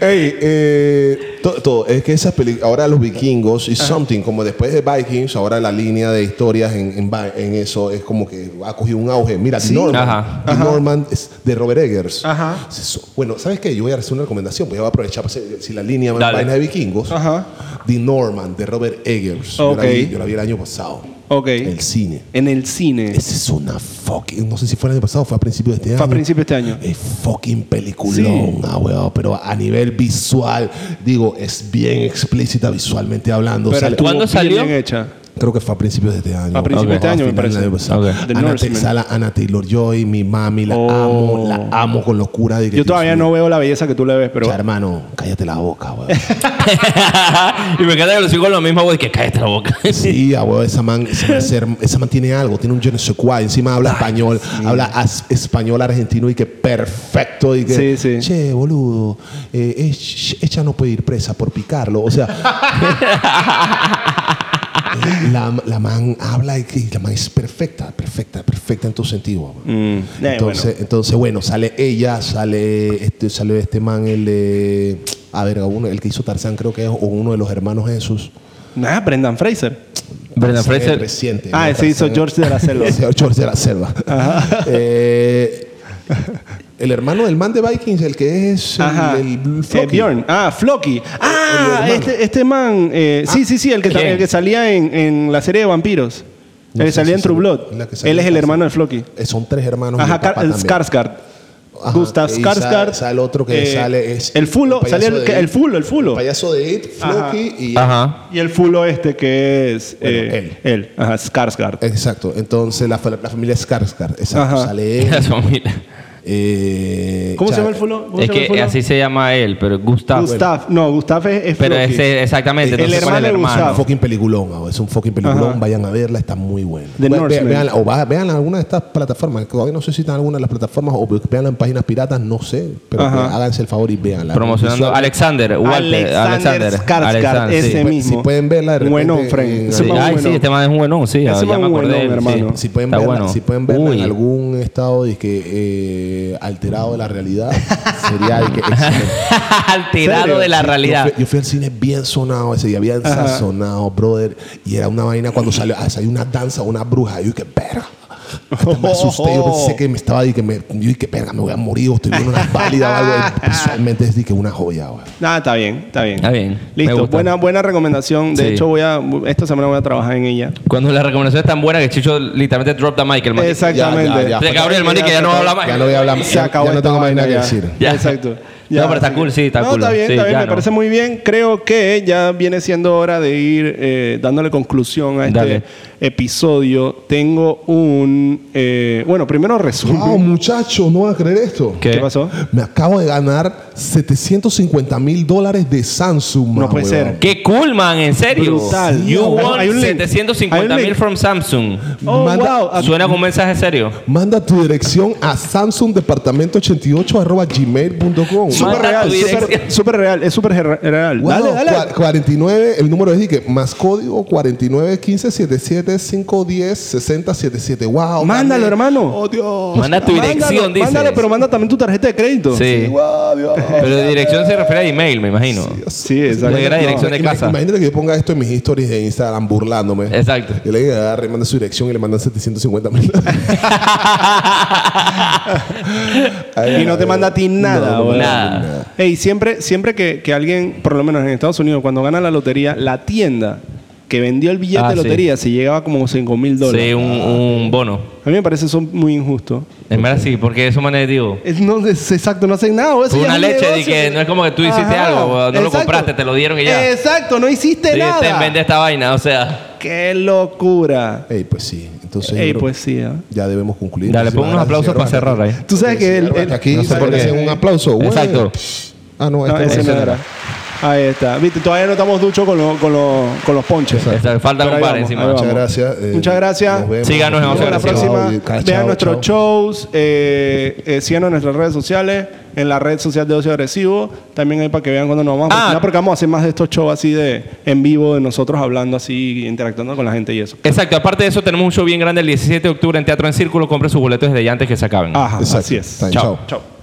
Speaker 2: [LAUGHS] Ey, eh, to- todo. Es que esas películas. Ahora los vikingos y something, como después de Vikings, ahora la línea de historias en, en va- en eso es como que ha cogido un auge. Mira, The Norman.
Speaker 3: Ajá.
Speaker 2: The Norman es de Robert Eggers.
Speaker 1: Ajá.
Speaker 2: Es eso. Bueno, ¿sabes qué? Yo voy a hacer una recomendación. pues Voy a aprovechar para hacer- si la línea va en
Speaker 3: Dale.
Speaker 2: vaina de vikingos.
Speaker 1: Ajá.
Speaker 2: The Norman de Robert Eggers. Yo,
Speaker 1: Ok.
Speaker 2: la vi, yo la vi el año pasado.
Speaker 1: Ok.
Speaker 2: En el cine.
Speaker 1: En el cine.
Speaker 2: Esa es una fucking. No sé si fue el año pasado, fue a principios de este año.
Speaker 1: Fue a principios de este año.
Speaker 2: Es fucking peliculón,
Speaker 1: Sí.
Speaker 2: ah, weón, Pero a nivel visual, digo, es bien explícita visualmente hablando.
Speaker 1: Pero
Speaker 2: Sale-
Speaker 1: estuvo
Speaker 3: ¿Cuándo
Speaker 1: bien
Speaker 3: salió?
Speaker 1: bien hecha.
Speaker 2: Creo que fue a principios de este año.
Speaker 1: A principios de este
Speaker 2: O a
Speaker 1: año, me
Speaker 2: finales del
Speaker 1: parece.
Speaker 2: año pasado.
Speaker 1: Ok. The
Speaker 2: Ana,
Speaker 1: Northman.
Speaker 2: Te- sala Ana Taylor Joy, mi mami, la
Speaker 1: Oh.
Speaker 2: amo, la amo con locura.
Speaker 1: Yo todavía no veo la belleza que tú le ves, pero.
Speaker 2: Pero... hermano, cállate la boca, weón.
Speaker 3: [LAUGHS] y me encanta que lo sigo con lo mismo, güey, que cállate la boca.
Speaker 1: [LAUGHS]
Speaker 2: Sí, ah, huevo, esa man, esa man, ser- esa man tiene algo, tiene un je ne sais quoi, encima habla español, habla as- español argentino y que perfecto y que
Speaker 1: Sí, sí.
Speaker 2: che, boludo, eh, es- ella no puede ir presa por picarlo,
Speaker 1: [LAUGHS]
Speaker 2: o sea, la, la man habla y que la man es perfecta, perfecta, perfecta en tu sentido.
Speaker 1: Mm. Eh,
Speaker 2: Entonces,
Speaker 1: bueno.
Speaker 2: entonces bueno, sale ella, sale este, sale este man el de a ver, uno, el que hizo Tarzán creo que es o uno de los hermanos Jesús.
Speaker 1: Nada, Brendan Fraser.
Speaker 3: Brendan
Speaker 2: Tarzán, el
Speaker 3: Fraser.
Speaker 2: reciente.
Speaker 1: Ah,
Speaker 2: ¿no?
Speaker 1: ese hizo
Speaker 2: Tarzán.
Speaker 1: George de la Selva.
Speaker 2: Ese [LAUGHS] George de la selva. Eh, el hermano del man de Vikings, el que es el-
Speaker 1: Ajá.
Speaker 2: el,
Speaker 1: Eh,
Speaker 2: Floki.
Speaker 1: Bjorn. Ah, Floki. Ah,
Speaker 2: hermano. Ah.
Speaker 1: este, este man. eh, Sí, sí, sí, el que,
Speaker 3: ¿Quién?
Speaker 1: el que salía en, en la serie de vampiros.
Speaker 2: No
Speaker 1: el que
Speaker 2: sé
Speaker 1: salía
Speaker 2: si
Speaker 1: en True
Speaker 2: se-
Speaker 1: Blood.
Speaker 2: la que salió
Speaker 1: Él es
Speaker 2: en
Speaker 1: el
Speaker 2: Tarzán.
Speaker 1: hermano de Floki.
Speaker 2: Eh, Son tres hermanos. y
Speaker 1: Ajá,
Speaker 2: el papá
Speaker 1: Car- el
Speaker 2: también.
Speaker 1: Skarsgård.
Speaker 2: Ajá,
Speaker 1: Gustav
Speaker 2: y sa-
Speaker 1: Skarsgård. eh,
Speaker 2: sale el otro que sale es
Speaker 1: El fulo,
Speaker 2: el
Speaker 1: salía el,
Speaker 2: payaso de-
Speaker 1: el fulo, el fulo.
Speaker 2: El payaso de It,
Speaker 1: Ajá.
Speaker 2: Floki y.
Speaker 3: Ajá.
Speaker 1: Y el fulo este que es.
Speaker 2: Bueno, Eh,
Speaker 1: eh, él. Ajá, Skarsgård.
Speaker 2: Exacto. Entonces la, fa- la familia Skarsgård. Exacto.
Speaker 1: Ajá.
Speaker 2: Sale él.
Speaker 3: [LAUGHS] Su familia.
Speaker 2: eh,
Speaker 1: ¿Cómo se
Speaker 2: Chad-
Speaker 1: llama el fulo? ¿Cómo
Speaker 3: Es
Speaker 1: se llama el
Speaker 3: que
Speaker 1: fulo?
Speaker 3: así se llama él, pero Gustav.
Speaker 1: Gustav. No, Gustav es, es
Speaker 3: Pero
Speaker 1: Floki.
Speaker 3: ese, exactamente,
Speaker 1: El
Speaker 3: no sé cuál es el
Speaker 1: hermano de
Speaker 3: hermano.
Speaker 2: Un
Speaker 1: Gustavo.
Speaker 2: fucking peliculón, ah, es un fucking peliculón.
Speaker 1: Ajá.
Speaker 2: Vayan a verla, está muy buena.
Speaker 1: The
Speaker 2: Ve- ve-
Speaker 1: Northman.
Speaker 2: véanla, o va- véanla en alguna de estas plataformas. que todavía no sé si están en alguna de las plataformas o véanla en páginas piratas, no sé. Pero
Speaker 1: Ajá.
Speaker 2: pues, háganse el favor y véanla.
Speaker 3: Promocionando
Speaker 2: Visualmente-
Speaker 3: Alexander, Walter, Alexander.
Speaker 1: Alexander Skarsgård,
Speaker 3: Alexander, sí.
Speaker 1: ese
Speaker 2: Si
Speaker 1: mismo.
Speaker 2: pueden verla, de repente,
Speaker 1: Buen
Speaker 2: eh,
Speaker 1: hombre. Ese
Speaker 3: Sí,
Speaker 1: man
Speaker 3: Ay,
Speaker 1: bueno.
Speaker 3: sí, este man es un buenón, sí.
Speaker 1: Ese
Speaker 3: ya
Speaker 1: man
Speaker 3: me
Speaker 1: es un
Speaker 3: acordé de él,
Speaker 1: buenón,
Speaker 3: sí.
Speaker 1: hermano.
Speaker 2: Si pueden,
Speaker 3: Está
Speaker 2: verla,
Speaker 3: bueno.
Speaker 2: si pueden verla
Speaker 3: Uy.
Speaker 2: en
Speaker 3: [LAUGHS]
Speaker 2: algún estado de que, eh, alterado de la realidad, sería
Speaker 1: [LAUGHS]
Speaker 2: de que excelente.
Speaker 3: Alterado
Speaker 1: ¿Serio?
Speaker 3: de la
Speaker 2: Sí,
Speaker 3: realidad.
Speaker 2: Yo fui, yo fui al cine bien sonado ese día, bien
Speaker 1: Ajá.
Speaker 2: sazonado, brother. Y era una vaina cuando salió, ah, salió una danza, una bruja. Yo dije, verga. Hasta me asusté, yo pensé que me estaba y que me, yo dije, verga, me voy a morir, o estoy viendo una válida o algo. Y Visualmente es de que una joya, güey.
Speaker 1: Nada, está bien, está bien.
Speaker 3: Está bien, me
Speaker 1: Listo,
Speaker 3: gusta.
Speaker 1: buena, buena recomendación. De
Speaker 3: Sí.
Speaker 1: hecho, voy a, esta semana voy a trabajar en ella.
Speaker 3: Cuando la recomendación es tan buena que Chicho literalmente drop the mic, el man.
Speaker 1: Exactamente.
Speaker 3: ya. De Gabriel Mani, que ya no habla más.
Speaker 2: Ya no voy a hablar más.
Speaker 1: Se
Speaker 2: Ya-
Speaker 1: acabó
Speaker 2: ya no
Speaker 1: esta
Speaker 2: tengo más
Speaker 1: vaina
Speaker 2: nada que
Speaker 1: ya.
Speaker 2: decir.
Speaker 3: Ya.
Speaker 1: Exacto.
Speaker 3: No, pero está
Speaker 1: así que-
Speaker 3: cool, sí, está
Speaker 1: No,
Speaker 3: cool.
Speaker 1: Está bien,
Speaker 3: Sí,
Speaker 1: está bien,
Speaker 3: ya
Speaker 1: me
Speaker 3: no.
Speaker 1: parece muy bien. Creo que ya viene siendo hora de ir eh, dándole conclusión a este
Speaker 3: Dale.
Speaker 1: episodio. Tengo un. eh, bueno, primero resumen.
Speaker 2: Wow, muchacho, no vas a creer esto.
Speaker 3: ¿Qué?
Speaker 1: ¿Qué pasó?
Speaker 2: Me acabo de ganar 750 mil dólares de Samsung.
Speaker 1: No
Speaker 2: man,
Speaker 1: puede
Speaker 2: weón.
Speaker 1: ser.
Speaker 3: Qué cool, man, en serio.
Speaker 1: Brutal.
Speaker 3: You
Speaker 1: No,
Speaker 3: won
Speaker 1: hay un link.
Speaker 3: 750
Speaker 1: Hay un
Speaker 3: mil
Speaker 1: link.
Speaker 3: from Samsung.
Speaker 1: Oh,
Speaker 2: Manda-
Speaker 1: wow.
Speaker 3: Suena como un mensaje serio.
Speaker 2: Manda tu dirección a samsungdepartamento88 arroba gmail.com.
Speaker 1: Súper
Speaker 3: Manda tu
Speaker 1: real,
Speaker 3: dirección.
Speaker 1: súper- súper real, es súper ger- real.
Speaker 2: Wow,
Speaker 1: dale, dale.
Speaker 2: cua- 49, el número es que más código 49 15 77 510 60 77. Wow.
Speaker 1: Mándalo,
Speaker 2: gané.
Speaker 1: hermano.
Speaker 2: Oh, Dios.
Speaker 3: Manda tu dirección,
Speaker 1: Mándalo,
Speaker 3: dice.
Speaker 1: mándalo, pero manda también tu tarjeta de crédito.
Speaker 3: Sí.
Speaker 2: Wow, Dios.
Speaker 3: [LAUGHS] Pero dirección se refiere a email, me imagino.
Speaker 1: Sí, exacto.
Speaker 3: Negra dirección de
Speaker 2: Ima-
Speaker 3: casa.
Speaker 2: Imagínate que yo ponga esto en mis stories de Instagram burlándome.
Speaker 3: Exacto.
Speaker 2: Y le agarre, manda su dirección y le mandan 750 mil.
Speaker 1: [LAUGHS] Y no te manda a ti nada, güey.
Speaker 3: Nada.
Speaker 1: Ey, siempre, siempre que, que alguien, por lo menos en Estados Unidos, cuando gana la lotería, la tienda que vendió el billete
Speaker 3: Ah,
Speaker 1: de
Speaker 3: sí.
Speaker 1: lotería se llegaba como 5 mil dólares.
Speaker 3: Sí, un, un bono.
Speaker 1: A mí me parece eso muy injusto.
Speaker 3: Es verdad, sí, porque eso, man, es digo.
Speaker 1: Es- no, es- exacto, no hacen nada. güey, eso
Speaker 3: Fue
Speaker 1: ya
Speaker 3: una
Speaker 1: es un
Speaker 3: leche de
Speaker 1: negocio.
Speaker 3: que no es como que tú hiciste algo, güey, no lo compraste, te lo dieron y ya.
Speaker 1: Exacto, no hiciste
Speaker 3: Sí,
Speaker 1: nada.
Speaker 3: te vende esta vaina, o sea.
Speaker 1: Qué locura.
Speaker 2: Ey, pues sí. Entonces, yo
Speaker 1: Ey,
Speaker 2: creo-
Speaker 1: pues sí. ¿eh?
Speaker 2: Ya debemos concluir.
Speaker 3: Dale, pon
Speaker 2: Muchísimas
Speaker 3: unos aplausos para
Speaker 2: gracias, Rojas.
Speaker 3: cerrar ahí.
Speaker 1: Tú sabes que el-
Speaker 2: Rojas,
Speaker 1: el-
Speaker 2: aquí
Speaker 3: no sé
Speaker 2: se
Speaker 3: por qué.
Speaker 2: merece un aplauso. güey.
Speaker 3: Exacto.
Speaker 2: Ah, no,
Speaker 1: No,
Speaker 2: este
Speaker 1: ese
Speaker 2: no.
Speaker 1: no
Speaker 3: ese
Speaker 1: era. Ahí está. Viste, todavía no estamos duchos con, lo- con, lo- con los ponches.
Speaker 3: Exacto, falta
Speaker 1: Pero
Speaker 3: un
Speaker 1: ahí
Speaker 3: par
Speaker 1: vamos,
Speaker 3: encima.
Speaker 1: ahí
Speaker 2: Muchas
Speaker 1: vamos.
Speaker 2: gracias. eh,
Speaker 1: Muchas gracias.
Speaker 2: nos vemos.
Speaker 3: Síganos en
Speaker 1: Nos vemos la
Speaker 3: Observación.
Speaker 1: próxima.
Speaker 2: Chao,
Speaker 1: Vean
Speaker 2: chao,
Speaker 1: nuestros
Speaker 2: chao.
Speaker 1: shows. Eh, eh, síganos en nuestras redes sociales. en la red social de Ocio Agresivo. También hay para que vean cuando nos vamos a
Speaker 3: Ah.
Speaker 1: vacunar, porque vamos a hacer más de estos shows así de en vivo, de nosotros hablando así, interactuando con la gente y eso.
Speaker 3: Exacto, aparte de eso, tenemos un show bien grande el 17 de octubre en Teatro en Círculo. Compre sus boletos desde ya antes que se acaben.
Speaker 1: Ajá,
Speaker 2: Exacto.
Speaker 1: así es.
Speaker 2: Está bien,
Speaker 3: Chao.
Speaker 2: chao.
Speaker 1: Chao.